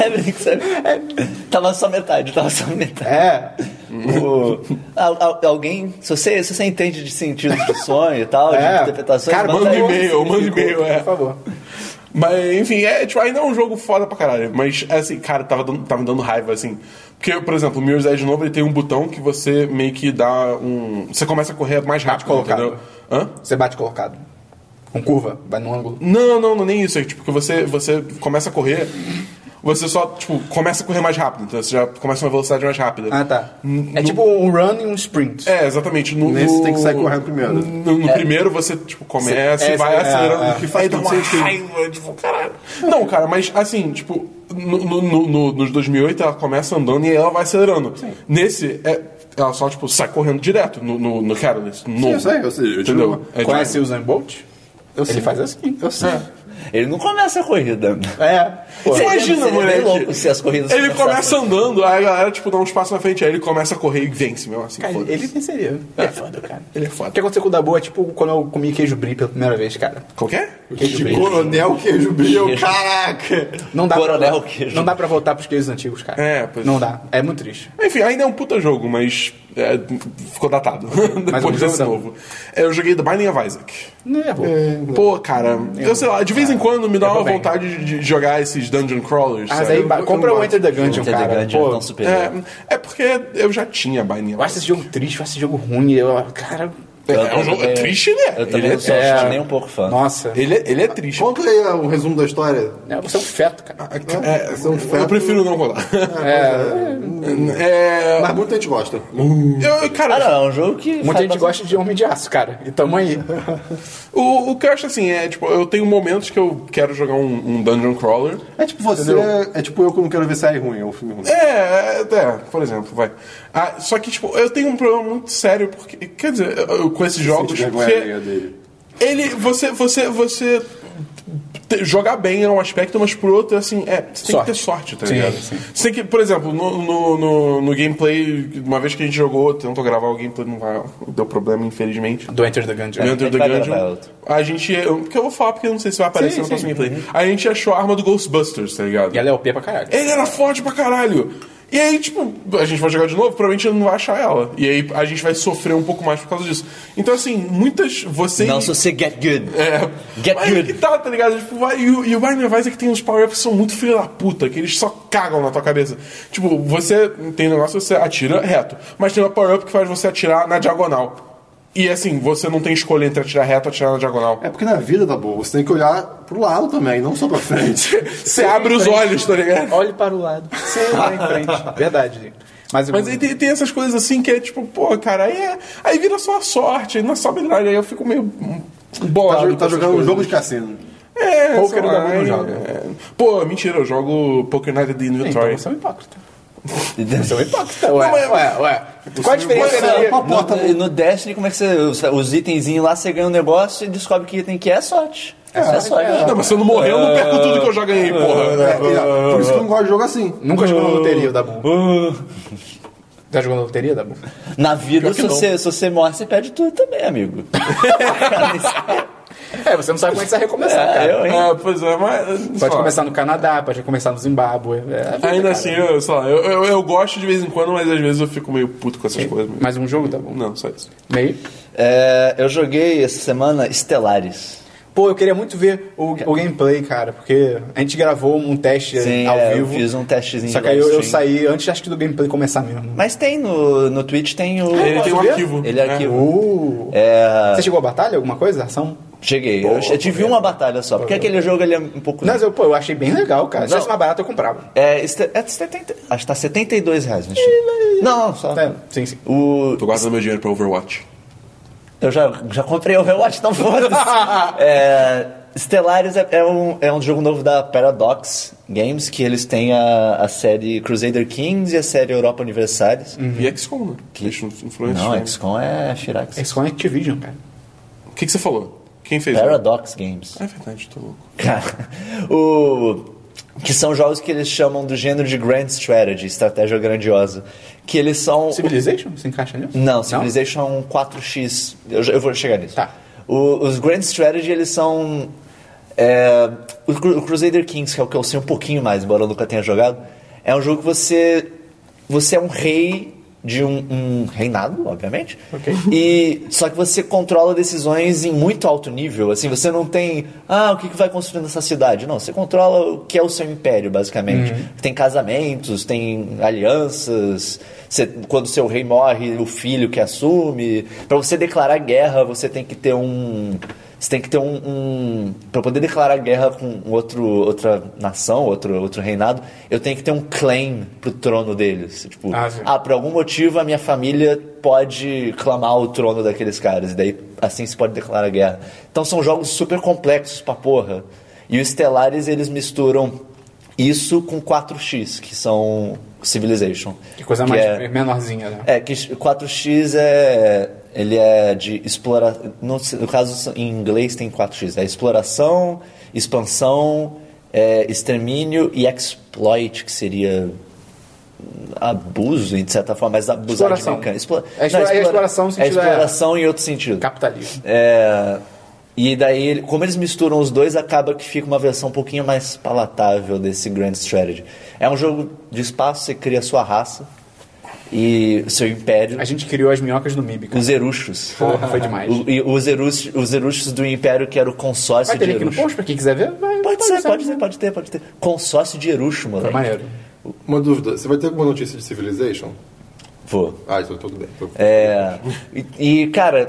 [SPEAKER 4] É, brincadeira. Tava só metade, tava só metade.
[SPEAKER 1] É.
[SPEAKER 4] O- al- al- alguém, se você, se você entende de sentido de sonho e tal,
[SPEAKER 1] É.
[SPEAKER 4] de interpretações,
[SPEAKER 1] Cara, um
[SPEAKER 4] manda
[SPEAKER 3] Manda
[SPEAKER 4] aí.
[SPEAKER 3] e-mail, manda e-mail, é.
[SPEAKER 1] Por favor.
[SPEAKER 3] Mas, enfim, é, tipo, ainda é um jogo foda pra caralho. Mas, assim, cara, tava, dando, tava me dando raiva, assim. Porque, por exemplo, o Mirror's Edge novo, ele tem um botão que você meio que dá um... Você começa a correr mais rápido,
[SPEAKER 1] colocado.
[SPEAKER 3] entendeu? Hã?
[SPEAKER 1] Você bate colocado. Com curva, vai no ângulo.
[SPEAKER 3] Não, não, não, nem isso. É, tipo, que você, você começa a correr... Você só, tipo, começa a correr mais rápido. Então, você já começa uma velocidade mais rápida.
[SPEAKER 1] Ah, tá.
[SPEAKER 3] N-
[SPEAKER 1] É
[SPEAKER 3] no-
[SPEAKER 1] tipo um run e um sprint.
[SPEAKER 3] É, exatamente. No,
[SPEAKER 2] Nesse
[SPEAKER 3] no-
[SPEAKER 2] tem que sair correndo primeiro.
[SPEAKER 3] No, no primeiro você, tipo, começa
[SPEAKER 1] Cê-
[SPEAKER 3] e
[SPEAKER 1] é,
[SPEAKER 3] vai
[SPEAKER 1] é,
[SPEAKER 3] acelerando.
[SPEAKER 1] é,
[SPEAKER 3] que faz
[SPEAKER 2] É. Aí dá
[SPEAKER 3] todo
[SPEAKER 2] uma tipo,
[SPEAKER 3] sentido. Não, cara, mas assim, tipo, no, no, no- no- nos 2008 ela começa andando e ela vai acelerando. Nesse, é, ela só, tipo, sai correndo direto no, no, no Catalyst. No,
[SPEAKER 2] eu sei, eu sei, eu
[SPEAKER 3] entendeu?
[SPEAKER 2] digo-
[SPEAKER 3] É,
[SPEAKER 1] Conhece o Usain Bolt?
[SPEAKER 2] Eu
[SPEAKER 1] Ele faz assim.
[SPEAKER 2] Eu sei.
[SPEAKER 4] Ele não começa a corrida.
[SPEAKER 1] É. Pô,
[SPEAKER 4] Você-
[SPEAKER 3] Imagina,
[SPEAKER 4] Seria bem
[SPEAKER 3] moleque.
[SPEAKER 4] louco se as corridas
[SPEAKER 3] ele
[SPEAKER 4] começassem.
[SPEAKER 3] começa andando, aí a galera, tipo, dá um espaço na frente, aí ele começa a correr e vence, meu, assim,
[SPEAKER 1] Cara,
[SPEAKER 3] foda-se.
[SPEAKER 1] ele venceria. Ele é foda, cara.
[SPEAKER 3] Ele é
[SPEAKER 1] O que
[SPEAKER 3] foda.
[SPEAKER 1] aconteceu com o Dabu é tipo quando eu comi queijo brie pela primeira vez, cara.
[SPEAKER 3] Qualquer?
[SPEAKER 2] De coronel queijo brilho, caraca.
[SPEAKER 1] Não dá
[SPEAKER 4] Coronel
[SPEAKER 1] pra,
[SPEAKER 4] queijo.
[SPEAKER 1] Não dá pra voltar pros queijos antigos, cara.
[SPEAKER 3] É, pois
[SPEAKER 1] Não
[SPEAKER 3] é.
[SPEAKER 1] dá. É muito triste.
[SPEAKER 3] Enfim, ainda é um puta jogo, mas é, ficou datado. Depois desse
[SPEAKER 1] versão.
[SPEAKER 3] novo. É, Eu joguei The Binding of Isaac.
[SPEAKER 1] Não é,
[SPEAKER 3] Pô, cara, eu sei lá, de vez em quando me dá uma
[SPEAKER 1] bem. Ah,
[SPEAKER 3] vontade de, de jogar esses Dungeon Crawlers.
[SPEAKER 1] Mas
[SPEAKER 3] sabe?
[SPEAKER 1] aí
[SPEAKER 2] eu-
[SPEAKER 1] ba-
[SPEAKER 2] eu
[SPEAKER 1] compra
[SPEAKER 2] gosto.
[SPEAKER 1] o Enter the Gungeon,
[SPEAKER 4] Enter the
[SPEAKER 1] cara.
[SPEAKER 4] Gungeon
[SPEAKER 1] Pô,
[SPEAKER 4] é tão superior.
[SPEAKER 3] é, é porque eu já tinha Binding
[SPEAKER 1] Eu
[SPEAKER 3] of
[SPEAKER 1] acho esse
[SPEAKER 3] Isaac.
[SPEAKER 1] jogo triste, eu acho esse jogo ruim. Eu, cara.
[SPEAKER 3] É,
[SPEAKER 4] Eu
[SPEAKER 3] é um jogo é
[SPEAKER 4] também-
[SPEAKER 3] triste, né?
[SPEAKER 4] Eu também
[SPEAKER 3] Ele
[SPEAKER 4] não sou
[SPEAKER 3] é,
[SPEAKER 4] acho que nem um pouco fã.
[SPEAKER 1] Nossa.
[SPEAKER 3] ele, é- ele é triste.
[SPEAKER 2] Conta aí ó, o resumo da história. um
[SPEAKER 1] É, Você é um feto, cara.
[SPEAKER 3] É,
[SPEAKER 2] São
[SPEAKER 1] um
[SPEAKER 3] eu
[SPEAKER 2] fetos.
[SPEAKER 3] prefiro não rolar.
[SPEAKER 1] Ah,
[SPEAKER 3] É.
[SPEAKER 1] é.
[SPEAKER 2] Mas muita gente gosta.
[SPEAKER 3] Eu,
[SPEAKER 4] Ah,
[SPEAKER 3] cara,
[SPEAKER 4] não, é um jogo que.
[SPEAKER 1] Muita
[SPEAKER 4] faz
[SPEAKER 1] gente
[SPEAKER 4] bastante-
[SPEAKER 1] gosta de Homem de Aço, cara. E tamo aí.
[SPEAKER 3] o, o que eu acho assim é, tipo, eu tenho momentos que eu quero jogar um, um Dungeon Crawler.
[SPEAKER 2] É tipo você. É tipo eu que não quero ver série ruim, ou filme ruim.
[SPEAKER 3] É, é, é, por exemplo, vai. Ah, só que, tipo, eu tenho um problema muito sério, porque. Quer dizer, eu- eu- com esses jogos.
[SPEAKER 2] vergonha
[SPEAKER 3] porque
[SPEAKER 2] alheia dele.
[SPEAKER 3] Ele. Você. Você. Você. te- jogar bem é um aspecto, mas pro outro, assim, é, você tem
[SPEAKER 1] Sorte.
[SPEAKER 3] que ter sorte, tá
[SPEAKER 1] Sim,
[SPEAKER 3] ligado?
[SPEAKER 1] sim.
[SPEAKER 3] Você tem que, por exemplo, no, no, no, no gameplay, uma vez que a gente jogou, tentou gravar o gameplay, não vai, deu problema, infelizmente.
[SPEAKER 1] Do Enter the Gungeon.
[SPEAKER 3] Dentro
[SPEAKER 4] a gente
[SPEAKER 3] do
[SPEAKER 4] vai
[SPEAKER 3] Gungeon,
[SPEAKER 4] gravar outro.
[SPEAKER 3] a gente. eu- Porque eu vou falar porque eu não sei se vai aparecer
[SPEAKER 1] Sim,
[SPEAKER 3] no
[SPEAKER 1] sim. Uhum.
[SPEAKER 3] próximo gameplay. A gente achou a arma do Ghostbusters, tá ligado?
[SPEAKER 1] E ela é OP pra caralho.
[SPEAKER 3] Ele era forte pra caralho. E aí, tipo, a gente vai jogar de novo, provavelmente ele não vai achar ela. E aí a gente vai sofrer um pouco mais por causa disso. Então, assim, muitas. Você.
[SPEAKER 4] Não, se você get good.
[SPEAKER 3] É.
[SPEAKER 4] Get
[SPEAKER 3] mas
[SPEAKER 4] good.
[SPEAKER 3] é que tá, tá ligado? Tipo, vai, e, o- e o Binding Vice é que tem uns power-ups que são muito filho da puta, que eles só cagam na tua cabeça. Tipo, você tem um negócio, você atira reto. Mas tem uma power-up que faz você atirar na diagonal. E assim, você não tem escolha entre atirar reto ou atirar na diagonal.
[SPEAKER 2] É porque na vida, tá bom, você tem que olhar pro lado também, não só pra frente.
[SPEAKER 3] Você abre os olhos, tá ligado?
[SPEAKER 1] Olhe para o lado. Você vai em frente. Verdade. Mas,
[SPEAKER 3] Mas aí tem, tem essas coisas assim que é tipo, pô, cara, aí, é, aí vira só a sorte, aí não é só habilidade, aí eu fico meio hum,
[SPEAKER 2] Tá,
[SPEAKER 3] bolado. com
[SPEAKER 2] tá
[SPEAKER 3] essas
[SPEAKER 2] jogando um
[SPEAKER 3] coisas.
[SPEAKER 2] jogo de cassino.
[SPEAKER 3] É,
[SPEAKER 1] Poker
[SPEAKER 3] sei lá,
[SPEAKER 1] da mão não
[SPEAKER 3] é-
[SPEAKER 1] joga.
[SPEAKER 3] é. Pô, mentira, eu jogo Poker Night at the
[SPEAKER 1] Então
[SPEAKER 3] Inventory.
[SPEAKER 1] você é um hipócrita.
[SPEAKER 4] Você
[SPEAKER 1] Você é um hipócrita, ué.
[SPEAKER 3] Não, mas-
[SPEAKER 1] ué, ué. Qual a diferença
[SPEAKER 2] Você é
[SPEAKER 1] entre...
[SPEAKER 4] um
[SPEAKER 2] uma porta.
[SPEAKER 4] No, no Destiny, como é que você. Os, os itenzinhos lá, você ganha um negócio e descobre que item que é sorte. É, só sorte.
[SPEAKER 3] não, mas se eu não morrer, eu não perco tudo que eu já ganhei, porra.
[SPEAKER 2] É, é, por isso que eu não gosto de jogo assim.
[SPEAKER 1] Nunca jogou na loteria, Dabu. Já jogou na loteria, Dabu?
[SPEAKER 4] Tipo, Na vida,
[SPEAKER 1] Pior que
[SPEAKER 4] se
[SPEAKER 1] não.
[SPEAKER 4] você, se você morre, você perde tudo também, amigo.
[SPEAKER 1] É, você não sabe como é que você vai recomeçar,
[SPEAKER 4] É,
[SPEAKER 1] cara.
[SPEAKER 4] eu, hein?
[SPEAKER 3] É, pois é, mas. sei
[SPEAKER 1] Pode
[SPEAKER 3] lá.
[SPEAKER 1] começar no Canadá, pode começar no Zimbábue. é a vida,
[SPEAKER 3] Ainda
[SPEAKER 1] cara.
[SPEAKER 3] assim, eu, sei lá, eu, eu, eu gosto de vez em quando, mas às vezes eu fico meio puto com essas coisas. Mas...
[SPEAKER 1] Mais um jogo, Dabu?
[SPEAKER 3] Não, só isso.
[SPEAKER 1] Meio?
[SPEAKER 4] É, eu joguei essa semana Estelares.
[SPEAKER 1] Pô, eu queria muito ver o, o gameplay, cara, porque a gente gravou um teste
[SPEAKER 4] Sim,
[SPEAKER 1] ao
[SPEAKER 4] é, eu
[SPEAKER 1] vivo.
[SPEAKER 4] fiz um testezinho
[SPEAKER 1] Só
[SPEAKER 4] de
[SPEAKER 1] que aí eu, eu
[SPEAKER 4] livestream.
[SPEAKER 1] saí antes, acho que do gameplay começar mesmo.
[SPEAKER 4] Mas tem no, no Twitch, tem o.
[SPEAKER 3] Ele tem um
[SPEAKER 1] ver?
[SPEAKER 3] arquivo.
[SPEAKER 4] Ah, Ele é arquivo.
[SPEAKER 1] Uh,
[SPEAKER 4] É,
[SPEAKER 1] Você chegou à batalha? Alguma coisa? Ação?
[SPEAKER 4] cheguei. eu, eu tive uma batalha só, porque aquele jogo ele é um pouco.
[SPEAKER 1] Mas eu, pô, eu achei bem legal, cara. Se
[SPEAKER 4] Não.
[SPEAKER 1] fosse mais barato, eu comprava.
[SPEAKER 4] É, este- é 70, acho que tá R$ 72 reais Tá, no Steam. Não, não, só.
[SPEAKER 1] É, sim, sim.
[SPEAKER 4] O,
[SPEAKER 3] Tô guardando meu dinheiro pra Overwatch.
[SPEAKER 4] eu já, já comprei o Overwatch, então foda-se. é, Stellaris é, é um, é um jogo novo da Paradox Games, que eles têm a, a série Crusader Kings e a série Europa Universalis.
[SPEAKER 3] E XCOM, né? Deixa um influencer.
[SPEAKER 4] Não,
[SPEAKER 3] né?
[SPEAKER 4] XCOM é Shirax.
[SPEAKER 1] É só Activision, cara.
[SPEAKER 3] O que, que você falou? Quem fez?
[SPEAKER 4] Paradox Games.
[SPEAKER 3] É verdade, tô louco.
[SPEAKER 4] Cara, o que são jogos que eles chamam do gênero de grand strategy, estratégia grandiosa, que eles são
[SPEAKER 1] Civilization? Se encaixa nisso?
[SPEAKER 4] não, Civilization 4X. Eu, já- eu vou chegar nisso.
[SPEAKER 1] Tá.
[SPEAKER 4] O- os Grand Strategy, eles são. é, o, Cru- o Crusader Kings, que é o que eu sei um pouquinho mais, embora eu nunca tenha jogado, é um jogo que você. Você é um rei de um, um reinado, obviamente. E só que você controla decisões em muito alto nível. Assim, você não tem, ah, o que, que vai construir nessa cidade? Não, você controla o que é o seu império, basicamente.
[SPEAKER 1] Uhum.
[SPEAKER 4] Tem casamentos, tem alianças. Você, quando seu rei morre, o filho que assume. Pra você declarar guerra, você tem que ter um, você tem que ter um, um para poder declarar guerra com um outro, outra nação, outro, outro reinado, eu tenho que ter um claim pro trono deles. Tipo,
[SPEAKER 1] Ah,
[SPEAKER 4] ah,
[SPEAKER 1] sim.
[SPEAKER 4] por algum motivo a minha família pode clamar o trono daqueles caras, e daí assim se pode declarar guerra. Então são jogos super complexos pra porra. E os Stellaris eles misturam isso com 4X, que são Civilization.
[SPEAKER 1] Que coisa mais
[SPEAKER 4] é-
[SPEAKER 1] menorzinha, né?
[SPEAKER 4] é, que 4x é. Ele é de exploração. No, no caso, em inglês tem 4x. É exploração, expansão, é, extermínio e exploit, que seria. Abuso, de certa forma, mas abusar
[SPEAKER 1] Exploração.
[SPEAKER 4] de mecânica. Explo-
[SPEAKER 1] É explo- é exploração no
[SPEAKER 4] é
[SPEAKER 1] sentido-
[SPEAKER 4] exploração em outro sentido.
[SPEAKER 1] Capitalismo.
[SPEAKER 4] É, e daí, ele- como eles misturam os dois, acaba que fica uma versão um pouquinho mais palatável desse Grand Strategy. É um jogo de espaço, você cria sua raça e seu império.
[SPEAKER 1] A gente criou as minhocas no MIB, cara.
[SPEAKER 4] Os Eruxos.
[SPEAKER 1] Porra, foi demais.
[SPEAKER 4] O- e os, Eruxos, os Eruxos do Império, que era o consórcio
[SPEAKER 1] Vai ter
[SPEAKER 4] de
[SPEAKER 1] link no
[SPEAKER 4] Eruxo.
[SPEAKER 1] post pra quem quiser ver? Vai-
[SPEAKER 4] Pode ser, pode
[SPEAKER 1] né?
[SPEAKER 4] ter, pode ter, pode ter. Consórcio de Eruxo,
[SPEAKER 1] Foi
[SPEAKER 4] moleque.
[SPEAKER 1] maneiro.
[SPEAKER 2] Uma dúvida, você vai ter alguma notícia de Civilization?
[SPEAKER 4] Vou.
[SPEAKER 2] Ah, então tudo bem. Tô-
[SPEAKER 4] É, e, e, cara,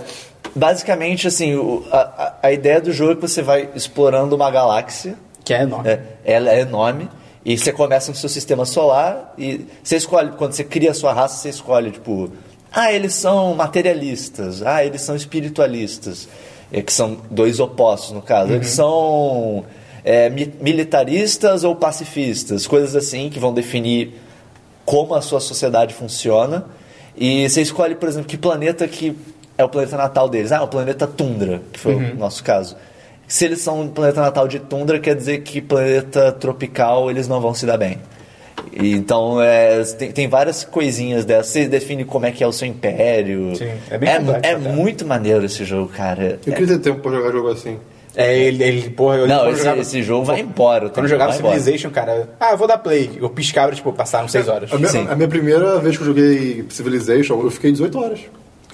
[SPEAKER 4] basicamente, assim, o- a, a- a ideia do jogo é que você vai explorando uma galáxia,
[SPEAKER 1] Que é enorme.
[SPEAKER 4] é, ela é enorme, e você começa no seu sistema solar, e você escolhe, quando você cria a sua raça, você escolhe, tipo, ah, eles são materialistas, ah, eles são espiritualistas, é, que são dois opostos, no caso, eles são é, mi- militaristas ou pacifistas, coisas assim que vão definir como a sua sociedade funciona. E você escolhe, por
[SPEAKER 1] Uhum.
[SPEAKER 4] exemplo, que planeta que é o planeta natal deles. Ah, o planeta Tundra, que foi o nosso caso. se eles são um planeta natal de tundra, quer dizer que planeta tropical eles não vão se dar bem. E Então, é, tem, tem várias coisinhas dessas. Você define como é que é o seu império.
[SPEAKER 1] Sim, é bem complexo
[SPEAKER 4] é
[SPEAKER 1] até.
[SPEAKER 4] muito maneiro esse jogo, cara. É.
[SPEAKER 2] Eu queria ter tempo pra jogar jogo assim.
[SPEAKER 1] É, ele, ele porra, eu
[SPEAKER 4] Não,
[SPEAKER 1] quando
[SPEAKER 4] esse,
[SPEAKER 1] jogava-
[SPEAKER 4] esse jogo vai embora.
[SPEAKER 1] Quando
[SPEAKER 4] o
[SPEAKER 1] eu
[SPEAKER 4] tempo
[SPEAKER 1] jogava
[SPEAKER 4] vai embora.
[SPEAKER 1] Civilization, cara, ah, eu vou dar play. Eu piscava, tipo, passaram seis horas.
[SPEAKER 2] A minha,
[SPEAKER 4] Sim.
[SPEAKER 2] a minha primeira vez que eu joguei Civilization, eu fiquei 18 horas.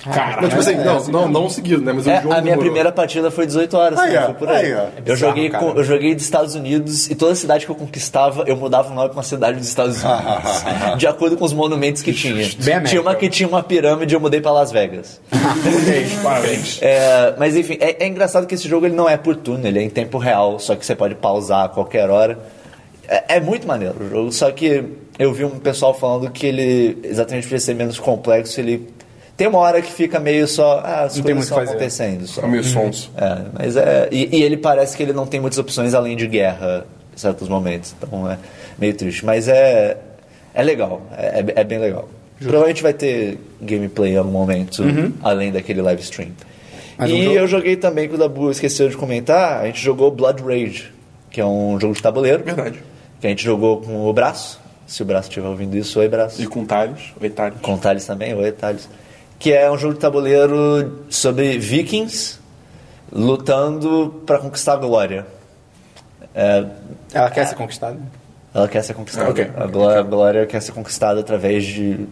[SPEAKER 1] Cara,
[SPEAKER 2] Mas, tipo assim, não, não, não seguido, né? Mas o
[SPEAKER 4] É,
[SPEAKER 2] jogo
[SPEAKER 4] a minha
[SPEAKER 2] demorou.
[SPEAKER 4] primeira partida foi 18 horas,
[SPEAKER 2] Aí,
[SPEAKER 4] né?
[SPEAKER 2] ó,
[SPEAKER 4] Foi por aí.
[SPEAKER 2] aí, ó. É
[SPEAKER 4] eu,
[SPEAKER 1] bizarro,
[SPEAKER 4] joguei
[SPEAKER 1] cara.
[SPEAKER 4] com- eu joguei dos Estados Unidos e toda cidade que eu conquistava, eu mudava o nome pra uma cidade dos Estados Unidos. de acordo com os monumentos que tinha.
[SPEAKER 1] América.
[SPEAKER 4] tinha uma que tinha uma pirâmide, eu mudei pra Las Vegas.
[SPEAKER 1] parabéns, parabéns.
[SPEAKER 4] É, mas enfim, é, é engraçado que esse jogo ele não é por turno, ele é em tempo real, só que você pode pausar a qualquer hora. É, é muito maneiro o jogo, só que eu vi um pessoal falando que ele, exatamente por ser menos complexo, ele tem uma hora que fica meio só, ah, as
[SPEAKER 1] tem
[SPEAKER 4] coisas
[SPEAKER 1] muito
[SPEAKER 4] estão
[SPEAKER 1] o que fazer.
[SPEAKER 4] acontecendo. Só.
[SPEAKER 3] Tá meio sonso.
[SPEAKER 4] É, mas é. E, e ele parece que ele não tem muitas opções além de guerra em certos momentos. Então é meio triste. Mas é. É legal. É, é- é bem legal. Provavelmente vai ter gameplay em algum momento, além daquele live stream. e eu joguei também, que o Dabu esqueceu de comentar, a gente jogou Blood Rage, que é um jogo de tabuleiro.
[SPEAKER 3] Verdade.
[SPEAKER 4] Que a gente jogou com o braço. Se o braço estiver ouvindo isso, oi braço
[SPEAKER 3] E com Thales, oi Thales.
[SPEAKER 4] com o Thales também, oi Thales, que é um jogo de tabuleiro sobre vikings lutando para conquistar a glória. É,
[SPEAKER 1] Ela quer ser conquistada?
[SPEAKER 4] ela quer ser conquistada.
[SPEAKER 3] Ah, ok.
[SPEAKER 4] A, glória, a glória quer ser conquistada através de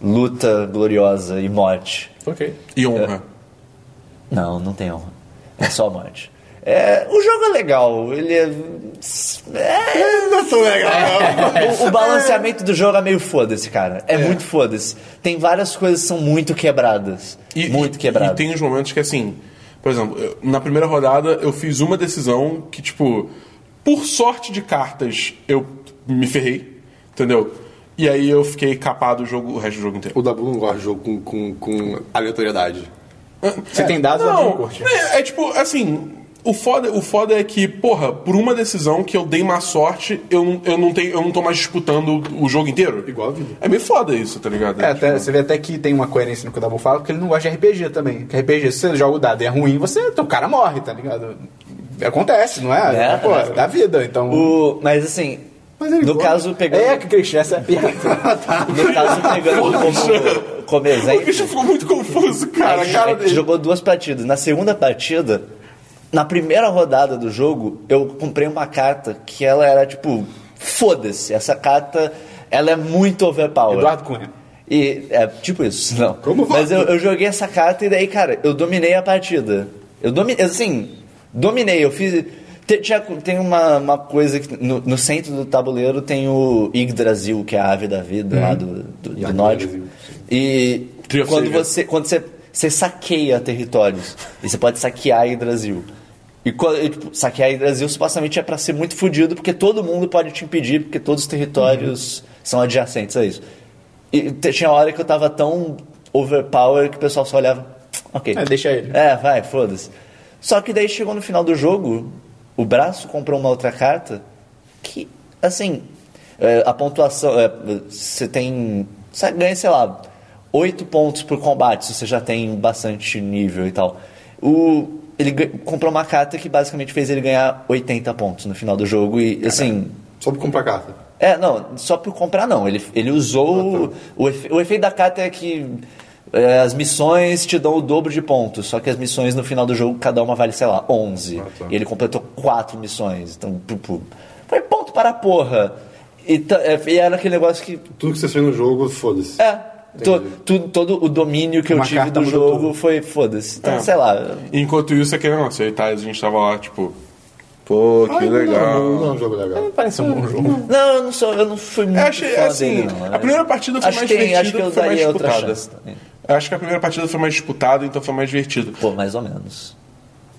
[SPEAKER 4] luta gloriosa e morte.
[SPEAKER 3] Ok. E honra.
[SPEAKER 4] Não, não tem honra. É só morte. É, o jogo é legal, ele é. é-
[SPEAKER 3] É.
[SPEAKER 4] o, o balanceamento do jogo é meio foda-se, cara. É, muito foda-se. Tem várias coisas que são muito quebradas. É. muito quebradas.
[SPEAKER 3] E tem uns momentos que, assim, por exemplo, eu- na primeira rodada eu fiz uma decisão que, tipo, por sorte de cartas eu me ferrei, entendeu? E aí eu fiquei capado o, jogo, o resto do jogo inteiro.
[SPEAKER 2] O Dabu não gosta de jogo com, com, com aleatoriedade.
[SPEAKER 1] Você tem dados ou não curte?
[SPEAKER 3] É, é tipo, assim, o foda, o foda é que, porra, por uma decisão que eu dei má sorte, eu, não- eu, não, tenho, eu não tô mais disputando o jogo inteiro.
[SPEAKER 2] Igual a vida.
[SPEAKER 3] É meio foda isso, tá ligado?
[SPEAKER 1] É, até- você vê até que tem uma coerência no que o Dabu fala, porque ele não gosta de RPG também. Que RPG, se você joga o dado e é ruim, você, o cara morre, tá ligado? Acontece, não é?
[SPEAKER 4] É.
[SPEAKER 1] Pô, dá vida, então...
[SPEAKER 4] O- mas assim, no caso, pegando,
[SPEAKER 1] É, que Cristian, essa é a piada.
[SPEAKER 4] no caso pegando como, como
[SPEAKER 3] O
[SPEAKER 4] exemplo,
[SPEAKER 3] bicho ficou muito confuso,
[SPEAKER 4] a
[SPEAKER 3] cara. A
[SPEAKER 4] gente-
[SPEAKER 3] cara
[SPEAKER 4] a gente
[SPEAKER 3] dele.
[SPEAKER 4] jogou duas partidas. Na segunda partida, na primeira rodada do jogo, eu comprei uma carta que ela era tipo, foda-se, essa carta ela é muito overpowered.
[SPEAKER 1] Eduardo Cunha.
[SPEAKER 4] E é tipo isso, não.
[SPEAKER 2] Como
[SPEAKER 4] Mas
[SPEAKER 2] vai?
[SPEAKER 4] eu, eu joguei essa carta e daí, cara, eu dominei a partida. Eu dominei, assim, dominei, eu fiz. te- Tinha, tem uma, uma coisa que no, no centro do tabuleiro tem o Yggdrasil, que é a ave da vida lá do, do, do nórdico. E
[SPEAKER 3] Tree of
[SPEAKER 4] quando
[SPEAKER 3] Savior.
[SPEAKER 4] você, quando você, você saqueia territórios, e você pode saquear Yggdrasil. E quando, e, tipo, saquear Yggdrasil supostamente é pra ser muito fodido, porque todo mundo pode te impedir, porque todos os territórios são adjacentes a isso. E te- tinha hora que eu tava tão overpower que o pessoal só olhava, ok.
[SPEAKER 1] É, deixa ele.
[SPEAKER 4] É, vai, foda-se. Só que daí chegou no final do jogo, o braço comprou uma outra carta que, assim, é, a pontuação. é, Você tem. Você ganha, sei lá, 8 pontos por combate, se você já tem bastante nível e tal. O, ele gan- comprou uma carta que basicamente fez ele ganhar 80 pontos no final do jogo e, assim.
[SPEAKER 2] Só pra comprar carta.
[SPEAKER 4] É, não, só por comprar não. Ele, ele
[SPEAKER 3] Ah,
[SPEAKER 4] usou.
[SPEAKER 3] tá.
[SPEAKER 4] o, efe- o efeito da carta é que é, as missões te dão o dobro de pontos, só que as missões no final do jogo cada uma vale, sei lá,
[SPEAKER 3] Ah,
[SPEAKER 4] 11.
[SPEAKER 3] tá.
[SPEAKER 4] E ele completou quatro missões. Então, pu- pu- foi ponto para a porra. E, ta- é, e era aquele negócio que.
[SPEAKER 2] Tudo que você fez no jogo, foda-se.
[SPEAKER 4] É, to- tu- todo o domínio que eu
[SPEAKER 1] Uma
[SPEAKER 4] tive
[SPEAKER 1] carta
[SPEAKER 4] do
[SPEAKER 1] mudou
[SPEAKER 4] jogo foi foda-se. Então,
[SPEAKER 3] É.
[SPEAKER 4] sei lá.
[SPEAKER 3] Enquanto isso, aquele negócio. Aí, tá, a gente tava lá, tipo, pô, que legal.
[SPEAKER 2] Não, não é um jogo legal.
[SPEAKER 1] Parece um bom jogo.
[SPEAKER 4] Não, eu não sou, eu não fui muito.
[SPEAKER 3] Eu achei,
[SPEAKER 4] fã
[SPEAKER 3] assim,
[SPEAKER 4] dele, não,
[SPEAKER 3] a
[SPEAKER 4] mas-
[SPEAKER 3] primeira partida foi
[SPEAKER 4] acho
[SPEAKER 3] mais
[SPEAKER 4] que tem,
[SPEAKER 3] divertida,
[SPEAKER 4] acho que eu
[SPEAKER 3] foi mais
[SPEAKER 4] daria outra
[SPEAKER 3] disputada.
[SPEAKER 4] chance também.
[SPEAKER 3] Eu acho que a primeira partida foi mais disputada, então foi mais divertido.
[SPEAKER 4] Pô, mais ou menos.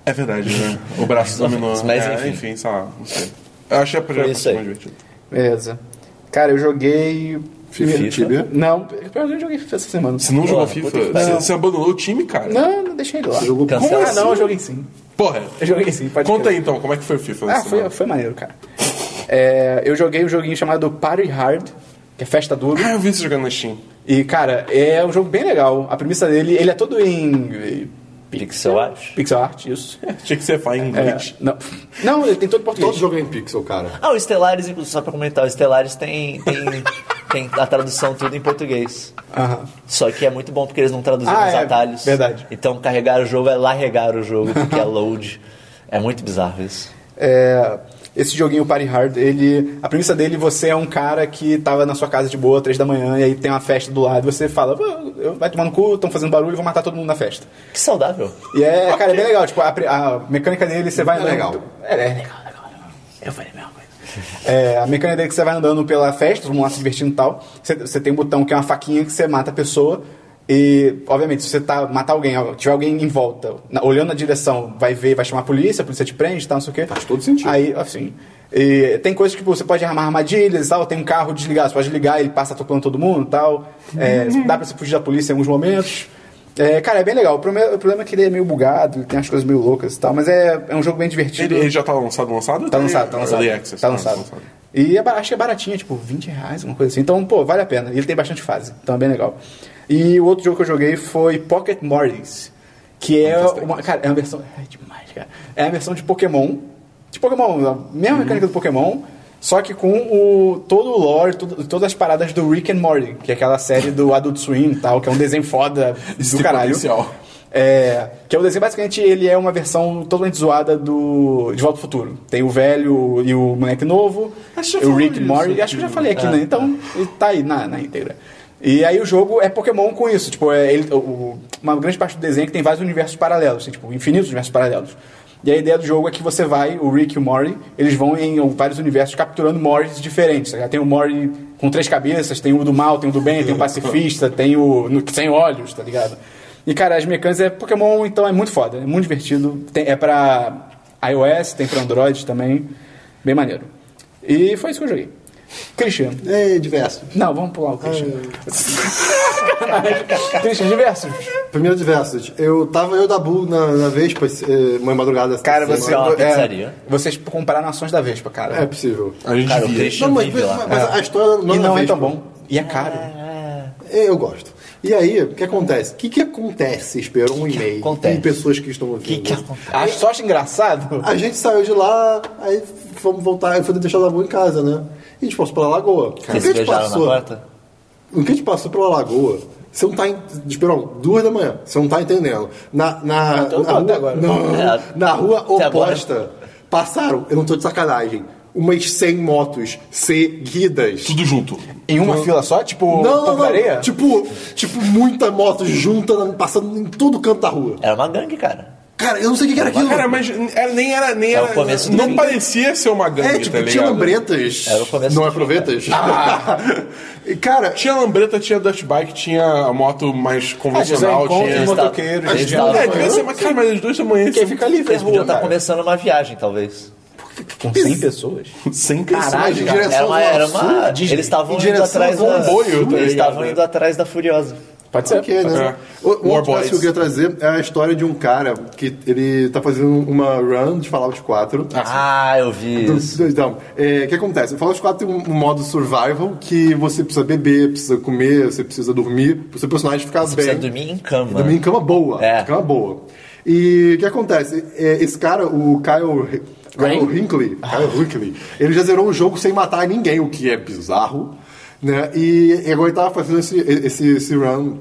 [SPEAKER 3] É verdade, né? O braço dominou.
[SPEAKER 4] Mas,
[SPEAKER 3] É,
[SPEAKER 4] enfim.
[SPEAKER 3] enfim, sei lá, não sei. Eu achei a primeira
[SPEAKER 4] Foi isso
[SPEAKER 3] partida
[SPEAKER 4] aí.
[SPEAKER 3] mais divertida.
[SPEAKER 1] Beleza. Cara, eu joguei...
[SPEAKER 2] Primeiro, Tibia.
[SPEAKER 1] Não, eu não joguei essa semana.
[SPEAKER 3] Você não jogou
[SPEAKER 4] puta
[SPEAKER 3] FIFA?
[SPEAKER 4] que
[SPEAKER 3] Você, você abandonou o time, cara?
[SPEAKER 1] Não, não deixei ele lá.
[SPEAKER 2] Jogou
[SPEAKER 4] Cancela.
[SPEAKER 1] Como
[SPEAKER 4] Como
[SPEAKER 1] ah, não, eu joguei sim.
[SPEAKER 3] Porra.
[SPEAKER 1] Eu joguei sim, pode
[SPEAKER 3] Conta
[SPEAKER 1] crer.
[SPEAKER 3] aí então, como é que foi o FIFA?
[SPEAKER 1] Ah,
[SPEAKER 3] essa
[SPEAKER 1] foi,
[SPEAKER 3] semana?
[SPEAKER 1] foi maneiro, cara. É, eu joguei um joguinho chamado Party Hard, que é festa duro.
[SPEAKER 3] Ah, eu vi você jogando na Steam.
[SPEAKER 1] E, cara, é um jogo bem legal. A premissa dele, ele é todo em.
[SPEAKER 4] Pixel art.
[SPEAKER 1] Pixel art, isso.
[SPEAKER 3] Tinha que ser fã em
[SPEAKER 1] É,
[SPEAKER 3] inglês.
[SPEAKER 1] não. não, ele tem todo português.
[SPEAKER 2] Todo jogo é em pixel, cara.
[SPEAKER 4] Ah, o Estelares, inclusive, só pra comentar, o Estelares tem, tem, tem a tradução tudo em português.
[SPEAKER 2] Ah.
[SPEAKER 1] Aham.
[SPEAKER 4] Só que é muito bom porque eles não traduziram
[SPEAKER 1] Ah,
[SPEAKER 4] os
[SPEAKER 1] é,
[SPEAKER 4] atalhos.
[SPEAKER 1] verdade.
[SPEAKER 4] Então carregar o jogo é larregar o jogo, porque é load. É muito bizarro isso.
[SPEAKER 1] É, esse joguinho Party Hard, ele. A premissa dele, você é um cara que tava na sua casa de boa, três da manhã, e aí tem uma festa do lado, e você fala, "Pô, eu- vai tomar no cu, estão fazendo barulho, vou matar todo mundo na festa.
[SPEAKER 4] Que saudável.
[SPEAKER 1] E é, cara, é bem legal, tipo, a, pre- a mecânica dele, você vai andando.
[SPEAKER 2] legal.
[SPEAKER 1] É, é legal, legal, legal. Eu falei a mesma coisa. É, a mecânica dele é que você vai andando pela festa, todo mundo lá se divertindo e tal. Você, você tem um botão que é uma faquinha que você mata a pessoa. E, obviamente, se você tá, matar alguém, ó, tiver alguém em volta, na- olhando na direção, vai ver, vai chamar a polícia, a polícia te prende e tal, não sei o quê.
[SPEAKER 2] Faz todo sentido.
[SPEAKER 1] Aí, assim. E tem coisas que tipo, você pode armar armadilhas e tal, tem um carro desligado, você pode ligar, ele passa atropelando todo mundo e tal. É,
[SPEAKER 3] Uhum.
[SPEAKER 1] dá pra você fugir da polícia em alguns momentos. É, cara, é bem legal. O problema, o problema é que ele é meio bugado, tem umas coisas meio loucas e tal, mas é, é um jogo bem divertido.
[SPEAKER 3] Ele, ele já tá lançado, lançado?
[SPEAKER 1] Tá lançado, tá lançado.
[SPEAKER 3] Early Access.
[SPEAKER 1] Tá
[SPEAKER 3] Ah,
[SPEAKER 1] lançado. E é, ba- acho que é baratinho, tipo 20 reais, uma coisa assim. Então, pô, vale a pena. E ele tem bastante fase, então é bem legal. E o outro jogo que eu joguei foi Pocket Mortys, que é uma. Cara, é uma versão. É demais, cara. É a versão de Pokémon. De Pokémon, a mesma
[SPEAKER 3] Uhum.
[SPEAKER 1] mecânica do Pokémon. Só que com o, todo o lore, tudo- todas as paradas do Rick and Morty, que é aquela série do Adult Swim e tal, que é um desenho foda do
[SPEAKER 3] Isso tem
[SPEAKER 1] caralho.
[SPEAKER 3] potencial.
[SPEAKER 1] É, que é o desenho, basicamente, ele é uma versão totalmente zoada do De Volta ao Futuro. Tem o velho e o moleque novo,
[SPEAKER 3] Acho que já
[SPEAKER 1] o
[SPEAKER 3] falou É.
[SPEAKER 1] Rick e
[SPEAKER 3] isso
[SPEAKER 1] Morty, acho que eu já falei aqui, né? Então, tá aí na, na íntegra. E aí o jogo é Pokémon com isso, tipo, é ele- o- o- uma grande parte do desenho é que tem vários universos paralelos, assim, tipo, infinitos universos paralelos. E a ideia do jogo é que você vai, o Rick e o Morty, eles vão em vários universos capturando Mortys diferentes. Já tem o Morty com três cabeças, tem o do mal, tem o do bem, tem o pacifista, tem o no- sem olhos, tá ligado? E, cara, as mecânicas é Pokémon, então é muito foda, é muito divertido. Tem- é pra iOS, tem pra Android também. Bem maneiro. E foi isso que eu joguei. Christian.
[SPEAKER 2] É diverso.
[SPEAKER 1] Não, vamos pular o Christian. Christian, diversos.
[SPEAKER 2] Primeiro diversos. Eu tava eu da Bull na, na Vespa eh, uma madrugada. essa
[SPEAKER 1] Cara,
[SPEAKER 2] semana.
[SPEAKER 1] você,
[SPEAKER 4] é uma
[SPEAKER 1] é,
[SPEAKER 4] pizzaria.
[SPEAKER 1] vocês compraram ações da Vespa,
[SPEAKER 2] É
[SPEAKER 1] cara.
[SPEAKER 2] possível.
[SPEAKER 3] A gente
[SPEAKER 4] Cara, o
[SPEAKER 3] via.
[SPEAKER 4] Christian vive é lá.
[SPEAKER 2] mas a história
[SPEAKER 1] e
[SPEAKER 2] da
[SPEAKER 1] não é
[SPEAKER 2] Vespa.
[SPEAKER 1] tão bom. E é caro.
[SPEAKER 2] Eu gosto. E aí, o que acontece? O que, que acontece, Esperou um e-mail
[SPEAKER 4] acontece?
[SPEAKER 2] com pessoas que estão ouvindo?
[SPEAKER 4] O que, que acontece?
[SPEAKER 1] Acho, só acho engraçado.
[SPEAKER 2] A gente saiu de lá, aí fomos voltar, eu fui deixar o Lagoa em casa, né? E a gente passou pela Lagoa. O que a
[SPEAKER 4] Vocês se
[SPEAKER 2] gente
[SPEAKER 4] beijaram na
[SPEAKER 2] passou?
[SPEAKER 4] porta?
[SPEAKER 2] O que a gente passou pela Lagoa, você não tá. en- Esperão, duas da manhã, você não tá entendendo. Na, na,
[SPEAKER 1] eu tô
[SPEAKER 2] na,
[SPEAKER 1] até
[SPEAKER 2] rua,
[SPEAKER 1] agora.
[SPEAKER 2] não,
[SPEAKER 4] É,
[SPEAKER 2] na rua
[SPEAKER 4] até agora.
[SPEAKER 2] oposta, passaram, eu não tô de sacanagem, umas 100 motos seguidas.
[SPEAKER 3] Tudo junto.
[SPEAKER 1] Em uma fila só, tipo,
[SPEAKER 2] Não,
[SPEAKER 1] Porto
[SPEAKER 2] não, não.
[SPEAKER 1] da areia?
[SPEAKER 2] Tipo, tipo, muita moto junta, passando em todo canto da rua.
[SPEAKER 4] Era uma gangue, cara.
[SPEAKER 2] Cara, eu não sei o que que era aquilo.
[SPEAKER 3] Cara, mas era, nem era. Nem
[SPEAKER 4] É o
[SPEAKER 3] era
[SPEAKER 4] começo do
[SPEAKER 3] não
[SPEAKER 4] fim.
[SPEAKER 3] parecia ser uma gangue,
[SPEAKER 2] É,
[SPEAKER 3] tá
[SPEAKER 2] tipo, tinha
[SPEAKER 3] ligado?
[SPEAKER 2] lambretas.
[SPEAKER 4] Era o começo
[SPEAKER 2] Não
[SPEAKER 4] do
[SPEAKER 2] é
[SPEAKER 4] fim,
[SPEAKER 2] provetas. E, cara,
[SPEAKER 3] Tinha lambreta, tinha dirt bike, tinha a moto mais
[SPEAKER 1] Ah, Jesus, é
[SPEAKER 3] convencional,
[SPEAKER 1] encontro de
[SPEAKER 3] tinha.
[SPEAKER 1] motoqueiros.
[SPEAKER 4] Eles
[SPEAKER 1] de-
[SPEAKER 4] estavam-
[SPEAKER 3] É, devia ser, mas cara, mas as duas da manhã
[SPEAKER 1] Porque fica livre a
[SPEAKER 4] Eles podiam
[SPEAKER 1] rua,
[SPEAKER 4] estar
[SPEAKER 1] cara.
[SPEAKER 4] começando uma viagem, talvez.
[SPEAKER 1] Com 100 pessoas.
[SPEAKER 3] sem
[SPEAKER 2] mas em
[SPEAKER 1] Caralho,
[SPEAKER 2] direção
[SPEAKER 4] Era uma, era
[SPEAKER 2] ao sul,
[SPEAKER 4] uma, eles
[SPEAKER 2] Disney.
[SPEAKER 4] estavam
[SPEAKER 2] Em
[SPEAKER 4] indo
[SPEAKER 2] direção um
[SPEAKER 4] atrás
[SPEAKER 2] ao
[SPEAKER 4] da.
[SPEAKER 3] comboio, tá ligado?
[SPEAKER 4] eles estavam indo atrás da Furiosa.
[SPEAKER 1] Pode ser.
[SPEAKER 2] Ok, né?
[SPEAKER 3] É.
[SPEAKER 2] O, o
[SPEAKER 3] War
[SPEAKER 2] outro caso que eu
[SPEAKER 3] Boys.
[SPEAKER 2] queria trazer é a história de um cara que ele tá fazendo uma run de Fallout 4.
[SPEAKER 4] Ah, eu vi
[SPEAKER 2] Do-
[SPEAKER 4] isso.
[SPEAKER 2] do- Então, é, o que acontece? O Fallout 4 tem um, um modo survival que você precisa beber, precisa comer, você precisa dormir, pro seu personagem ficar
[SPEAKER 4] Você
[SPEAKER 2] bem.
[SPEAKER 4] precisa dormir em cama.
[SPEAKER 2] Dormir em cama boa.
[SPEAKER 4] É.
[SPEAKER 2] Cama boa. E o que acontece? É, Esse cara, o Kyle. Kyle Hinckley, Kyle Hinckley, ele já zerou o jogo sem matar ninguém, o que é bizarro, né? E agora ele tava fazendo esse, esse, esse run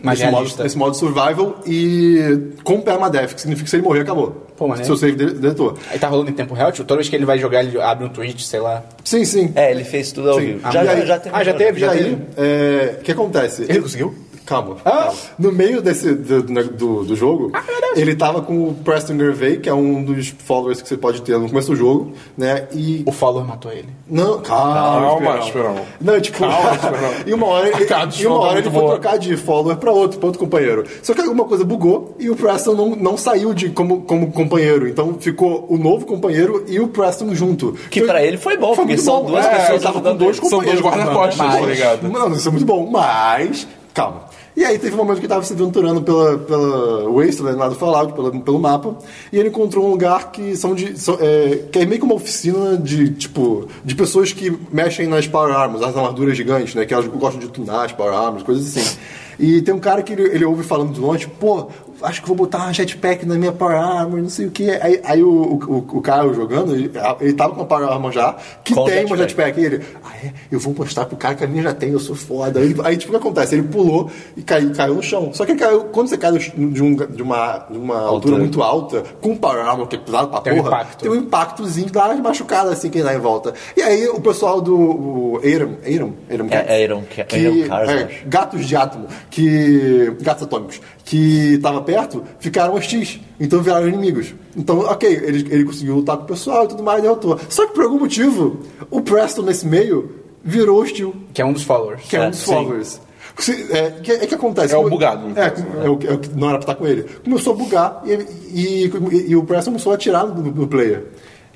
[SPEAKER 1] Mais
[SPEAKER 2] nesse modo,
[SPEAKER 1] realista.
[SPEAKER 2] nesse modo survival e com permadeath, que significa que se ele morrer, acabou.
[SPEAKER 1] Pô, maneiro.
[SPEAKER 2] Seu save dele- deletou.
[SPEAKER 1] Aí tá rolando em tempo real, tipo, toda vez que ele vai jogar, ele abre um tweet, sei lá.
[SPEAKER 2] Sim, sim.
[SPEAKER 4] É, ele fez tudo ao
[SPEAKER 2] Sim.
[SPEAKER 4] vivo.
[SPEAKER 2] Ah,
[SPEAKER 4] Já,
[SPEAKER 2] e
[SPEAKER 4] já,
[SPEAKER 2] aí?
[SPEAKER 4] já teve.
[SPEAKER 1] Ah, já teve?
[SPEAKER 2] E aí, é, o que acontece?
[SPEAKER 1] Ele conseguiu?
[SPEAKER 2] Calma.
[SPEAKER 1] Ah!
[SPEAKER 2] calma. No meio desse, do, do, do jogo, ele tava com o Preston Gervais, que é um dos followers que você pode ter no começo do jogo, né? E...
[SPEAKER 1] O follower matou ele.
[SPEAKER 2] Não, calma,
[SPEAKER 3] Calma,
[SPEAKER 2] Esperão.
[SPEAKER 3] Esperão.
[SPEAKER 2] Não, tipo,
[SPEAKER 3] Calma, Esperão.
[SPEAKER 2] e uma hora ele,
[SPEAKER 3] Cara,
[SPEAKER 2] e uma hora ele
[SPEAKER 3] muito
[SPEAKER 2] foi
[SPEAKER 3] boa.
[SPEAKER 2] trocar de follower pra outro, pra outro companheiro. Só que alguma coisa bugou e o Preston não, não saiu de como, como companheiro. Então ficou o novo companheiro e o Preston junto.
[SPEAKER 4] Que pra ele foi bom,
[SPEAKER 2] Foi
[SPEAKER 4] porque
[SPEAKER 2] muito
[SPEAKER 4] são
[SPEAKER 2] bom,
[SPEAKER 4] duas
[SPEAKER 2] é,
[SPEAKER 4] pessoas
[SPEAKER 2] tava com
[SPEAKER 4] ajudando
[SPEAKER 2] dois
[SPEAKER 4] ele.
[SPEAKER 3] São dois
[SPEAKER 2] companheiros.
[SPEAKER 3] guarda-costas,
[SPEAKER 2] Mas-
[SPEAKER 3] tá ligado?
[SPEAKER 2] Não, isso é muito bom, mas. Calma. E aí teve um momento que ele tava se aventurando pela, pela Wasteland lá do Fallout, pela- pelo mapa, e ele encontrou um lugar que são de. são, é, que é meio que uma oficina de, tipo, de pessoas que mexem nas Power Arms, as armaduras gigantes, né? Que elas gostam de tunar as Power Arms, coisas assim. E tem um cara que ele, ele ouve falando de longe, pô, acho que vou botar uma jetpack na minha Power Armor, não sei o que. Aí, aí o, o, o cara jogando, ele, ele tava com a Power Armor já, que
[SPEAKER 4] Qual
[SPEAKER 2] tem uma jetpack.
[SPEAKER 4] jetpack?
[SPEAKER 2] E ele, ah, é, eu vou mostrar pro cara que a minha já tem, eu sou foda. Aí, aí, tipo, o que acontece? Ele pulou e caiu, caiu no chão. Só que ele caiu, quando você cai no ch- de, um- de uma, de uma altura muito alta, com Power Armor, que é pesado pra
[SPEAKER 1] Tem um
[SPEAKER 2] porra,
[SPEAKER 1] impacto.
[SPEAKER 2] tem um impactozinho da área de machucada, assim, que lá em volta. E aí o pessoal do o Aram, Aram, Aram Cats,
[SPEAKER 4] É, Aram Ca-
[SPEAKER 2] que-
[SPEAKER 4] Aram Cars,
[SPEAKER 2] é,
[SPEAKER 4] eu acho.
[SPEAKER 2] gatos de átomo, que gatos atômicos, que tava perto, ficaram hostis, então viraram inimigos. Então, ok, ele, ele conseguiu lutar com o pessoal e tudo mais, derrotou. Só que por algum motivo, o Preston nesse meio virou hostil,
[SPEAKER 1] Que é um dos followers.
[SPEAKER 2] que é
[SPEAKER 4] É,
[SPEAKER 2] um dos
[SPEAKER 4] sim.
[SPEAKER 2] followers. Se- É, que, é que acontece.
[SPEAKER 3] É o
[SPEAKER 2] Como-
[SPEAKER 3] bugado, no
[SPEAKER 2] É,
[SPEAKER 3] caso,
[SPEAKER 2] é o, que- é o que não era pra estar com ele. Começou a bugar e, ele- e, e- e o Preston começou a atirar no, no player.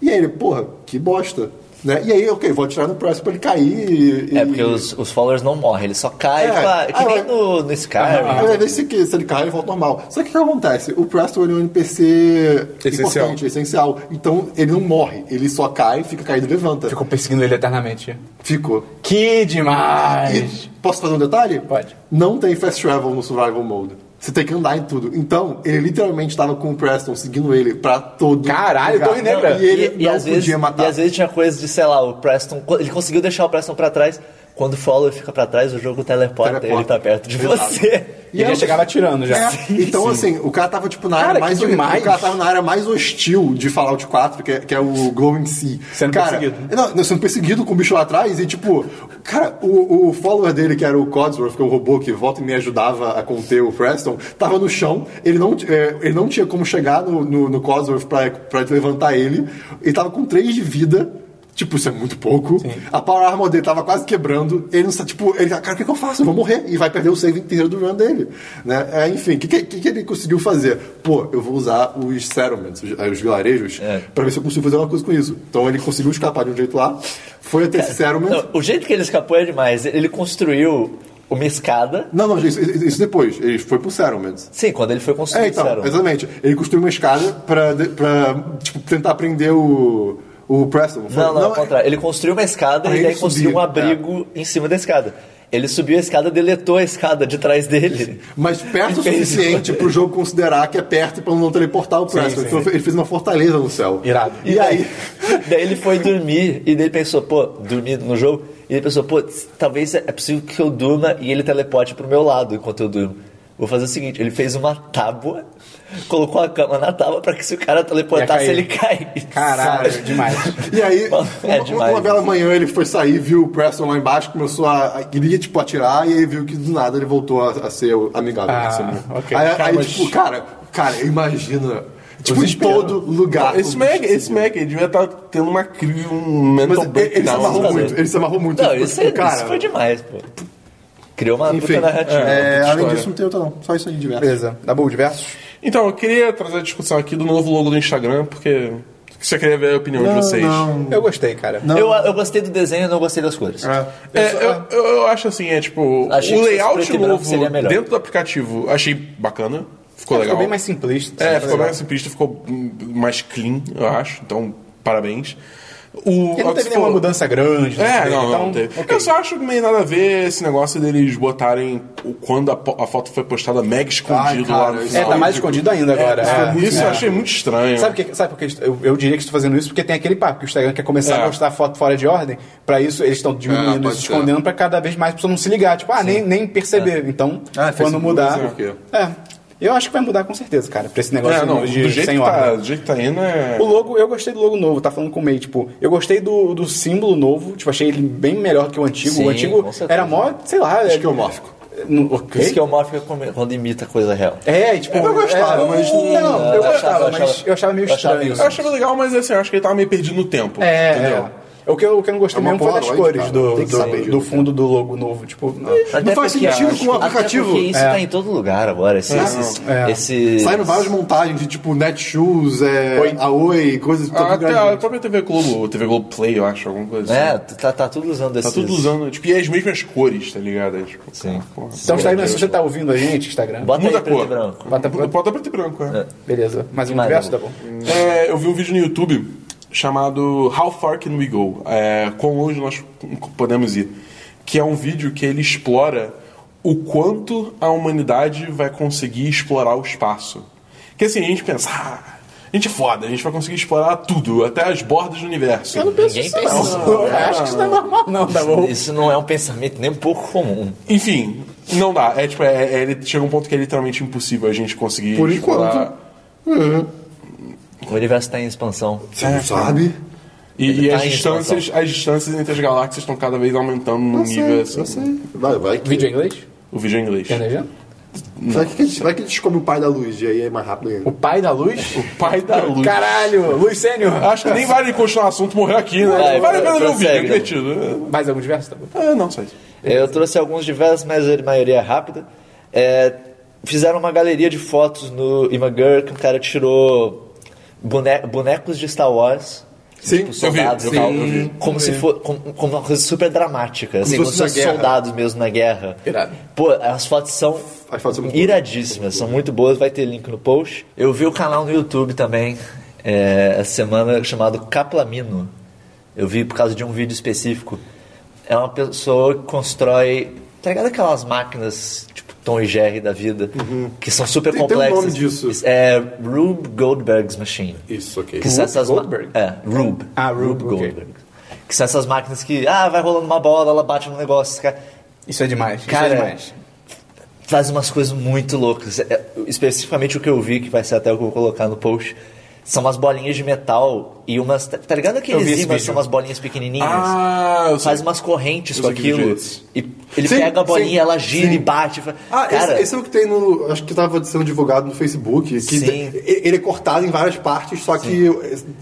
[SPEAKER 2] E aí ele, porra, que bosta. Né? E aí, ok, vou atirar no Preston pra ele cair. e- e-
[SPEAKER 4] É porque os, os followers não morrem, eles só caem,
[SPEAKER 2] É.
[SPEAKER 4] tipo, ah, que
[SPEAKER 2] Ah,
[SPEAKER 4] nem
[SPEAKER 2] eu-
[SPEAKER 4] no, no Skyrim.
[SPEAKER 2] Ah, é, daí se, que- se ele cai, ele volta ao normal. Só que o que acontece? O Preston ele é um NPC
[SPEAKER 3] Essencial.
[SPEAKER 2] importante, essencial. Então ele não morre, ele só cai, fica caído e levanta.
[SPEAKER 1] Ficou perseguindo ele eternamente.
[SPEAKER 2] Ficou.
[SPEAKER 1] Que
[SPEAKER 2] E
[SPEAKER 1] demais!
[SPEAKER 2] posso fazer um detalhe?
[SPEAKER 1] Pode.
[SPEAKER 2] Não tem fast travel no survival mode. Você tem que andar em tudo. Então, ele literalmente estava com o Preston seguindo ele pra todo
[SPEAKER 1] Caralho, né,
[SPEAKER 2] lugar.
[SPEAKER 1] Torre Negra.
[SPEAKER 2] E ele não
[SPEAKER 4] às
[SPEAKER 2] podia
[SPEAKER 4] vezes,
[SPEAKER 2] matar.
[SPEAKER 4] Então, E às vezes tinha coisa de, sei lá, o Preston. Ele conseguiu deixar o Preston pra trás. Quando o follower fica pra trás, o jogo teleporta,
[SPEAKER 2] Teleporta.
[SPEAKER 4] ele tá perto de
[SPEAKER 2] Exato.
[SPEAKER 4] você.
[SPEAKER 1] E um- ele já chegava atirando já.
[SPEAKER 2] É, então, assim, o cara tava tipo na
[SPEAKER 1] Cara,
[SPEAKER 2] área
[SPEAKER 1] que
[SPEAKER 2] mais
[SPEAKER 1] demais.
[SPEAKER 2] o cara tava na área mais hostil de Fallout 4, que é, que é o Glowing Sea.
[SPEAKER 1] Sendo
[SPEAKER 2] cara,
[SPEAKER 1] perseguido.
[SPEAKER 2] Não, não, sendo perseguido com o bicho lá atrás e tipo, cara, o, o follower dele, que era o Codsworth, que é o robô que volta e me ajudava a conter o Preston, tava no chão, ele não, t- é, ele não tinha como chegar no, no, no Codsworth pra, pra levantar ele, ele tava com 3 de vida. Tipo, isso é muito pouco. A Power Armor dele tava quase quebrando. Ele não sabe, tipo, ele cara, o que, que eu faço? Eu vou morrer. E vai perder o save inteiro do run dele. Né? É, enfim, o que, que, que ele conseguiu fazer? Pô, eu vou usar os settlements, os, eh, os vilarejos,
[SPEAKER 4] É.
[SPEAKER 2] pra ver se eu consigo fazer alguma coisa com isso. Então ele conseguiu escapar de um jeito lá, foi até esse settlement.
[SPEAKER 4] É. Não, Então, o jeito que ele escapou é demais. Ele construiu uma escada.
[SPEAKER 2] Não, não, isso, isso depois. Ele foi pro settlement.
[SPEAKER 4] Sim, quando ele foi
[SPEAKER 2] É,
[SPEAKER 4] construir,
[SPEAKER 2] então,
[SPEAKER 4] sério.
[SPEAKER 2] exatamente. Ele construiu uma escada pra, de- pra tipo, tentar prender o, o Preston. Foi-
[SPEAKER 4] Não, não, ao
[SPEAKER 2] é-
[SPEAKER 4] contrário. Ele construiu uma escada
[SPEAKER 2] Aí
[SPEAKER 4] e daí
[SPEAKER 2] ele é.
[SPEAKER 4] construiu um
[SPEAKER 2] subia,
[SPEAKER 4] abrigo em cima da escada. Ele subiu a escada, deletou a escada de trás dele.
[SPEAKER 2] Mas perto o
[SPEAKER 4] Entendi.
[SPEAKER 2] suficiente pro jogo considerar que é perto pra não teleportar o Preston.
[SPEAKER 1] sim,
[SPEAKER 2] Então ele fez uma fortaleza no céu.
[SPEAKER 1] Irado.
[SPEAKER 2] E, aí,
[SPEAKER 4] Daí ele foi dormir e daí ele pensou, pô, dormindo no jogo, e ele pensou, pô, tss, talvez é possível que eu durma e ele teleporte pro meu lado enquanto eu durmo. Vou fazer o seguinte, ele fez uma tábua, colocou a cama na tábua pra que se o cara teleportasse
[SPEAKER 1] Ia cair.
[SPEAKER 4] ele caísse.
[SPEAKER 1] Caralho, demais.
[SPEAKER 2] e aí
[SPEAKER 4] É
[SPEAKER 2] uma,
[SPEAKER 4] demais.
[SPEAKER 2] uma bela manhã ele foi sair, viu o Preston lá embaixo, começou a. Queria, tipo, atirar, e aí viu que do nada ele voltou a, a ser o amigável.
[SPEAKER 1] Ah,
[SPEAKER 2] assim.
[SPEAKER 1] ok.
[SPEAKER 2] Aí, aí,
[SPEAKER 1] Cara, mas-
[SPEAKER 2] tipo, cara, cara, imagina. Tipo, em
[SPEAKER 3] desespero.
[SPEAKER 2] todo lugar.
[SPEAKER 3] Ah, Esse
[SPEAKER 2] o
[SPEAKER 3] Mac,
[SPEAKER 2] bicho-
[SPEAKER 3] esse Mac, ele devia estar tendo uma crise, um
[SPEAKER 2] Mas é,
[SPEAKER 3] mental
[SPEAKER 2] ele, ele se
[SPEAKER 3] breakdown.
[SPEAKER 2] amarrou
[SPEAKER 4] Fazer.
[SPEAKER 2] muito, ele se amarrou muito.
[SPEAKER 4] Não,
[SPEAKER 2] Tipo,
[SPEAKER 4] isso, é-
[SPEAKER 2] cara,
[SPEAKER 4] isso foi demais, pô. Criou uma
[SPEAKER 2] Enfim,
[SPEAKER 4] puta narrativa.
[SPEAKER 2] é,
[SPEAKER 1] puta
[SPEAKER 2] além
[SPEAKER 1] história.
[SPEAKER 2] disso não tem outra não, só isso aí de verdade.
[SPEAKER 1] Beleza. Dá bom, diversos?
[SPEAKER 3] Então, eu queria trazer a discussão aqui do novo logo do Instagram, porque só queria ver a opinião de vocês.
[SPEAKER 1] Eu gostei, cara.
[SPEAKER 2] Não. Ah,
[SPEAKER 4] Eu, eu gostei do desenho e não gostei das cores.
[SPEAKER 3] É, eu, eu, eu acho assim, é tipo,
[SPEAKER 4] Achei
[SPEAKER 3] o
[SPEAKER 4] que se fosse
[SPEAKER 3] layout
[SPEAKER 4] preto e branco
[SPEAKER 3] novo
[SPEAKER 4] seria melhor.
[SPEAKER 3] dentro do aplicativo, achei bacana, ficou legal.
[SPEAKER 1] É, Ficou bem mais né? simplista. assim, tá Sim,
[SPEAKER 3] É, ficou
[SPEAKER 1] legal.
[SPEAKER 3] mais simplista, ficou hum, mais clean, eu acho, então parabéns. O,
[SPEAKER 1] Ele não teve
[SPEAKER 3] Oxford-
[SPEAKER 1] nenhuma mudança grande. não
[SPEAKER 3] É,
[SPEAKER 1] sei,
[SPEAKER 3] não,
[SPEAKER 1] então,
[SPEAKER 3] não teve.
[SPEAKER 1] ok.
[SPEAKER 3] Eu só acho meio nada a ver esse negócio deles botarem o- quando a, po- a foto foi postada mega escondido lá no
[SPEAKER 1] É,
[SPEAKER 3] final.
[SPEAKER 1] tá mais escondido ainda agora.
[SPEAKER 3] Isso,
[SPEAKER 1] É,
[SPEAKER 3] foi muito- isso eu
[SPEAKER 1] é.
[SPEAKER 3] achei muito estranho.
[SPEAKER 1] Sabe, que, sabe por que eu, eu diria que estou fazendo isso? Porque tem aquele papo que o Instagram quer começar
[SPEAKER 3] É.
[SPEAKER 1] a postar foto fora de ordem. Pra isso, eles estão diminuindo
[SPEAKER 2] pode
[SPEAKER 1] isso,
[SPEAKER 2] ser.
[SPEAKER 1] escondendo pra cada vez mais a pessoa não se ligar. Tipo, ah, nem, nem perceber. Então,
[SPEAKER 3] Ah,
[SPEAKER 1] quando mudar.
[SPEAKER 2] não sei o quê.
[SPEAKER 1] É. Eu acho que vai mudar com certeza, cara, pra esse negócio
[SPEAKER 3] É, não,
[SPEAKER 1] de
[SPEAKER 3] do, jeito
[SPEAKER 1] sem
[SPEAKER 3] que
[SPEAKER 1] ordem.
[SPEAKER 3] tá, do jeito que tá indo é...
[SPEAKER 1] O logo, eu gostei do logo novo, tá falando com o meio, tipo, eu gostei do, do símbolo novo, tipo, achei ele bem melhor do que o antigo.
[SPEAKER 4] Sim,
[SPEAKER 1] o antigo
[SPEAKER 4] com certeza.
[SPEAKER 1] era mó, sei lá, é,
[SPEAKER 2] Esquiomórfico.
[SPEAKER 1] no- ok.
[SPEAKER 4] Isso que é o Morphe quando- quando imita coisa real.
[SPEAKER 1] É, e, tipo,
[SPEAKER 3] Eu gostava,
[SPEAKER 1] é,
[SPEAKER 3] mas
[SPEAKER 1] Não,
[SPEAKER 3] não-
[SPEAKER 1] eu
[SPEAKER 4] eu
[SPEAKER 1] gostava,
[SPEAKER 4] achava, eu
[SPEAKER 1] mas
[SPEAKER 4] achava-
[SPEAKER 1] eu achava meio
[SPEAKER 4] eu achava
[SPEAKER 1] estranho.
[SPEAKER 3] Eu achava legal, mas assim, eu acho que ele tava meio perdido no tempo.
[SPEAKER 1] É,
[SPEAKER 3] entendeu?
[SPEAKER 1] é. O que, eu, o que eu não gostei
[SPEAKER 2] É uma
[SPEAKER 1] mesmo foi das
[SPEAKER 2] Polaroid,
[SPEAKER 1] cores
[SPEAKER 2] cara.
[SPEAKER 1] do,
[SPEAKER 2] Tem que saber
[SPEAKER 1] do,
[SPEAKER 2] disso.
[SPEAKER 1] do fundo do logo novo. Tipo, não.
[SPEAKER 4] Até
[SPEAKER 2] faz
[SPEAKER 4] porque-
[SPEAKER 2] sentido com o
[SPEAKER 4] até
[SPEAKER 2] aplicativo.
[SPEAKER 4] porque isso tá em todo lugar agora. Esses, esses,
[SPEAKER 1] É.
[SPEAKER 4] esses- né,
[SPEAKER 2] Saíram várias montagens de tipo Netshoes, é,
[SPEAKER 1] Oi.
[SPEAKER 2] Aoi, coisas todo
[SPEAKER 3] Até Ah, tá, a
[SPEAKER 2] lugar.
[SPEAKER 3] própria TV Globo, TV Globo Play, eu acho, alguma coisa assim.
[SPEAKER 4] É, tá, tá tudo usando esses...
[SPEAKER 3] Tá tudo usando, tipo, e as mesmas cores, tá ligado? É, tipo,
[SPEAKER 4] Sim.
[SPEAKER 3] porra.
[SPEAKER 1] Então, Instagram, se você tá ouvindo a gente, Instagram,
[SPEAKER 4] Bota
[SPEAKER 3] Muda
[SPEAKER 4] aí
[SPEAKER 3] a
[SPEAKER 4] preto e
[SPEAKER 3] cor.
[SPEAKER 4] branco.
[SPEAKER 1] Bota-
[SPEAKER 3] Bota preto e branco, é.
[SPEAKER 1] beleza. Mais um
[SPEAKER 4] Mais
[SPEAKER 1] universo,
[SPEAKER 4] um.
[SPEAKER 1] tá bom.
[SPEAKER 3] É, eu vi um vídeo no YouTube chamado How Far Can We Go? É, quão longe nós podemos ir? Que é um vídeo que ele explora o o quanto a humanidade vai conseguir explorar o espaço. Que assim, a gente pensa, ah, a gente é foda, a gente vai conseguir explorar tudo, até as bordas do universo.
[SPEAKER 5] Ninguém pensa isso.
[SPEAKER 1] Eu acho que isso não é normal, não, tá bom?
[SPEAKER 5] Isso não é um pensamento nem um pouco comum.
[SPEAKER 3] Enfim, não dá. É tipo, é, é- ele- chega um ponto que é literalmente impossível a gente conseguir
[SPEAKER 2] Por
[SPEAKER 3] explorar.
[SPEAKER 2] enquanto.
[SPEAKER 5] O universo
[SPEAKER 4] tá
[SPEAKER 5] está em expansão.
[SPEAKER 2] Você não sabe?
[SPEAKER 3] E,
[SPEAKER 5] Ele
[SPEAKER 3] e
[SPEAKER 5] tá
[SPEAKER 3] as,
[SPEAKER 5] em
[SPEAKER 3] distâncias, as distâncias entre as galáxias estão cada vez aumentando
[SPEAKER 4] Um
[SPEAKER 3] no nível assim.
[SPEAKER 2] Eu sei. Vai, vai. Que,
[SPEAKER 1] Vídeo em inglês?
[SPEAKER 3] O vídeo em inglês.
[SPEAKER 1] Planejando?
[SPEAKER 2] vai, que, eles- vai que eles descobrem o pai da luz e aí é mais rápido ainda.
[SPEAKER 1] O pai da luz?
[SPEAKER 3] Pai da luz.
[SPEAKER 1] Caralho, Luiz Sênior.
[SPEAKER 3] Acho que nem vale continuar o assunto morrer aqui, né?
[SPEAKER 5] Vai,
[SPEAKER 3] vale a pena ver o vídeo, é
[SPEAKER 5] prossegue.
[SPEAKER 3] divertido.
[SPEAKER 1] Mais algum diverso? Tá bom.
[SPEAKER 3] É, não, só isso.
[SPEAKER 4] Eu trouxe alguns diversos, mas a maioria é rápida. É, fizeram uma galeria de fotos no Imager que o cara tirou bone- bonecos de Star Wars.
[SPEAKER 2] Sim,
[SPEAKER 4] tipo,
[SPEAKER 3] eu vi,
[SPEAKER 4] soldados
[SPEAKER 3] eu
[SPEAKER 4] e tal.
[SPEAKER 3] vi, eu vi.
[SPEAKER 4] Como se fosse como, como uma coisa super dramática. Assim,
[SPEAKER 2] se
[SPEAKER 4] como
[SPEAKER 2] fosse
[SPEAKER 4] se
[SPEAKER 2] na
[SPEAKER 4] fossem
[SPEAKER 2] guerra.
[SPEAKER 4] soldados mesmo na guerra.
[SPEAKER 1] Irado.
[SPEAKER 4] Pô, as fotos são
[SPEAKER 2] As fotos são muito
[SPEAKER 4] iradíssimas, são muito boas, vai ter link no post. Eu vi o canal no YouTube também é, essa semana chamado Caplamino. Eu vi por causa de um vídeo específico. É uma pessoa que constrói. Tá ligado aquelas máquinas tipo Tom e Jerry da vida? Que são super
[SPEAKER 2] Tem- tem um
[SPEAKER 4] complexas.
[SPEAKER 2] nome disso.
[SPEAKER 4] É Rube Goldberg's Machine.
[SPEAKER 2] Isso, ok.
[SPEAKER 4] Que são essas ma-
[SPEAKER 1] Goldberg?
[SPEAKER 4] É, Rube.
[SPEAKER 1] Ah, Rube, ok.
[SPEAKER 4] Goldberg. Que são essas máquinas que, ah, vai rolando uma bola, ela bate no negócio, esse cara
[SPEAKER 1] Isso é demais.
[SPEAKER 4] Cara,
[SPEAKER 1] isso é demais.
[SPEAKER 4] faz umas coisas muito loucas. É, Especificamente o que eu vi, que vai ser até o que eu vou colocar no post, são umas bolinhas de metal e umas. Tá tá ligado
[SPEAKER 1] Eu vi
[SPEAKER 4] aqueles
[SPEAKER 1] esse
[SPEAKER 4] ímãs
[SPEAKER 1] vídeo.
[SPEAKER 4] que são umas bolinhas pequenininhas?
[SPEAKER 3] Ah, eu sei.
[SPEAKER 4] Faz umas correntes
[SPEAKER 3] Eu
[SPEAKER 4] com
[SPEAKER 3] sei que vídeo é
[SPEAKER 4] aquilo.
[SPEAKER 3] esse.
[SPEAKER 4] E ele
[SPEAKER 2] Sim,
[SPEAKER 4] pega a bolinha,
[SPEAKER 2] sim,
[SPEAKER 4] ela gira
[SPEAKER 2] sim.
[SPEAKER 4] e bate. e fala-
[SPEAKER 2] Ah,
[SPEAKER 4] cara,
[SPEAKER 2] esse, esse é o que tem no. Acho que tava sendo divulgado no Facebook. Que
[SPEAKER 4] Sim.
[SPEAKER 2] tem- e- ele é cortado em várias partes, só que.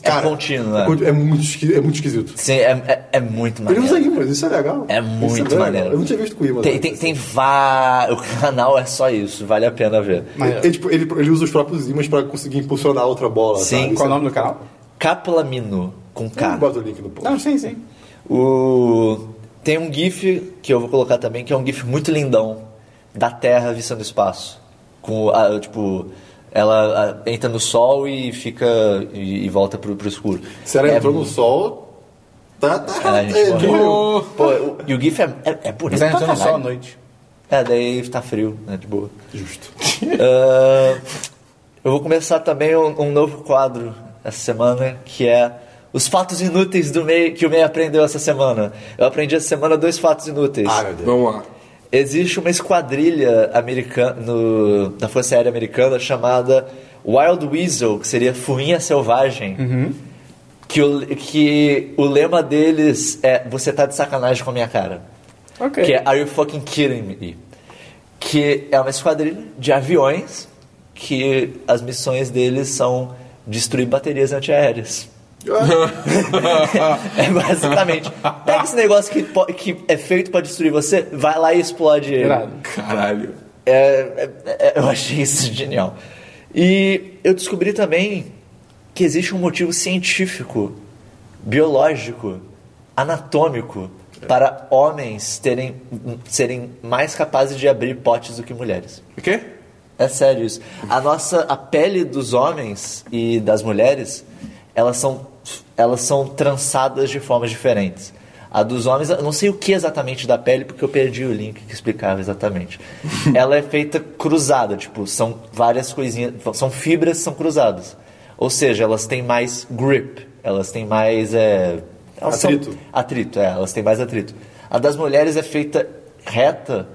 [SPEAKER 4] É
[SPEAKER 2] Cara,
[SPEAKER 4] contínuo, né?
[SPEAKER 2] é conti- É muito, esqui- é muito esquisito.
[SPEAKER 4] sim, é, é, é muito
[SPEAKER 2] Ele usa
[SPEAKER 4] maneiro.
[SPEAKER 2] ímãs, isso é legal.
[SPEAKER 4] É
[SPEAKER 2] Isso
[SPEAKER 4] muito
[SPEAKER 2] bem legal.
[SPEAKER 4] maneiro.
[SPEAKER 2] Eu não tinha visto com ímãs.
[SPEAKER 4] Tem,
[SPEAKER 2] né?
[SPEAKER 4] tem, tem va- O canal é só isso, vale a pena ver.
[SPEAKER 2] Ele, tipo, ele, ele usa os próprios ímãs pra conseguir impulsionar outra bola. sabe?
[SPEAKER 4] Sim.
[SPEAKER 1] Qual é o nome do canal?
[SPEAKER 4] Caplamino, com K.
[SPEAKER 2] Eu boto o link no post.
[SPEAKER 1] Não, sim, sim.
[SPEAKER 4] O... Tem um GIF que eu vou colocar também, que é um GIF muito lindão da Terra vista no espaço. Com a, tipo, ela a, entra no sol e fica e, e volta pro, pro escuro.
[SPEAKER 2] Se ela
[SPEAKER 4] É
[SPEAKER 2] entrou no
[SPEAKER 4] mu-
[SPEAKER 2] sol. Tá, tá.
[SPEAKER 4] É, a gente
[SPEAKER 2] é,
[SPEAKER 4] morreu.
[SPEAKER 2] morreu.
[SPEAKER 4] Pô, o- e o GIF é, é, é bonito.
[SPEAKER 1] Mas aí entrou no
[SPEAKER 4] pra
[SPEAKER 1] sol Tá à
[SPEAKER 4] caralho.
[SPEAKER 1] noite.
[SPEAKER 4] É, daí tá frio, né? De boa. Justo. Ah, eu vou começar também um, um novo quadro essa semana, que é os fatos inúteis do MEI que o MEI aprendeu essa semana. Eu aprendi essa semana dois fatos inúteis.
[SPEAKER 2] Ah, meu Deus.
[SPEAKER 3] Vamos lá.
[SPEAKER 4] Existe uma esquadrilha americana, no, da Força Aérea Americana chamada Wild Weasel, que seria Fuinha Selvagem.
[SPEAKER 2] Uhum.
[SPEAKER 4] Que, o, que o lema deles é Você tá de sacanagem com a minha cara.
[SPEAKER 1] Ok.
[SPEAKER 4] Que é Are you fucking kidding me? Que é uma esquadrilha de aviões que as missões deles são destruir baterias antiaéreas.
[SPEAKER 1] Ah.
[SPEAKER 4] É basicamente. Pega esse negócio que, po- que é feito pra destruir você, vai lá e explode ele.
[SPEAKER 1] Irado.
[SPEAKER 3] Caralho.
[SPEAKER 4] É, é, é, eu achei isso genial. E eu descobri também que existe um motivo científico, biológico, anatômico para homens terem, serem mais capazes de abrir potes do que mulheres.
[SPEAKER 3] O quê?
[SPEAKER 4] É sério isso. A nossa, a pele dos homens e das mulheres, elas são, elas são trançadas de formas diferentes. A dos homens, eu não sei o que exatamente da pele, porque eu perdi o link que explicava exatamente. Ela é feita cruzada, tipo, são várias coisinhas, são fibras que são cruzadas. Ou seja, elas têm mais grip, elas têm mais. É, elas são-
[SPEAKER 2] Atrito.
[SPEAKER 4] atrito, é, elas têm mais atrito. A das mulheres é feita reta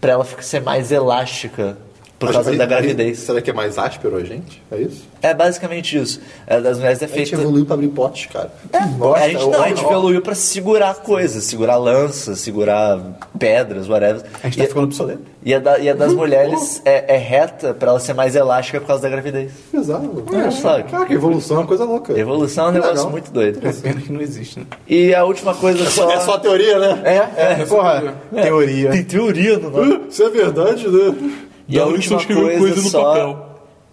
[SPEAKER 4] para ela ficar- ser mais elástica por
[SPEAKER 2] Acho
[SPEAKER 4] causa
[SPEAKER 2] que-
[SPEAKER 4] da gravidez.
[SPEAKER 2] Será que é mais áspero a gente? É isso?
[SPEAKER 4] É basicamente isso. A das mulheres é
[SPEAKER 2] A gente
[SPEAKER 4] feita.
[SPEAKER 2] evoluiu pra abrir potes, cara. É,
[SPEAKER 4] a gente não, a
[SPEAKER 1] é
[SPEAKER 4] gente evoluiu pra segurar coisas, segurar lanças, segurar pedras, whatever.
[SPEAKER 1] A gente tá Uhum.
[SPEAKER 4] E-
[SPEAKER 1] ficando obsoleto.
[SPEAKER 4] E a, da- e a das mulheres é, é reta pra ela ser mais elástica por causa da gravidez.
[SPEAKER 2] Exato.
[SPEAKER 4] É, sabe?
[SPEAKER 2] Caraca, evolução é uma coisa louca.
[SPEAKER 4] Evolução é um negócio
[SPEAKER 2] Legal.
[SPEAKER 4] muito doido.
[SPEAKER 1] Pena que não existe, né?
[SPEAKER 4] E a última coisa só.
[SPEAKER 2] É só teoria, né?
[SPEAKER 1] É, é, porra. Teoria.
[SPEAKER 4] Tem teoria no nome.
[SPEAKER 2] Isso é verdade, né?
[SPEAKER 4] E a
[SPEAKER 3] Darwin só
[SPEAKER 4] última
[SPEAKER 3] escreveu
[SPEAKER 4] coisa
[SPEAKER 3] coisa no
[SPEAKER 4] só
[SPEAKER 3] papel.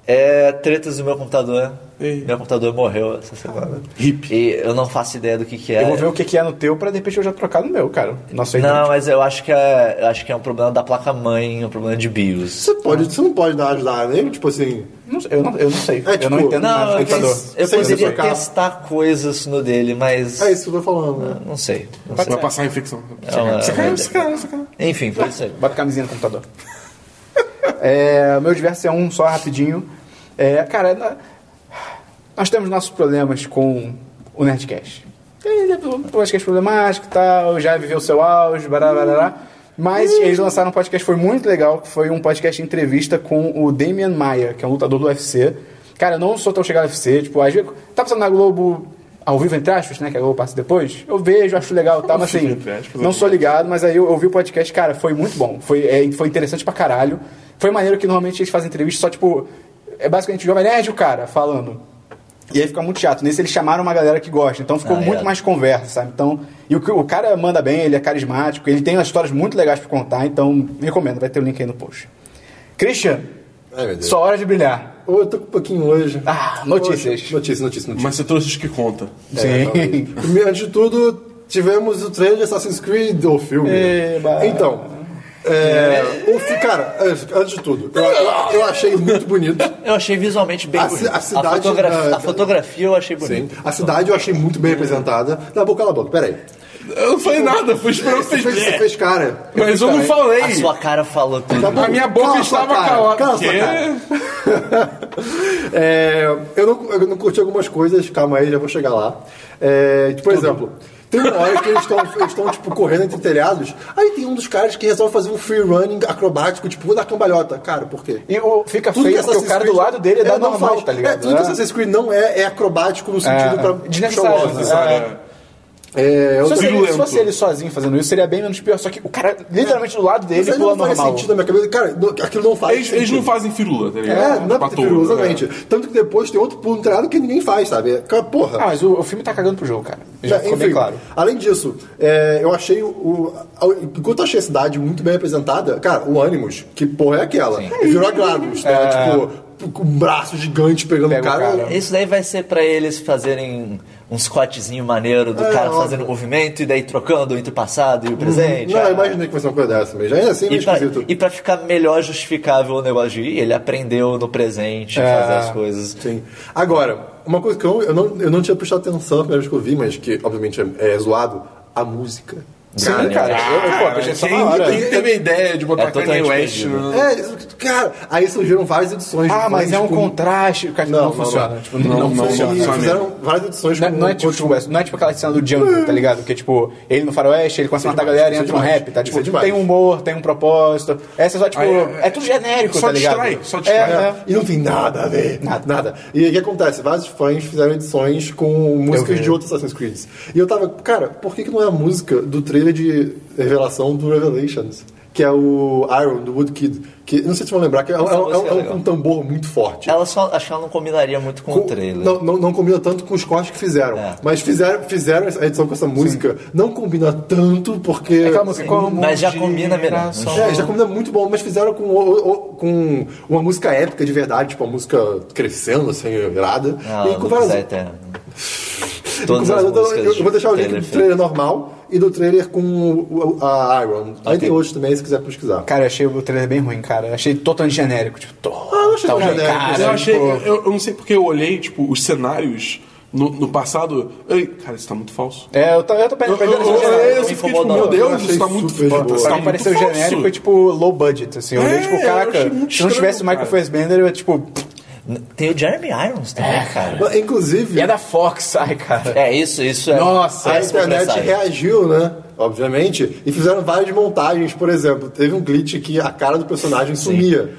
[SPEAKER 5] É tretas do meu computador.
[SPEAKER 3] Ei.
[SPEAKER 5] Meu computador morreu essa semana. Hip. E eu não faço ideia do que, que é.
[SPEAKER 1] Eu vou ver o que, que é no teu pra de repente eu já trocar no meu, cara. Nossa, aí
[SPEAKER 5] Não, mas eu acho que é, eu acho que é um problema da placa mãe, um problema de BIOS.
[SPEAKER 2] Você, pode, você não pode dar ajudar nele, tipo assim.
[SPEAKER 1] não- eu, não, eu não sei.
[SPEAKER 2] É,
[SPEAKER 1] eu não
[SPEAKER 2] tipo,
[SPEAKER 1] entendo nada
[SPEAKER 5] Não,
[SPEAKER 1] de
[SPEAKER 5] eu,
[SPEAKER 1] computador.
[SPEAKER 5] eu
[SPEAKER 2] Sem
[SPEAKER 5] poderia
[SPEAKER 2] trocar.
[SPEAKER 5] testar coisas no dele, mas
[SPEAKER 2] É isso que eu tô falando, né?
[SPEAKER 5] não sei. Não sei.
[SPEAKER 3] Vai passar a infecção.
[SPEAKER 5] É uma-
[SPEAKER 3] Sacanagem, sacanagem, sacanagem.
[SPEAKER 5] Enfim, foi isso aí.
[SPEAKER 1] Bota camisinha no computador. é, o meu diverso é um só rapidinho. É, cara, na- nós temos nossos problemas com o Nerdcast. Ele é um podcast problemático e tal, já viveu seu auge, bará, bará, bará. Mas eles lançaram um podcast que foi muito legal, que foi um podcast de entrevista com o Damian Maia, que é um lutador do UFC. Cara, eu não sou tão chegado ao UFC, tipo, às vezes... Tá passando na Globo ao vivo, entre aspas, né, que a Globo passa depois. Eu vejo, acho legal e tal, mas assim,
[SPEAKER 3] Entre aspas,
[SPEAKER 1] não sou ligado, mas aí eu ouvi o podcast, cara, foi muito bom. Foi, é, foi interessante pra caralho. Foi maneiro que normalmente eles fazem entrevista só, tipo, é basicamente o Jovem Nerd, o cara, falando. E aí fica muito chato. Nesse eles chamaram uma galera que gosta, então ficou
[SPEAKER 5] Ah,
[SPEAKER 1] muito
[SPEAKER 5] é.
[SPEAKER 1] mais conversa, sabe? Então, e o, que- o cara manda bem, ele é carismático, ele tem umas histórias muito legais pra contar, então recomendo, vai ter o link aí no post. Christian,
[SPEAKER 2] Ai, meu Deus.
[SPEAKER 1] sua hora de brilhar.
[SPEAKER 2] Ô, eu tô com um pouquinho hoje.
[SPEAKER 1] Ah, notícias.
[SPEAKER 2] Hoje. Notícias, notícias, notícias.
[SPEAKER 3] Mas você trouxe os que conta.
[SPEAKER 2] É, talvez. Primeiro, antes de tudo, tivemos o trailer de Assassin's Creed, o filme.
[SPEAKER 1] Eba.
[SPEAKER 2] Então, é, o fi- cara, antes, antes de tudo, eu, eu achei muito bonito.
[SPEAKER 5] Eu achei visualmente bem
[SPEAKER 2] A ci-
[SPEAKER 5] bonito.
[SPEAKER 2] a cidade ah,
[SPEAKER 5] fotografia,
[SPEAKER 2] da-
[SPEAKER 5] a fotografia eu achei bonita.
[SPEAKER 2] A cidade eu achei muito bem representada. Na boca, cala a boca, peraí.
[SPEAKER 3] Eu não falei nada, fui esperar
[SPEAKER 2] Você
[SPEAKER 3] vocês
[SPEAKER 2] fez, você
[SPEAKER 3] verem.
[SPEAKER 2] fez cara.
[SPEAKER 3] É. Mas eu não
[SPEAKER 5] A
[SPEAKER 3] falei.
[SPEAKER 5] sua cara falou tudo.
[SPEAKER 2] Tá bom,
[SPEAKER 3] A minha boca
[SPEAKER 2] cala sua
[SPEAKER 3] estava
[SPEAKER 2] cara,
[SPEAKER 3] calada.
[SPEAKER 2] Cala sua
[SPEAKER 3] Quê?
[SPEAKER 2] cara. É, eu, não, eu não curti algumas coisas, calma aí, já vou chegar lá. É, tipo, por exemplo, tem uma hora que eles estão, eles estão, tipo, correndo entre telhados, aí tem um dos caras que resolve fazer um free running acrobático, tipo, na cambalhota. Cara, por quê?
[SPEAKER 1] E o- fica feio porque o cara do lado dele é, da
[SPEAKER 2] não
[SPEAKER 1] normal,
[SPEAKER 2] faz.
[SPEAKER 1] tá
[SPEAKER 2] É,
[SPEAKER 1] ligado?
[SPEAKER 2] tudo que
[SPEAKER 1] É.
[SPEAKER 2] Assassin's Creed não é, é acrobático no sentido pra
[SPEAKER 1] desnecessário,
[SPEAKER 2] show off,
[SPEAKER 1] né?
[SPEAKER 2] sabe? É, eu
[SPEAKER 1] Se fosse, ele, se
[SPEAKER 3] Virulento.
[SPEAKER 1] fosse ele sozinho fazendo isso, seria bem menos pior. Só que o cara, literalmente do lado dele,
[SPEAKER 2] Mas aí
[SPEAKER 1] pula
[SPEAKER 2] não faz
[SPEAKER 1] normal.
[SPEAKER 2] sentido na minha cabeça. Cara, não- aquilo não faz
[SPEAKER 3] Eles, eles
[SPEAKER 2] sentido.
[SPEAKER 3] não fazem firula, tá ligado?
[SPEAKER 1] um
[SPEAKER 2] É, não é
[SPEAKER 3] Pra touro,
[SPEAKER 2] possível,
[SPEAKER 1] né?
[SPEAKER 2] exatamente. Tanto que depois tem outro pulo no telhado que ninguém faz, sabe? É, cara, Porra.
[SPEAKER 1] Ah, mas o, o filme tá cagando pro jogo, cara. Já
[SPEAKER 2] É,
[SPEAKER 1] ficou bem claro.
[SPEAKER 2] Além disso, é, eu achei o, o- a- Enquanto eu achei a cidade muito bem representada, cara, o Animus, que porra é aquela? Virou a Gladys, né? Tipo, com um braço gigante pegando
[SPEAKER 1] É. Pega
[SPEAKER 2] o cara.
[SPEAKER 1] o cara.
[SPEAKER 5] Isso daí vai ser pra eles fazerem um squatzinho maneiro do
[SPEAKER 2] É,
[SPEAKER 5] cara
[SPEAKER 2] óbvio.
[SPEAKER 5] fazendo movimento e daí trocando entre o passado e o presente.
[SPEAKER 2] Uhum. Não,
[SPEAKER 5] Ah,
[SPEAKER 2] eu imaginei que fosse uma coisa dessa, mas ainda assim é meio
[SPEAKER 1] tá,
[SPEAKER 5] E pra,
[SPEAKER 2] esquisito.
[SPEAKER 5] e pra ficar melhor justificável o negócio de "Ih, ele aprendeu no presente
[SPEAKER 2] É.
[SPEAKER 5] fazer as coisas.
[SPEAKER 2] Sim. Agora, uma coisa que eu, eu, não, eu não tinha prestado atenção na primeira vez que eu vi, mas que obviamente é, é zoado, a música.
[SPEAKER 1] Sim, cara. Eu, eu, pô, achei só na
[SPEAKER 3] Quem,
[SPEAKER 1] hora.
[SPEAKER 3] quem teve a ideia de botar
[SPEAKER 5] É totalmente
[SPEAKER 3] Kanye West né?
[SPEAKER 5] perdido.
[SPEAKER 3] no...
[SPEAKER 2] É, isso- cara, aí surgiram várias edições.
[SPEAKER 1] Ah,
[SPEAKER 2] de
[SPEAKER 1] mas
[SPEAKER 2] fãs
[SPEAKER 1] é um
[SPEAKER 2] com-
[SPEAKER 1] contraste. Cara, não,
[SPEAKER 2] tipo, Não, não,
[SPEAKER 1] funciona.
[SPEAKER 2] não.
[SPEAKER 1] Tipo,
[SPEAKER 3] Não,
[SPEAKER 1] não,
[SPEAKER 3] não, não,
[SPEAKER 2] E
[SPEAKER 3] não.
[SPEAKER 2] fizeram várias edições
[SPEAKER 1] Não,
[SPEAKER 2] com
[SPEAKER 1] não é tipo,
[SPEAKER 2] outros-
[SPEAKER 1] não é tipo aquela cena do Django, tá ligado? Que é tipo, ele no faroeste, ele começa a matar a
[SPEAKER 2] demais,
[SPEAKER 1] galera e
[SPEAKER 2] isso é
[SPEAKER 1] entra um
[SPEAKER 2] demais.
[SPEAKER 1] rap, tá?
[SPEAKER 2] Isso é
[SPEAKER 1] Tipo,
[SPEAKER 2] demais.
[SPEAKER 1] tem um humor, tem um propósito. Essa é só, tipo,
[SPEAKER 3] Aí,
[SPEAKER 1] é,
[SPEAKER 3] é-
[SPEAKER 1] tudo genérico,
[SPEAKER 3] Só
[SPEAKER 1] tá ligado?
[SPEAKER 3] distrai, só distrai.
[SPEAKER 1] É, é.
[SPEAKER 2] E não tem nada a ver. Nada. nada. E o que acontece? Vários fãs fizeram edições com músicas de outros Assassin's Creed. E eu tava, cara, por que, que não é a música do trailer de revelação do Revelations? Que é o Iron, do Woodkid. Que, não sei se vocês vão lembrar, que é, um-
[SPEAKER 5] Essa
[SPEAKER 2] é um-
[SPEAKER 5] música é
[SPEAKER 2] é um-
[SPEAKER 5] legal.
[SPEAKER 2] um tambor muito forte.
[SPEAKER 5] Ela só, acho que ela não combinaria muito com, o trailer.
[SPEAKER 2] Tipo, Não, não, não combina tanto com os cortes que fizeram.
[SPEAKER 5] né? É.
[SPEAKER 2] Mas fizeram, fizeram a edição com essa música. Não combina tanto porque.
[SPEAKER 1] É aquela música, como
[SPEAKER 5] Mas já
[SPEAKER 1] um
[SPEAKER 5] combina melhor.
[SPEAKER 1] girassol.
[SPEAKER 2] É, já combina muito bom, mas fizeram com, o- o- com uma música épica de verdade, tipo, uma música crescendo, assim, irada.
[SPEAKER 5] Ah,
[SPEAKER 2] e com
[SPEAKER 5] Lucas
[SPEAKER 2] várias.
[SPEAKER 5] é eterno. Todas
[SPEAKER 2] com
[SPEAKER 5] as
[SPEAKER 2] várias- eu-
[SPEAKER 5] músicas.
[SPEAKER 2] eu, eu vou deixar o link
[SPEAKER 5] trailer
[SPEAKER 2] do trailer normal e do trailer com o- o- a Iron. Aí tem outros também, se quiser pesquisar.
[SPEAKER 1] Cara, eu achei o trailer bem ruim, cara. Eu achei totalmente genérico. Tipo, tô, ah,
[SPEAKER 2] eu achei tão genérico,
[SPEAKER 1] Cara,
[SPEAKER 3] Mas eu achei.
[SPEAKER 1] tipo,
[SPEAKER 3] Eu, eu não sei porque eu olhei, tipo, os cenários no, no passado. Ei, cara, isso tá muito falso.
[SPEAKER 1] É, eu tô, eu tô
[SPEAKER 3] Eu,
[SPEAKER 1] perdendo.
[SPEAKER 3] eu, eu, eu, eu, eu fiquei tipo,
[SPEAKER 5] incomodou.
[SPEAKER 3] meu
[SPEAKER 2] Eu
[SPEAKER 3] Deus,
[SPEAKER 2] achei
[SPEAKER 3] isso tá muito
[SPEAKER 2] super de boa.
[SPEAKER 3] isso
[SPEAKER 1] Só
[SPEAKER 3] tá
[SPEAKER 1] que
[SPEAKER 3] muito
[SPEAKER 1] pareceu
[SPEAKER 3] falso.
[SPEAKER 1] genérico e, tipo, low budget, assim. Eu olhei,
[SPEAKER 3] É,
[SPEAKER 1] tipo,
[SPEAKER 3] eu
[SPEAKER 1] caraca,
[SPEAKER 3] achei muito
[SPEAKER 1] se não tivesse o
[SPEAKER 3] estranho,
[SPEAKER 1] Michael
[SPEAKER 3] cara.
[SPEAKER 1] Fassbender, eu, tipo...
[SPEAKER 5] feito. Tem o Jeremy Irons também,
[SPEAKER 2] É.
[SPEAKER 5] cara.
[SPEAKER 2] Inclusive,
[SPEAKER 1] E é da Fox, sai, cara.
[SPEAKER 5] É isso, isso é.
[SPEAKER 1] Nossa,
[SPEAKER 2] a
[SPEAKER 5] péssimo
[SPEAKER 2] internet
[SPEAKER 5] presságio.
[SPEAKER 2] reagiu, né? Obviamente, e fizeram várias montagens, por exemplo, teve um glitch que a cara do personagem sumia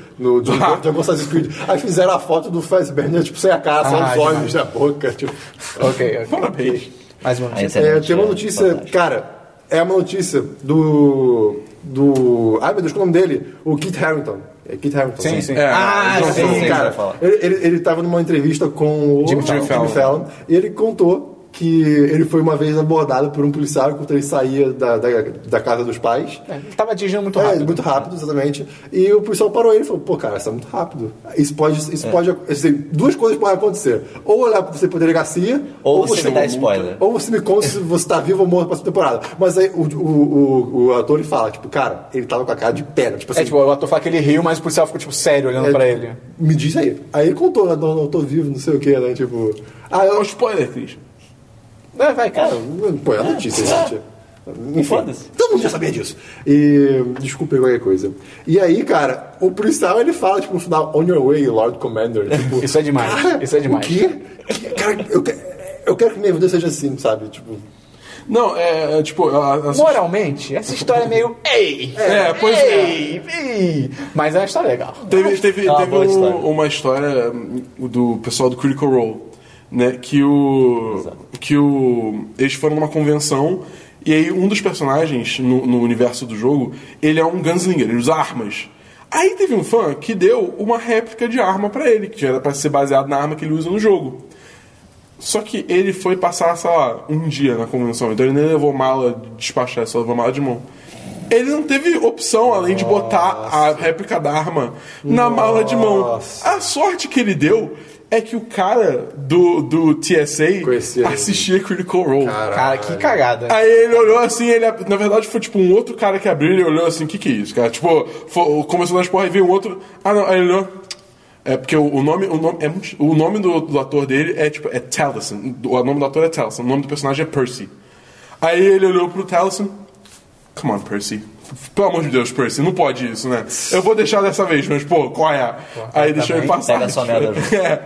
[SPEAKER 2] no de, um de algum Assassin's Creed. Aí fizeram a foto do Fassbender, tipo, sem a cara, só
[SPEAKER 1] Ah,
[SPEAKER 2] os olhos da boca, tipo.
[SPEAKER 1] ok, ok.
[SPEAKER 3] Parabéns.
[SPEAKER 1] Mais uma
[SPEAKER 5] A
[SPEAKER 1] vez.
[SPEAKER 5] internet
[SPEAKER 2] É, tem uma
[SPEAKER 5] é
[SPEAKER 2] notícia,
[SPEAKER 5] fantástica.
[SPEAKER 2] cara, é uma notícia do. do. Ai meu Deus, qual é o nome dele? O Kit Harington. É Kit Harington.
[SPEAKER 1] Sim,
[SPEAKER 2] né?
[SPEAKER 1] sim.
[SPEAKER 3] É,
[SPEAKER 1] ah,
[SPEAKER 5] eu
[SPEAKER 1] sim,
[SPEAKER 5] sei.
[SPEAKER 1] cara.
[SPEAKER 2] cara.
[SPEAKER 5] falar.
[SPEAKER 2] Ele, ele, ele tava numa entrevista com o
[SPEAKER 1] Jimmy
[SPEAKER 2] Jimmy
[SPEAKER 1] Fallon.
[SPEAKER 2] Fallon, e ele contou que ele foi uma vez abordado por um policial enquanto ele saía da, da, da casa dos pais.
[SPEAKER 1] Ele tava dirigindo muito
[SPEAKER 2] É,
[SPEAKER 1] rápido.
[SPEAKER 2] muito rápido, exatamente. E o policial parou ele e falou, pô, cara, isso é muito rápido. Isso pode.
[SPEAKER 5] É.
[SPEAKER 2] Isso pode assim, duas coisas podem acontecer. Ou olhar pra você pra delegacia,
[SPEAKER 5] Ou você me dá spoiler.
[SPEAKER 2] Ou você me conta se você tá vivo ou morto pra essa temporada. Mas aí o, o, o, o ator ele fala, tipo, cara, ele tava com a cara de pedra. Tipo assim,
[SPEAKER 1] É tipo, o ator fala que ele riu, mas o policial ficou, tipo, sério olhando
[SPEAKER 2] é,
[SPEAKER 1] pra ele.
[SPEAKER 2] Me diz aí. Aí ele contou, né? Não, não, eu tô vivo, não sei o que, né? Tipo. Ah,
[SPEAKER 3] É um
[SPEAKER 2] eu.
[SPEAKER 3] spoiler, Cris.
[SPEAKER 1] É, vai, cara.
[SPEAKER 2] Cara, pô, é a notícia, gente. Enfim,
[SPEAKER 5] Foda-se.
[SPEAKER 2] Todo mundo já sabia disso. E. Desculpa aí qualquer coisa. E aí, cara, o policial ele fala, tipo, no final, on your way, Lord Commander. Tipo,
[SPEAKER 1] Isso é demais,
[SPEAKER 2] cara,
[SPEAKER 1] isso é demais.
[SPEAKER 2] O quê? Cara, eu, que- eu quero que minha vida seja assim, sabe? Tipo.
[SPEAKER 3] Não, é, é, tipo, a, a-
[SPEAKER 1] Moralmente, essa história é meio. Ei!
[SPEAKER 3] É, pois é.
[SPEAKER 1] ei, Ei! Mas é uma história legal.
[SPEAKER 3] Teve, teve,
[SPEAKER 5] uma
[SPEAKER 3] teve
[SPEAKER 5] Tá, boa
[SPEAKER 3] um-
[SPEAKER 5] história.
[SPEAKER 3] uma história hum, do pessoal do Critical Role, né? Que o. Que o. Eles foram numa convenção. E aí um dos personagens no, no universo do jogo, ele é um gunslinger, ele usa armas. Aí teve um fã que deu uma réplica de arma pra ele, que era pra ser baseado na arma que ele usa no jogo. Só que ele foi passar, sei lá, um dia na convenção, então ele nem levou mala de despachar, só levou mala de mão. Ele não teve opção além de botar a réplica da arma na mala de mão. A sorte que ele deu é que o cara do, do TSA
[SPEAKER 2] Conhecia ele.
[SPEAKER 3] assistia Critical Role.
[SPEAKER 1] Cara, que cagada.
[SPEAKER 3] Aí ele olhou assim, ele, na verdade foi tipo um outro cara que abriu, ele olhou assim, que que é isso, cara? Tipo, foi- começou nas porra e veio um outro. Ah não, aí ele olhou. É porque o, o nome, o nome, é muito- o nome do, do ator dele é tipo, é Tallison. O nome do ator é Tallison, o nome do personagem é Percy. Aí ele olhou pro Tallison. Come on, Percy. Pelo amor de Deus, Percy, não pode isso, né? Eu vou deixar dessa vez, mas pô, qual é? Aí deixou ele passar.
[SPEAKER 5] tá Pega a sua merda,
[SPEAKER 3] É.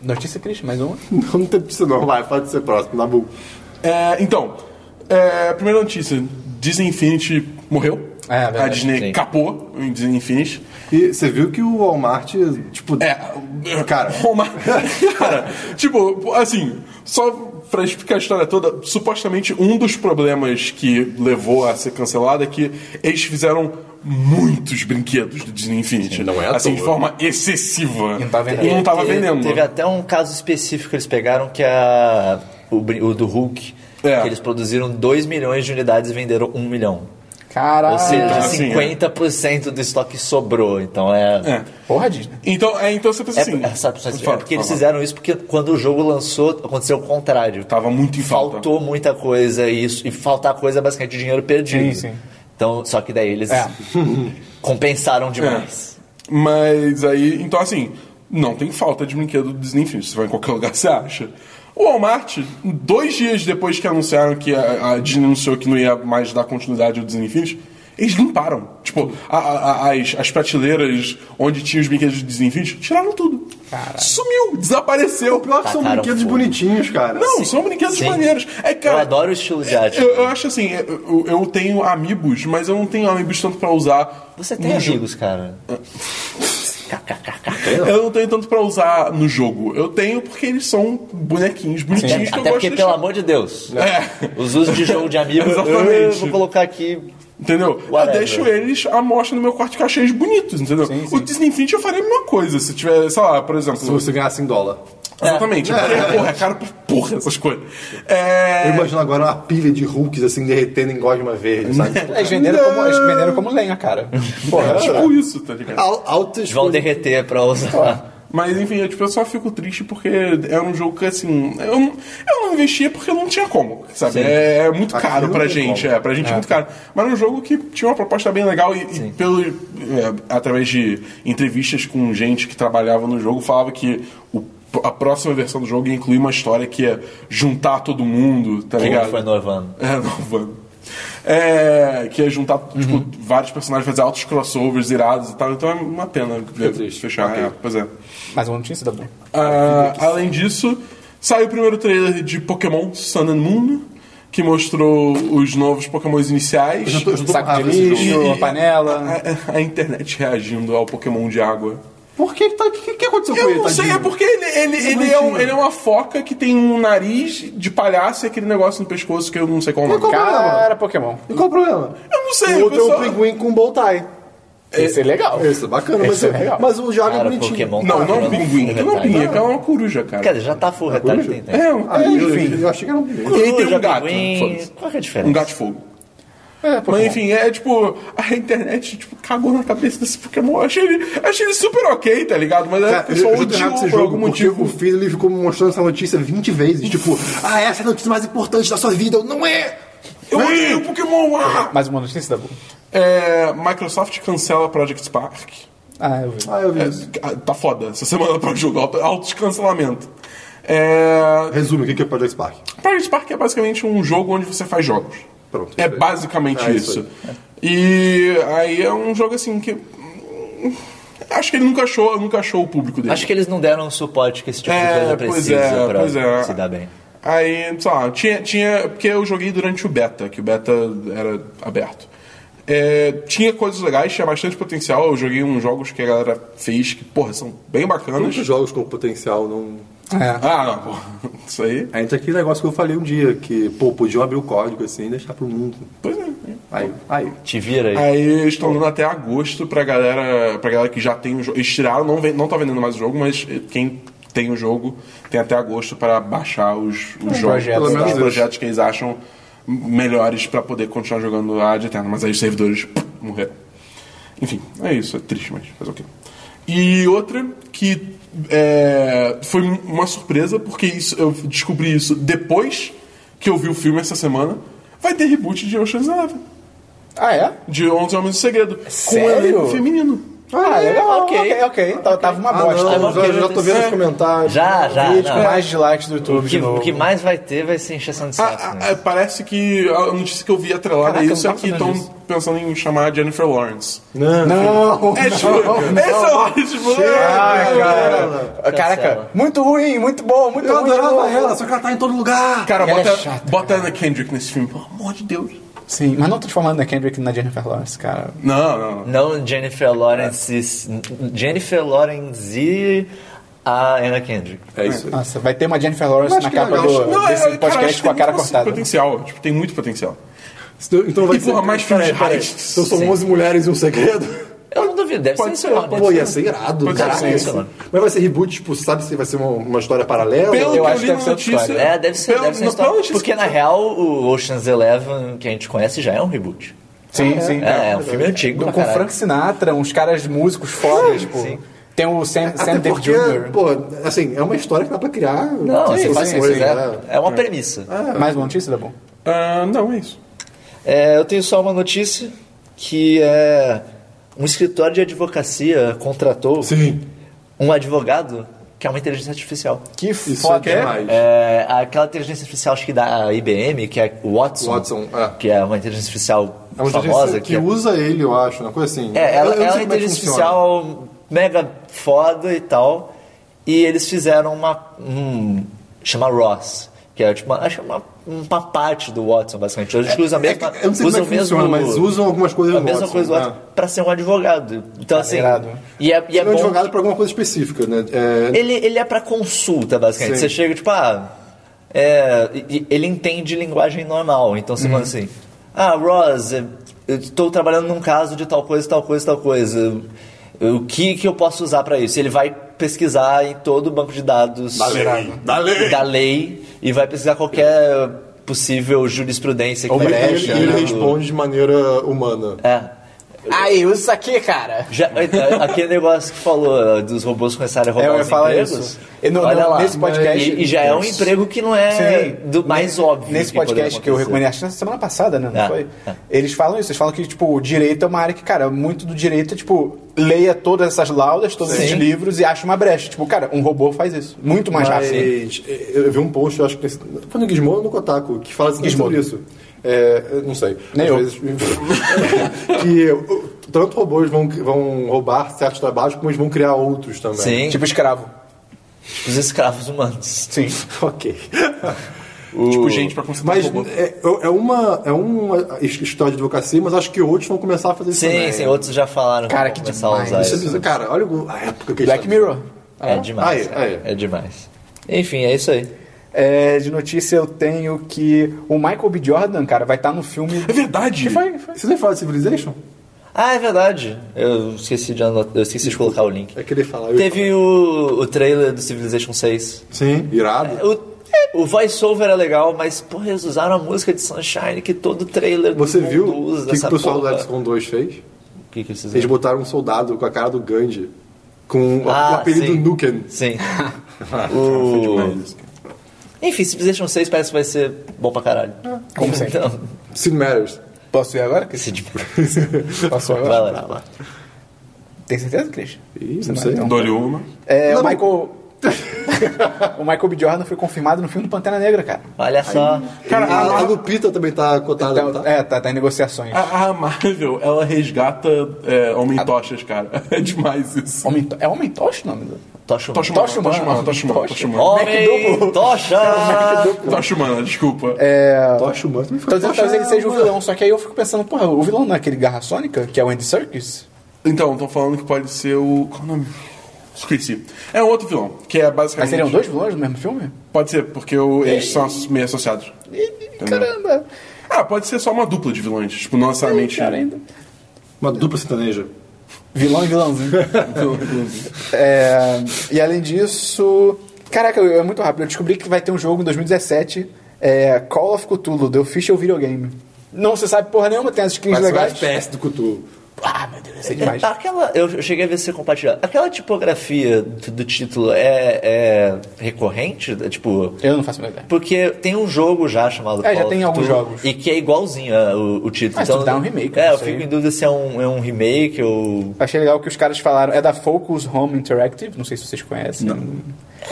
[SPEAKER 1] Notícia triste, mais uma.
[SPEAKER 2] Não, não tem isso não, vai, pode ser próximo, na boa.
[SPEAKER 3] É, então, é, primeira notícia: Disney Infinity morreu.
[SPEAKER 1] É, verdade,
[SPEAKER 3] a Disney
[SPEAKER 5] sim.
[SPEAKER 3] capou em Disney Infinity.
[SPEAKER 2] E você viu que o Walmart, tipo.
[SPEAKER 3] É,
[SPEAKER 2] Cara.
[SPEAKER 3] Roma- cara, tipo, assim, só pra explicar a história toda, supostamente um dos problemas que levou a ser cancelada é que eles fizeram muitos brinquedos do Disney Infinity.
[SPEAKER 2] não é à
[SPEAKER 3] Assim, de
[SPEAKER 2] toa.
[SPEAKER 3] forma excessiva. E
[SPEAKER 1] não tava vendendo.
[SPEAKER 3] E não tava
[SPEAKER 5] Teve-
[SPEAKER 3] vendendo. né?
[SPEAKER 5] Teve até um caso específico que eles pegaram que a. O, brin- o do Hulk.
[SPEAKER 3] É.
[SPEAKER 5] Que eles produziram 2 milhões de unidades e venderam 1 milhão.
[SPEAKER 1] Caralho.
[SPEAKER 5] Ou seja,
[SPEAKER 3] assim, é.
[SPEAKER 5] 50% do estoque sobrou. Então é.
[SPEAKER 3] É.
[SPEAKER 1] Porra, Disney.
[SPEAKER 3] Então, é, então você pensa
[SPEAKER 5] É,
[SPEAKER 3] assim.
[SPEAKER 5] é, sabe, sabe,
[SPEAKER 3] fala,
[SPEAKER 5] é porque eles
[SPEAKER 3] fala.
[SPEAKER 5] fizeram isso porque quando o jogo lançou, aconteceu o contrário.
[SPEAKER 3] Tava muito em falta.
[SPEAKER 5] Faltou muita coisa e, isso, e faltar coisa é basicamente dinheiro perdido.
[SPEAKER 1] Sim, sim.
[SPEAKER 5] Então, só que daí eles
[SPEAKER 1] É.
[SPEAKER 5] compensaram demais.
[SPEAKER 3] É. Mas aí, então assim, não tem falta de brinquedo do Disney Infinity. Você vai em qualquer lugar, você acha. O Walmart, dois dias depois que anunciaram que a, a Disney anunciou que não ia mais dar continuidade ao Disney Infinity, eles limparam. Tipo, a- a- a- as, as prateleiras onde tinha os brinquedos do Disney Infinity, tiraram tudo. Sumiu, desapareceu.
[SPEAKER 2] O pior é que são
[SPEAKER 5] Tacaram
[SPEAKER 2] brinquedos
[SPEAKER 5] fogo.
[SPEAKER 2] bonitinhos, cara.
[SPEAKER 3] Não, são brinquedos
[SPEAKER 5] Sim.
[SPEAKER 3] maneiros. É, cara,
[SPEAKER 5] tá. eu adoro o estilo de arte. né?
[SPEAKER 3] eu, eu acho assim, eu, eu tenho amigos, mas eu não tenho amigos tanto pra usar.
[SPEAKER 5] Você tem
[SPEAKER 3] no jogo.
[SPEAKER 5] amigos, cara.
[SPEAKER 3] Eu não tenho tanto pra usar no jogo. Eu tenho porque eles são bonequinhos
[SPEAKER 5] Até,
[SPEAKER 3] bonitinhos que eu
[SPEAKER 5] até
[SPEAKER 3] gosto
[SPEAKER 5] porque,
[SPEAKER 3] de
[SPEAKER 5] pelo
[SPEAKER 3] deixar.
[SPEAKER 5] amor de Deus,
[SPEAKER 3] É.
[SPEAKER 5] os usos de jogo de amigos, eu
[SPEAKER 3] Exatamente.
[SPEAKER 5] vou colocar aqui.
[SPEAKER 3] Entendeu? Eu
[SPEAKER 5] Whatever.
[SPEAKER 3] deixo eles à mostra no meu quarto de cacheiros bonitos, entendeu? O Disney Infinity eu faria a mesma coisa. Se tiver, sei lá, por exemplo.
[SPEAKER 2] Se você ganhasse em dólar.
[SPEAKER 3] Exatamente. Porque, porra, é caro por porra essas coisas. É.
[SPEAKER 2] Eu imagino agora uma pilha de Hulks assim derretendo em gosma verde, sabe?
[SPEAKER 1] Eles venderam, como, eles venderam como lenha, cara.
[SPEAKER 2] Porra,
[SPEAKER 3] Tipo isso, tá ligado?
[SPEAKER 2] Al- altas
[SPEAKER 5] Vão
[SPEAKER 2] coisas-
[SPEAKER 5] derreter pra usar.
[SPEAKER 3] Mas enfim, eu, tipo, eu só fico triste porque era um jogo que assim. Eu, não- eu não investia porque não tinha como, sabe? É, é muito
[SPEAKER 2] Aqui
[SPEAKER 3] caro
[SPEAKER 2] não
[SPEAKER 3] pra
[SPEAKER 2] tem
[SPEAKER 3] gente,
[SPEAKER 2] como.
[SPEAKER 3] é, pra gente é muito caro. Mas era um jogo que tinha uma proposta bem legal e, e pelo, é, através de entrevistas com gente que trabalhava no jogo, falava que o- a próxima versão do jogo ia incluir uma história que ia juntar todo mundo, tá
[SPEAKER 5] Como
[SPEAKER 3] ligado?
[SPEAKER 5] foi Norvano.
[SPEAKER 3] É, não, mano. É, que é juntar
[SPEAKER 2] Uhum.
[SPEAKER 3] tipo, vários personagens, fazer altos crossovers irados e tal, então é uma pena fechar. é, pois é.
[SPEAKER 1] Mas uma notícia da boa.
[SPEAKER 3] Ah, além disso, saiu o primeiro trailer de Pokémon Sun and Moon, que mostrou os novos Pokémons iniciais.
[SPEAKER 2] Eu já tô- eu já tô com
[SPEAKER 1] Saco de
[SPEAKER 2] raiva desse jogo.
[SPEAKER 1] lixo, a panela.
[SPEAKER 3] A- A, a internet reagindo ao Pokémon de água.
[SPEAKER 2] Por que que tá. O que, que aconteceu com
[SPEAKER 3] Eu
[SPEAKER 2] ele?
[SPEAKER 3] não sei, é
[SPEAKER 2] tadinho?
[SPEAKER 3] porque ele, ele, ele é um- ele é uma foca que tem um nariz de palhaço e aquele negócio no pescoço que eu não sei qual é o nome.
[SPEAKER 2] Qual o problema?
[SPEAKER 1] Cara, Pokémon.
[SPEAKER 2] E qual o problema?
[SPEAKER 3] Eu não sei,
[SPEAKER 2] O outro é um
[SPEAKER 3] pessoal.
[SPEAKER 2] pinguim com um bow tie.
[SPEAKER 1] Esse é legal.
[SPEAKER 2] Isso, bacana. Mas,
[SPEAKER 1] Esse é legal.
[SPEAKER 2] mas o Jog é
[SPEAKER 4] Cara,
[SPEAKER 2] bonitinho.
[SPEAKER 4] Pokémon tá
[SPEAKER 3] Não, não é um
[SPEAKER 4] virando
[SPEAKER 3] pinguim.
[SPEAKER 4] full
[SPEAKER 3] Aquilo não é um
[SPEAKER 4] retalho.
[SPEAKER 3] pinguim, aquilo é uma coruja, cara.
[SPEAKER 4] Quer dizer, já tá full retalho tem tempo.
[SPEAKER 3] É, um
[SPEAKER 2] Ah,
[SPEAKER 3] coruja.
[SPEAKER 2] enfim, eu achei que era um
[SPEAKER 3] E aí tem um
[SPEAKER 4] Coruja,
[SPEAKER 3] gato.
[SPEAKER 4] pinguim,
[SPEAKER 3] foda-se.
[SPEAKER 4] Qual que é a diferença?
[SPEAKER 3] Um gato de fogo. Mas enfim, é tipo, a internet tipo, cagou na cabeça desse Pokémon. Eu achei ele, achei ele super ok, tá ligado? Mas é,
[SPEAKER 2] Cara,
[SPEAKER 3] o
[SPEAKER 2] eu,
[SPEAKER 3] pessoal
[SPEAKER 2] eu tô errado
[SPEAKER 3] odiou
[SPEAKER 2] esse
[SPEAKER 3] por
[SPEAKER 2] jogo,
[SPEAKER 3] algum
[SPEAKER 2] porque
[SPEAKER 3] motivo.
[SPEAKER 2] o filho ele ficou me mostrando essa notícia 20 vezes. Tipo, ah, essa é a notícia mais importante da sua vida. Eu, Não é!
[SPEAKER 3] Eu odeio o Pokémon! Ah!
[SPEAKER 1] Mais uma notícia da boa.
[SPEAKER 3] É, Microsoft cancela Project Spark.
[SPEAKER 1] Ah, eu vi.
[SPEAKER 2] Ah, eu vi
[SPEAKER 3] É,
[SPEAKER 2] isso.
[SPEAKER 3] ah, tá foda. Essa semana pra jogo, alto, alto cancelamento. É,
[SPEAKER 2] Resume, o que que é o Project Spark?
[SPEAKER 3] Project Spark é basicamente um jogo onde você faz jogos.
[SPEAKER 2] Pronto, isso
[SPEAKER 3] É
[SPEAKER 2] aí.
[SPEAKER 3] basicamente
[SPEAKER 2] É isso
[SPEAKER 3] isso. E aí é um jogo assim que. hum, Acho que ele nunca achou, nunca achou o público dele.
[SPEAKER 4] Acho que eles não deram o suporte que esse tipo de
[SPEAKER 3] É,
[SPEAKER 4] coisa
[SPEAKER 3] pois
[SPEAKER 4] precisa
[SPEAKER 3] é,
[SPEAKER 4] pra
[SPEAKER 3] pois é.
[SPEAKER 4] se dar bem.
[SPEAKER 3] Aí, sei lá, tinha, tinha. Porque eu joguei durante o beta, que o beta era aberto. É, tinha coisas legais, tinha bastante potencial. Eu joguei uns jogos que a galera fez que, porra, são bem bacanas.
[SPEAKER 2] Muitos jogos com potencial não.
[SPEAKER 1] É.
[SPEAKER 3] Ah, não, porra. Isso aí.
[SPEAKER 2] Entra aquele negócio que eu falei um dia, que, pô, podiam abrir o código assim e deixar pro mundo.
[SPEAKER 3] Pois é.
[SPEAKER 2] Aí, aí.
[SPEAKER 4] Te vira aí.
[SPEAKER 3] Aí estão dando até agosto pra galera, pra galera que já tem o jogo. Eles tiraram, não, ven- não tá vendendo mais o jogo, mas eh, quem tem o jogo tem até agosto pra baixar os, os jogos,
[SPEAKER 1] projeto,
[SPEAKER 3] os
[SPEAKER 2] pelo menos
[SPEAKER 3] projetos que eles acham melhores pra poder continuar jogando a Ad Eterna. Mas aí os servidores pum, morreram. Enfim, é isso, é triste, mas fazer o quê? E outra que é, foi uma surpresa, porque isso, eu descobri isso depois que eu vi o filme essa semana. Vai ter reboot de Ocean's Eleven
[SPEAKER 1] Ah, é?
[SPEAKER 3] de 11 Homens do Segredo. Com um
[SPEAKER 1] Sério?
[SPEAKER 3] elenco feminino.
[SPEAKER 1] Ah, legal,
[SPEAKER 4] ok,
[SPEAKER 1] ok, ok. Tava- Tava uma bosta.
[SPEAKER 4] Ah, não,
[SPEAKER 2] já, já tô vendo
[SPEAKER 3] É.
[SPEAKER 2] os comentários.
[SPEAKER 4] Já, já.
[SPEAKER 1] Vídeo com
[SPEAKER 4] não.
[SPEAKER 1] mais dislikes do YouTube
[SPEAKER 4] O que,
[SPEAKER 1] de novo.
[SPEAKER 4] o que mais vai ter vai ser encheção de
[SPEAKER 3] Ah,
[SPEAKER 4] saco.
[SPEAKER 3] ah,
[SPEAKER 4] né?
[SPEAKER 3] ah, parece que a notícia que eu vi atrelada a
[SPEAKER 1] Caraca,
[SPEAKER 3] isso
[SPEAKER 1] eu
[SPEAKER 3] é
[SPEAKER 1] não
[SPEAKER 3] que
[SPEAKER 1] tava
[SPEAKER 3] estão
[SPEAKER 1] sabendo disso.
[SPEAKER 3] pensando em chamar a Jennifer Lawrence.
[SPEAKER 2] Não,
[SPEAKER 1] Não,
[SPEAKER 3] É tipo, essa é hora de
[SPEAKER 1] Ah,
[SPEAKER 3] mulher.
[SPEAKER 1] cara. Caraca, muito ruim, muito bom, muito
[SPEAKER 2] eu
[SPEAKER 1] ruim. de
[SPEAKER 2] adorava
[SPEAKER 1] novo.
[SPEAKER 2] ela, só que ela tá em todo lugar.
[SPEAKER 3] Cara,
[SPEAKER 1] Ela é
[SPEAKER 3] bota,
[SPEAKER 1] chata,
[SPEAKER 3] bota a Anna Kendrick nesse filme, pelo amor de Deus.
[SPEAKER 1] Sim, mas não transformando na Kendrick na Jennifer Lawrence, cara.
[SPEAKER 3] Não, não, não.
[SPEAKER 4] Não Jennifer Lawrence. Jennifer Lawrence e a Anna Kendrick.
[SPEAKER 2] É isso aí.
[SPEAKER 1] Nossa, vai ter uma Jennifer Lawrence
[SPEAKER 2] Mas
[SPEAKER 1] na
[SPEAKER 2] que
[SPEAKER 1] capa
[SPEAKER 2] legal.
[SPEAKER 1] do,
[SPEAKER 3] Não,
[SPEAKER 1] desse
[SPEAKER 3] é, cara, acho
[SPEAKER 1] podcast
[SPEAKER 3] que
[SPEAKER 1] com a
[SPEAKER 3] tem
[SPEAKER 1] cara
[SPEAKER 3] muito
[SPEAKER 1] cortada.
[SPEAKER 3] Potencial, tipo, tem muito potencial.
[SPEAKER 2] Então vai
[SPEAKER 3] E, porra, mais filmes
[SPEAKER 2] peraí,
[SPEAKER 3] de
[SPEAKER 2] peraí.
[SPEAKER 3] heists.
[SPEAKER 2] Então são
[SPEAKER 4] Sim. É
[SPEAKER 2] 11 mulheres e um segredo.
[SPEAKER 4] Eu não duvido, deve ser
[SPEAKER 3] Pode
[SPEAKER 4] isso
[SPEAKER 3] ser,
[SPEAKER 4] lá.
[SPEAKER 2] Pô, ia ser irado.
[SPEAKER 3] Pode ser,
[SPEAKER 2] Caraca,
[SPEAKER 3] sim,
[SPEAKER 2] ia ser-
[SPEAKER 4] sei lá.
[SPEAKER 2] Mas vai ser reboot, tipo, sabe se vai ser uma, uma história paralela?
[SPEAKER 3] Pelo que eu
[SPEAKER 1] acho que
[SPEAKER 3] li na
[SPEAKER 1] deve ser outra
[SPEAKER 3] notícia...
[SPEAKER 1] história.
[SPEAKER 4] É, deve ser,
[SPEAKER 3] pelo-
[SPEAKER 4] deve ser
[SPEAKER 3] não,
[SPEAKER 4] história.
[SPEAKER 3] pelo notícia-
[SPEAKER 4] Porque na real o Ocean's Eleven que a gente conhece já é um reboot.
[SPEAKER 1] Sim, sim.
[SPEAKER 4] É, é um filme antigo.
[SPEAKER 1] Com
[SPEAKER 4] pra caralho.
[SPEAKER 1] Frank Sinatra, uns caras músicos fodas, tipo.
[SPEAKER 4] sim.
[SPEAKER 1] Tem o Sam, Sam
[SPEAKER 2] Até
[SPEAKER 1] Davis
[SPEAKER 2] porque,
[SPEAKER 1] Jr.
[SPEAKER 2] pô, assim, é uma história que dá pra criar...
[SPEAKER 4] Não,
[SPEAKER 2] Sim,
[SPEAKER 4] você faz
[SPEAKER 2] sim,
[SPEAKER 4] o que
[SPEAKER 2] coisa,
[SPEAKER 4] você quiser.
[SPEAKER 2] né?
[SPEAKER 4] É uma premissa.
[SPEAKER 1] Mais uma notícia, tá bom?
[SPEAKER 3] Ah, não, é isso.
[SPEAKER 4] É, eu tenho só uma notícia que é um escritório de advocacia contratou
[SPEAKER 2] Sim.
[SPEAKER 4] um advogado que é uma inteligência artificial.
[SPEAKER 1] Que
[SPEAKER 2] Isso
[SPEAKER 1] foda.
[SPEAKER 2] aqui é demais.
[SPEAKER 4] É, aquela inteligência artificial acho que da IBM, que é o Watson,
[SPEAKER 2] Watson, é.
[SPEAKER 4] que é uma inteligência artificial
[SPEAKER 2] É uma
[SPEAKER 4] famosa
[SPEAKER 2] inteligência que
[SPEAKER 4] é-
[SPEAKER 2] usa ele, eu acho, uma coisa assim.
[SPEAKER 4] É,
[SPEAKER 2] Eu-
[SPEAKER 4] ela,
[SPEAKER 2] eu não
[SPEAKER 4] ela é
[SPEAKER 2] sei
[SPEAKER 4] uma
[SPEAKER 2] como que
[SPEAKER 4] inteligência
[SPEAKER 2] funciona.
[SPEAKER 4] artificial mega foda e tal. E eles fizeram uma. Um, chama Ross. Que é tipo uma, acho que é uma, uma parte do Watson, basicamente. Eles usam a mesma.
[SPEAKER 2] eu não sei
[SPEAKER 4] usam
[SPEAKER 2] como é que funciona,
[SPEAKER 4] mesmo,
[SPEAKER 2] mas usam algumas coisas
[SPEAKER 4] A
[SPEAKER 2] do
[SPEAKER 4] mesma
[SPEAKER 2] Watson,
[SPEAKER 4] coisa do Watson
[SPEAKER 2] né?
[SPEAKER 4] pra ser um advogado. Então, assim.
[SPEAKER 1] irado.
[SPEAKER 4] E é, e
[SPEAKER 2] Ele
[SPEAKER 4] é
[SPEAKER 2] é um
[SPEAKER 4] bom.
[SPEAKER 2] advogado pra alguma coisa específica, né? É,
[SPEAKER 4] Ele, ele é pra consulta, basicamente.
[SPEAKER 2] Sim.
[SPEAKER 4] Você chega, tipo, ah. é, e- e- ele entende linguagem normal. Então
[SPEAKER 2] Uhum.
[SPEAKER 4] você manda assim: Ah, Ross, eu estou trabalhando num caso de tal coisa, tal coisa, tal coisa. O que, que eu posso usar pra isso? Ele vai pesquisar em todo o banco de dados da lei, da lei. e vai pesquisar qualquer possível jurisprudência que
[SPEAKER 2] E ele, é
[SPEAKER 4] mexe.
[SPEAKER 2] ele responde de maneira humana.
[SPEAKER 4] É.
[SPEAKER 1] Aí, usa isso aqui, cara.
[SPEAKER 4] Já, é, aquele negócio que falou dos robôs começarem a
[SPEAKER 1] É,
[SPEAKER 4] roubar
[SPEAKER 1] eu ia
[SPEAKER 4] os
[SPEAKER 1] falar
[SPEAKER 4] empregos.
[SPEAKER 1] isso. E no-
[SPEAKER 4] olha
[SPEAKER 1] no-
[SPEAKER 4] lá.
[SPEAKER 1] nesse podcast-
[SPEAKER 4] e, e já é um emprego que não é
[SPEAKER 1] Sim.
[SPEAKER 4] do mais óbvio.
[SPEAKER 1] Nesse
[SPEAKER 4] que poderia
[SPEAKER 1] podcast que eu
[SPEAKER 4] acontecer.
[SPEAKER 1] recomendei, acho que na semana passada, né? Não
[SPEAKER 4] Ah,
[SPEAKER 1] foi?
[SPEAKER 4] ah.
[SPEAKER 1] Eles falam isso, eles falam que, tipo, o direito é uma área que, cara, muito do direito é, tipo, leia todas essas laudas, todos esses
[SPEAKER 4] Sim.
[SPEAKER 1] livros e acha uma brecha. Tipo, cara, um robô faz isso. Muito mais rápido.
[SPEAKER 2] Mas eu vi um post, eu acho que nesse- foi no Gizmodo ou no Kotaku, que fala exatamente
[SPEAKER 1] Gizmodo.
[SPEAKER 2] sobre isso. É, eu não sei.
[SPEAKER 1] Nem eu.
[SPEAKER 2] vezes- que o- tanto robôs vão, vão roubar certos trabalhos, como eles vão criar outros também.
[SPEAKER 4] Sim,
[SPEAKER 1] Tipo escravo.
[SPEAKER 4] os escravos humanos.
[SPEAKER 1] Sim.
[SPEAKER 2] Ok.
[SPEAKER 3] Tipo, gente pra consultar
[SPEAKER 2] Mas
[SPEAKER 3] robô.
[SPEAKER 2] é, é uma, é uma história de advocacia, mas acho que outros vão começar a fazer isso
[SPEAKER 4] Sim,
[SPEAKER 2] também.
[SPEAKER 4] sim, outros já falaram
[SPEAKER 1] Cara,
[SPEAKER 4] vão
[SPEAKER 1] que
[SPEAKER 4] começar
[SPEAKER 1] demais.
[SPEAKER 4] a usar
[SPEAKER 2] Isso é
[SPEAKER 4] isso.
[SPEAKER 2] bizarro. Cara, olha o- a época que a gente
[SPEAKER 1] Black
[SPEAKER 2] tá-
[SPEAKER 1] Mirror.
[SPEAKER 4] É demais.
[SPEAKER 2] Aí,
[SPEAKER 4] cara.
[SPEAKER 2] aí.
[SPEAKER 4] É demais. Enfim, é isso aí.
[SPEAKER 1] É, de notícia eu tenho que o Michael B. Jordan, cara, vai estar no filme.
[SPEAKER 3] É verdade.
[SPEAKER 1] Foi, foi.
[SPEAKER 2] Você nem fala de Civilization?
[SPEAKER 4] Ah, é verdade. Eu esqueci de, anotar, eu esqueci de colocar o link.
[SPEAKER 2] É que ele fala. eu-
[SPEAKER 4] Teve um o, o trailer do Civilization 6.
[SPEAKER 2] Sim, irado.
[SPEAKER 4] O, o voice-over é legal, mas, porra, eles usaram a música de Sunshine que todo trailer
[SPEAKER 2] Você
[SPEAKER 4] do
[SPEAKER 2] viu
[SPEAKER 4] mundo
[SPEAKER 2] o
[SPEAKER 4] usa.
[SPEAKER 2] que, que
[SPEAKER 4] essa
[SPEAKER 2] o pessoal
[SPEAKER 4] porra.
[SPEAKER 2] do XCOM 2 fez?
[SPEAKER 4] O que, que eles
[SPEAKER 2] Eles
[SPEAKER 4] fizeram?
[SPEAKER 2] botaram um soldado com a cara do Gandhi, com
[SPEAKER 4] Ah,
[SPEAKER 2] o apelido
[SPEAKER 4] sim.
[SPEAKER 2] Nukem.
[SPEAKER 4] Sim.
[SPEAKER 2] Ah, Foi demais
[SPEAKER 4] o...
[SPEAKER 2] Tipo isso, cara.
[SPEAKER 4] Enfim, Civilization 6 parece que vai ser bom pra caralho. Como sempre. Então,
[SPEAKER 2] Sid Matters.
[SPEAKER 1] Posso ir agora? Cris?
[SPEAKER 4] se divertir.
[SPEAKER 1] Posso ir
[SPEAKER 4] vai
[SPEAKER 1] agora?
[SPEAKER 4] lá.
[SPEAKER 1] Tem certeza, Cris?
[SPEAKER 2] Ih, então- não sei.
[SPEAKER 3] Dole uma.
[SPEAKER 1] É,
[SPEAKER 2] Não,
[SPEAKER 1] o Michael... o Michael B. Jordan foi confirmado no filme do Pantera Negra, cara.
[SPEAKER 4] Olha só.
[SPEAKER 2] Cara, a, a Lupita também tá cotada, não
[SPEAKER 1] Então,
[SPEAKER 2] tá?
[SPEAKER 1] é, tá, tá em negociações.
[SPEAKER 2] Ah,
[SPEAKER 3] A, a Marvel, ela resgata é, Homem-Tochas, cara. É demais isso.
[SPEAKER 1] Homem, to- é Homem Tocha o nome do...
[SPEAKER 4] Tocha
[SPEAKER 3] Tocha
[SPEAKER 4] humana.
[SPEAKER 3] humana, tocha humana, tocha humana, tocha
[SPEAKER 2] um
[SPEAKER 3] humana.
[SPEAKER 4] Homem,
[SPEAKER 2] É
[SPEAKER 4] tocha! Ah.
[SPEAKER 3] Tocha humana, desculpa.
[SPEAKER 1] É...
[SPEAKER 2] Tocha humana também
[SPEAKER 1] Tô
[SPEAKER 4] Então,
[SPEAKER 1] dizendo,
[SPEAKER 2] foi. Tocha
[SPEAKER 1] talvez ele seja o
[SPEAKER 2] humana.
[SPEAKER 1] vilão, só que aí eu fico pensando, porra, o vilão não é aquele Garra Sônica, que é o Andy Serkis?
[SPEAKER 3] Então, estão falando que pode ser o. Qual o nome? Esqueci. É um outro vilão, que é basicamente.
[SPEAKER 1] Mas seriam dois É. vilões no mesmo filme?
[SPEAKER 3] Pode ser, porque o- eles são as- meio associados. Entendeu?
[SPEAKER 1] Caramba!
[SPEAKER 3] Ah, pode ser só uma dupla de vilões, tipo, não necessariamente.
[SPEAKER 1] Cara, ainda.
[SPEAKER 2] Uma dupla sertaneja.
[SPEAKER 1] Vilão e vilãozinho. É, e além disso. Caraca, eu- é muito rápido. Eu descobri que vai ter um jogo em 2017. É, Call of Cthulhu, The Official Video Game. Não se sabe porra nenhuma, tem as skins
[SPEAKER 2] Mas vai
[SPEAKER 1] legais.
[SPEAKER 2] espécie do Cthulhu.
[SPEAKER 1] Ah, meu Deus, isso é demais.
[SPEAKER 4] É, Aquela, eu cheguei a ver você compartilhar. Aquela tipografia do, do título é, é recorrente? É, tipo.
[SPEAKER 1] Eu não faço a menor ideia.
[SPEAKER 4] Porque tem um jogo já chamado.
[SPEAKER 1] É, já
[SPEAKER 4] Call of
[SPEAKER 1] tem alguns
[SPEAKER 4] Cthulhu,
[SPEAKER 1] jogos.
[SPEAKER 4] E que é igualzinho é, o, o título.
[SPEAKER 1] Mas tu dá um remake,
[SPEAKER 4] É,
[SPEAKER 1] não
[SPEAKER 4] eu
[SPEAKER 1] sei.
[SPEAKER 4] fico em dúvida se é um, é um remake ou.
[SPEAKER 1] Achei legal que os caras falaram. É da Focus Home Interactive, não sei se vocês conhecem.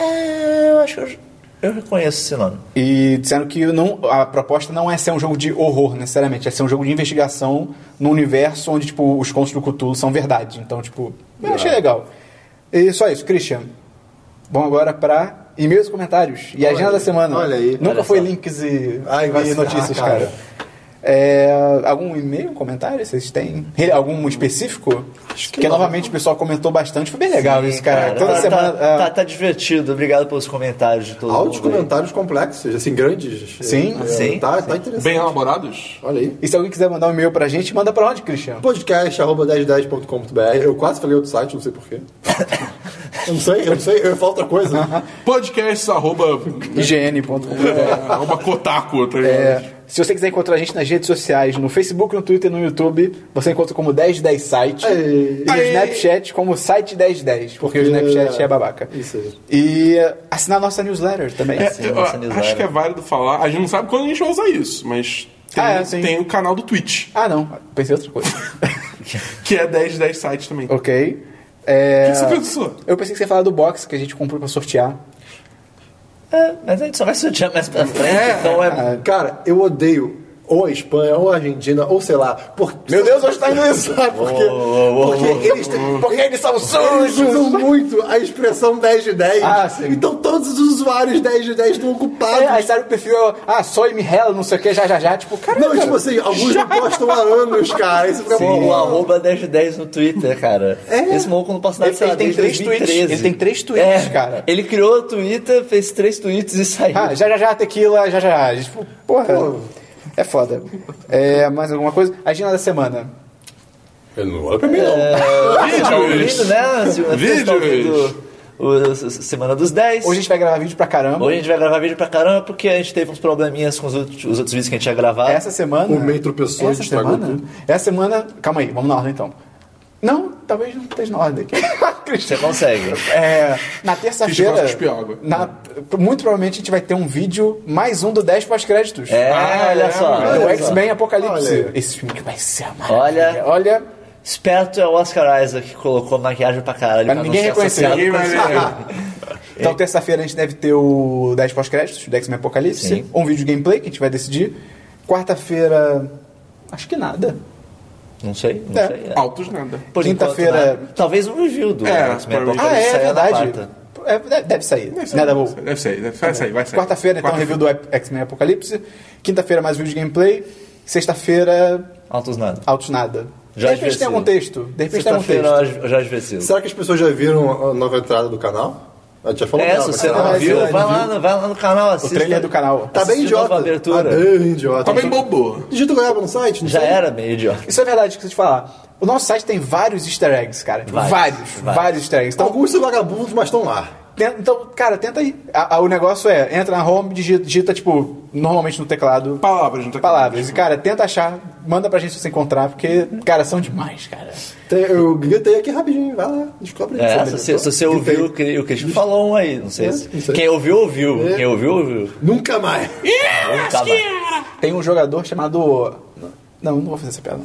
[SPEAKER 4] É, eu acho que eu, eu reconheço esse nome.
[SPEAKER 1] E disseram que não, a proposta não é ser um jogo de horror, necessariamente. É ser um jogo de investigação num universo onde, tipo, os contos do Cthulhu são verdade. Então, tipo, eu achei legal. E só isso, Christian. Vamos agora pra e-mails e comentários. E a
[SPEAKER 2] Olha
[SPEAKER 1] agenda da
[SPEAKER 2] aí,
[SPEAKER 1] semana.
[SPEAKER 2] olha aí.
[SPEAKER 1] Nunca
[SPEAKER 4] Olha
[SPEAKER 1] foi
[SPEAKER 4] só.
[SPEAKER 1] links e,
[SPEAKER 2] Ai,
[SPEAKER 1] e
[SPEAKER 2] vai se-
[SPEAKER 1] notícias,
[SPEAKER 2] ah,
[SPEAKER 1] cara.
[SPEAKER 2] cara.
[SPEAKER 1] É, algum e-mail, comentário? Vocês têm? Re- Algum específico? que novamente o pessoal comentou bastante. Foi bem legal
[SPEAKER 4] Sim,
[SPEAKER 1] isso, cara. Toda
[SPEAKER 4] tá,
[SPEAKER 1] semana.
[SPEAKER 4] Tá,
[SPEAKER 1] ah,
[SPEAKER 4] tá- tá divertido. Obrigado pelos comentários de todo
[SPEAKER 2] Altos
[SPEAKER 4] mundo. aí.
[SPEAKER 2] comentários complexos, assim, grandes.
[SPEAKER 1] Sim,
[SPEAKER 2] É,
[SPEAKER 4] sim,
[SPEAKER 2] Tá, tá interessante.
[SPEAKER 3] Bem elaborados?
[SPEAKER 2] Olha aí.
[SPEAKER 1] E se alguém quiser mandar um e-mail pra gente, manda pra onde, Christian?
[SPEAKER 2] podcast.1010.com.br Eu quase falei outro site, não sei porquê. eu não sei, eu não sei, eu falo outra coisa.
[SPEAKER 3] Podcast arroba,
[SPEAKER 1] IGN.com.
[SPEAKER 3] é, arroba Kotaku, tá ligado?
[SPEAKER 1] É, se você quiser encontrar a gente nas redes sociais, no Facebook, no Twitter, no YouTube, você encontra como 1010 site e no Snapchat como site 1010, porque,
[SPEAKER 2] Porque-
[SPEAKER 1] o Snapchat é babaca.
[SPEAKER 2] Isso aí.
[SPEAKER 1] E assinar nossa newsletter também.
[SPEAKER 3] É,
[SPEAKER 4] Sim,
[SPEAKER 3] eu
[SPEAKER 4] nossa
[SPEAKER 3] acho
[SPEAKER 4] newsletter.
[SPEAKER 3] que é válido falar. A gente não sabe quando a gente vai usar isso, mas tem,
[SPEAKER 1] Ah, é, sim.
[SPEAKER 3] tem o canal do Twitch,
[SPEAKER 1] Ah, não, pensei outra coisa.
[SPEAKER 3] que é 10 10 sites também. O
[SPEAKER 1] ok. É,
[SPEAKER 3] que você pensou?
[SPEAKER 1] Eu pensei que você ia falar do box que a gente comprou pra sortear.
[SPEAKER 4] É, mas a gente só vai sortear mais pra frente, então
[SPEAKER 1] Tá
[SPEAKER 4] é
[SPEAKER 2] Cara, eu odeio ou a Espanha, ou a Argentina, ou sei lá. Por...
[SPEAKER 1] Meu Deus, onde tá indo isso?
[SPEAKER 2] Sabe por quê? Porque eles têm.
[SPEAKER 1] Porque eles são
[SPEAKER 2] Eles
[SPEAKER 1] sujos!
[SPEAKER 2] usam muito a expressão 10 de 10.
[SPEAKER 1] Ah, sim.
[SPEAKER 2] Então todos os usuários 10 de 10 estão
[SPEAKER 1] É, aí
[SPEAKER 2] ocupados.
[SPEAKER 1] sabe o perfil, é, ah, só e Hell, não sei o que, já já já, tipo, cara.
[SPEAKER 2] Não, tipo assim, alguns não postam há anos, cara. Isso fica
[SPEAKER 4] o
[SPEAKER 2] bom.
[SPEAKER 4] arroba 1010 no Twitter, cara. Esse maluco não posta
[SPEAKER 1] É.
[SPEAKER 4] nada,
[SPEAKER 1] Ele-
[SPEAKER 4] sei lá,
[SPEAKER 1] ele tem
[SPEAKER 4] desde
[SPEAKER 1] três tweets.
[SPEAKER 4] 2013.
[SPEAKER 1] Ele tem três tweets, cara.
[SPEAKER 4] É. Ele criou o Twitter, fez três tweets e saiu.
[SPEAKER 1] Ah, já já já, tequila, já já já. Tipo, porra.
[SPEAKER 2] Pô.
[SPEAKER 1] É foda. É, mais alguma coisa? Agenda da semana.
[SPEAKER 2] Eu não olho pra mim,
[SPEAKER 1] É.
[SPEAKER 2] não.
[SPEAKER 4] tá ouvindo,
[SPEAKER 3] Vídeos!
[SPEAKER 4] né? Segunda
[SPEAKER 3] Vídeos.
[SPEAKER 4] tá ouvindo o, o- Semana dos 10.
[SPEAKER 1] Hoje a gente vai gravar vídeo pra caramba.
[SPEAKER 4] Hoje a gente vai gravar vídeo pra caramba, porque a gente teve uns probleminhas com os outros, os outros vídeos que a gente ia gravar.
[SPEAKER 1] Essa semana.
[SPEAKER 2] O meio tropeçou,
[SPEAKER 1] Essa
[SPEAKER 2] estragou
[SPEAKER 1] semana.
[SPEAKER 2] tudo.
[SPEAKER 1] Essa semana. Calma aí, vamos na ordem então. Não, talvez não esteja na ordem aqui.
[SPEAKER 4] Você consegue.
[SPEAKER 1] É, na
[SPEAKER 3] Finge que eu
[SPEAKER 1] terça-feira.
[SPEAKER 3] gosto de cuspir água.
[SPEAKER 1] na- Muito provavelmente a gente vai ter um vídeo, mais um do 10 pós-créditos.
[SPEAKER 4] É,
[SPEAKER 3] Ah,
[SPEAKER 4] olha
[SPEAKER 3] é,
[SPEAKER 4] só.
[SPEAKER 3] mano.
[SPEAKER 1] Do
[SPEAKER 4] olha só.
[SPEAKER 1] X-Men Apocalipse.
[SPEAKER 2] Olha aí.
[SPEAKER 1] Esse filme que vai ser uma
[SPEAKER 4] Olha.
[SPEAKER 1] maravilha. Olha.
[SPEAKER 4] Esperto é o Oscar Isaac que colocou maquiagem pra caralho.
[SPEAKER 1] Pra
[SPEAKER 4] pra
[SPEAKER 1] ninguém
[SPEAKER 4] Tá, não
[SPEAKER 1] reconhecer.
[SPEAKER 4] ser associado
[SPEAKER 3] Ninguém
[SPEAKER 4] com
[SPEAKER 3] vai
[SPEAKER 4] esse
[SPEAKER 3] ver.
[SPEAKER 4] filme.
[SPEAKER 1] Então, terça-feira a gente deve ter o 10 pós-créditos, do X-Men Apocalipse,
[SPEAKER 4] Sim.
[SPEAKER 1] um vídeo gameplay que a gente vai decidir. Quarta-feira, acho que nada.
[SPEAKER 4] Não sei, não
[SPEAKER 1] É.
[SPEAKER 4] sei. é.
[SPEAKER 3] Altos nada.
[SPEAKER 4] Por
[SPEAKER 1] Quinta-feira-
[SPEAKER 4] enquanto, nada. Talvez um review do
[SPEAKER 3] É,
[SPEAKER 4] X-Men
[SPEAKER 3] pra mim.
[SPEAKER 1] Ah,
[SPEAKER 4] Apocalipse
[SPEAKER 1] é, é
[SPEAKER 4] saia na
[SPEAKER 1] verdade.
[SPEAKER 4] quarta.
[SPEAKER 1] É, deve, deve sair.
[SPEAKER 3] Deve sair,
[SPEAKER 1] Nada bom.
[SPEAKER 3] Deve sair, deve- vai sair, vai sair.
[SPEAKER 1] Quarta-feira, então, review do X-Men Apocalipse. Quinta-feira, mais vídeo gameplay. Sexta-feira,
[SPEAKER 4] Altos nada.
[SPEAKER 1] altos nada.
[SPEAKER 4] Já
[SPEAKER 1] de repente tem
[SPEAKER 4] adversário.
[SPEAKER 1] algum texto. De repente tá tem algum texto.
[SPEAKER 4] Sexta-feira, eu já adverti.
[SPEAKER 2] Será que as pessoas já viram a nova entrada do canal? A gente já falou
[SPEAKER 4] É,
[SPEAKER 2] dela,
[SPEAKER 4] se
[SPEAKER 2] mas
[SPEAKER 4] você
[SPEAKER 2] ela
[SPEAKER 4] não
[SPEAKER 2] vai-
[SPEAKER 4] viu,
[SPEAKER 2] ela
[SPEAKER 4] vai lá, no- vai lá no canal, assista.
[SPEAKER 1] trailer do canal.
[SPEAKER 2] Tá bem
[SPEAKER 4] Assiste
[SPEAKER 2] idiota.
[SPEAKER 4] Nova abertura.
[SPEAKER 2] Tá bem idiota.
[SPEAKER 3] Tá bem bobo.
[SPEAKER 2] Digita o goiaba no site, não
[SPEAKER 4] Já
[SPEAKER 2] sei.
[SPEAKER 4] era meio idiota.
[SPEAKER 1] Isso é verdade que eu te falar. O nosso site tem vários easter eggs, cara. Tipo,
[SPEAKER 4] Vários.
[SPEAKER 1] vários, vários, easter eggs. Então,
[SPEAKER 2] Tá Alguns são vagabundos, mas estão lá.
[SPEAKER 1] Tenta- Então, cara, tenta aí. A- a- o negócio é, entra na home, digita, digita, tipo, normalmente no teclado,
[SPEAKER 3] Palavras, não tá
[SPEAKER 1] palavras. E, cara, tenta achar, manda pra gente se você encontrar, porque, cara, são demais, cara.
[SPEAKER 2] Tem- Eu gritei aqui rapidinho, vai lá, descobre.
[SPEAKER 4] É,
[SPEAKER 2] Sabe,
[SPEAKER 4] se,
[SPEAKER 2] eu
[SPEAKER 4] você-
[SPEAKER 2] tô-
[SPEAKER 4] se você
[SPEAKER 2] gritei.
[SPEAKER 4] ouviu, o Cri- o Cristian falou um aí, não sei. se-
[SPEAKER 2] não sei.
[SPEAKER 4] Quem ouviu, ouviu. Quem ouviu, ouviu.
[SPEAKER 2] Nunca mais.
[SPEAKER 4] Vamos acabar.
[SPEAKER 1] Tem um jogador chamado. Não, não vou fazer essa piada.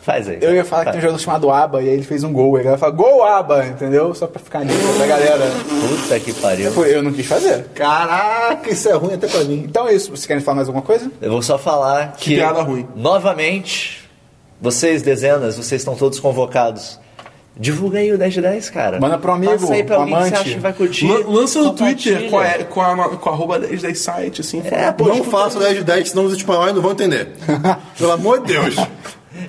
[SPEAKER 4] Faz aí.
[SPEAKER 1] Eu ia falar que tem um jogador chamado Aba, e aí ele fez um gol. E a galera fala, gol Aba, entendeu? Só pra ficar nisso da galera.
[SPEAKER 4] Puta que pariu.
[SPEAKER 1] Foi, Eu não quis fazer.
[SPEAKER 2] Caraca, isso é ruim até pra mim.
[SPEAKER 1] Então é isso. Vocês querem falar mais alguma coisa?
[SPEAKER 4] Eu vou só falar que.
[SPEAKER 3] piada ruim.
[SPEAKER 4] Novamente, vocês, dezenas, vocês estão todos convocados. Divulga aí o 10 de 10, cara.
[SPEAKER 1] Manda pro amigo,
[SPEAKER 4] Passa aí pra
[SPEAKER 1] pro
[SPEAKER 4] alguém que
[SPEAKER 1] amante.
[SPEAKER 4] você acha que vai curtir.
[SPEAKER 3] Lan- lança no Twitter
[SPEAKER 4] Compartilha.
[SPEAKER 3] com a, com a, com a arroba 10 10 site, assim.
[SPEAKER 4] É,
[SPEAKER 3] fala,
[SPEAKER 4] pô,
[SPEAKER 2] não faço 10 de 10, senão os espanhóis não vão entender. Pelo amor de Deus.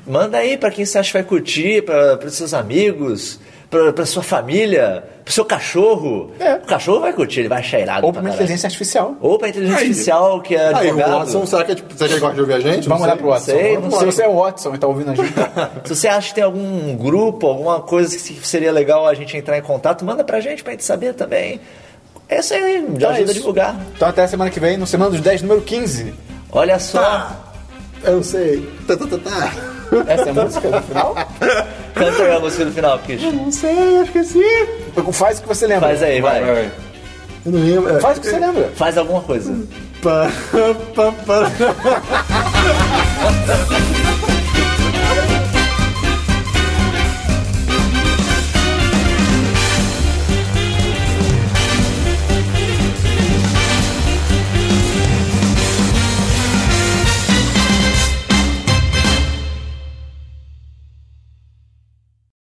[SPEAKER 4] Manda aí pra quem você acha que vai curtir, pra, pros seus amigos, pra, pra sua família, pro seu cachorro.
[SPEAKER 1] É.
[SPEAKER 4] O cachorro vai curtir, ele vai achar irado
[SPEAKER 1] Ou pra
[SPEAKER 4] pra
[SPEAKER 1] uma
[SPEAKER 4] caralho.
[SPEAKER 1] inteligência artificial.
[SPEAKER 4] Ou pra inteligência
[SPEAKER 3] Aí.
[SPEAKER 4] artificial, que é
[SPEAKER 2] Aí, o
[SPEAKER 4] advogado.
[SPEAKER 2] Watson, será que, é, tipo, será que ele gosta de ouvir a gente?
[SPEAKER 1] Vamos
[SPEAKER 2] lá
[SPEAKER 1] olhar pro Watson.
[SPEAKER 4] sei, não
[SPEAKER 1] Se
[SPEAKER 4] sei.
[SPEAKER 1] você é o Watson e tá ouvindo a gente.
[SPEAKER 4] Se você acha que tem algum grupo, alguma coisa que seria legal a gente entrar em contato, manda pra gente, pra gente saber também. É isso aí, já
[SPEAKER 1] Então é
[SPEAKER 4] ajuda
[SPEAKER 1] isso.
[SPEAKER 4] a divulgar.
[SPEAKER 1] Então até a semana que vem, no Semana dos 10, número 15.
[SPEAKER 4] Olha só,
[SPEAKER 2] Eu não sei. Tá, tá, tá, tá.
[SPEAKER 1] Essa é a música do final?
[SPEAKER 4] canta aí a música no final, Christian.
[SPEAKER 2] Hum.
[SPEAKER 1] Não sei, eu esqueci. Faz o que você lembra.
[SPEAKER 4] Faz aí, vai.
[SPEAKER 3] Vai, vai.
[SPEAKER 2] Eu não lembro. é.
[SPEAKER 1] Faz o que você lembra.
[SPEAKER 4] Faz alguma coisa.
[SPEAKER 2] Pá, pá, pá.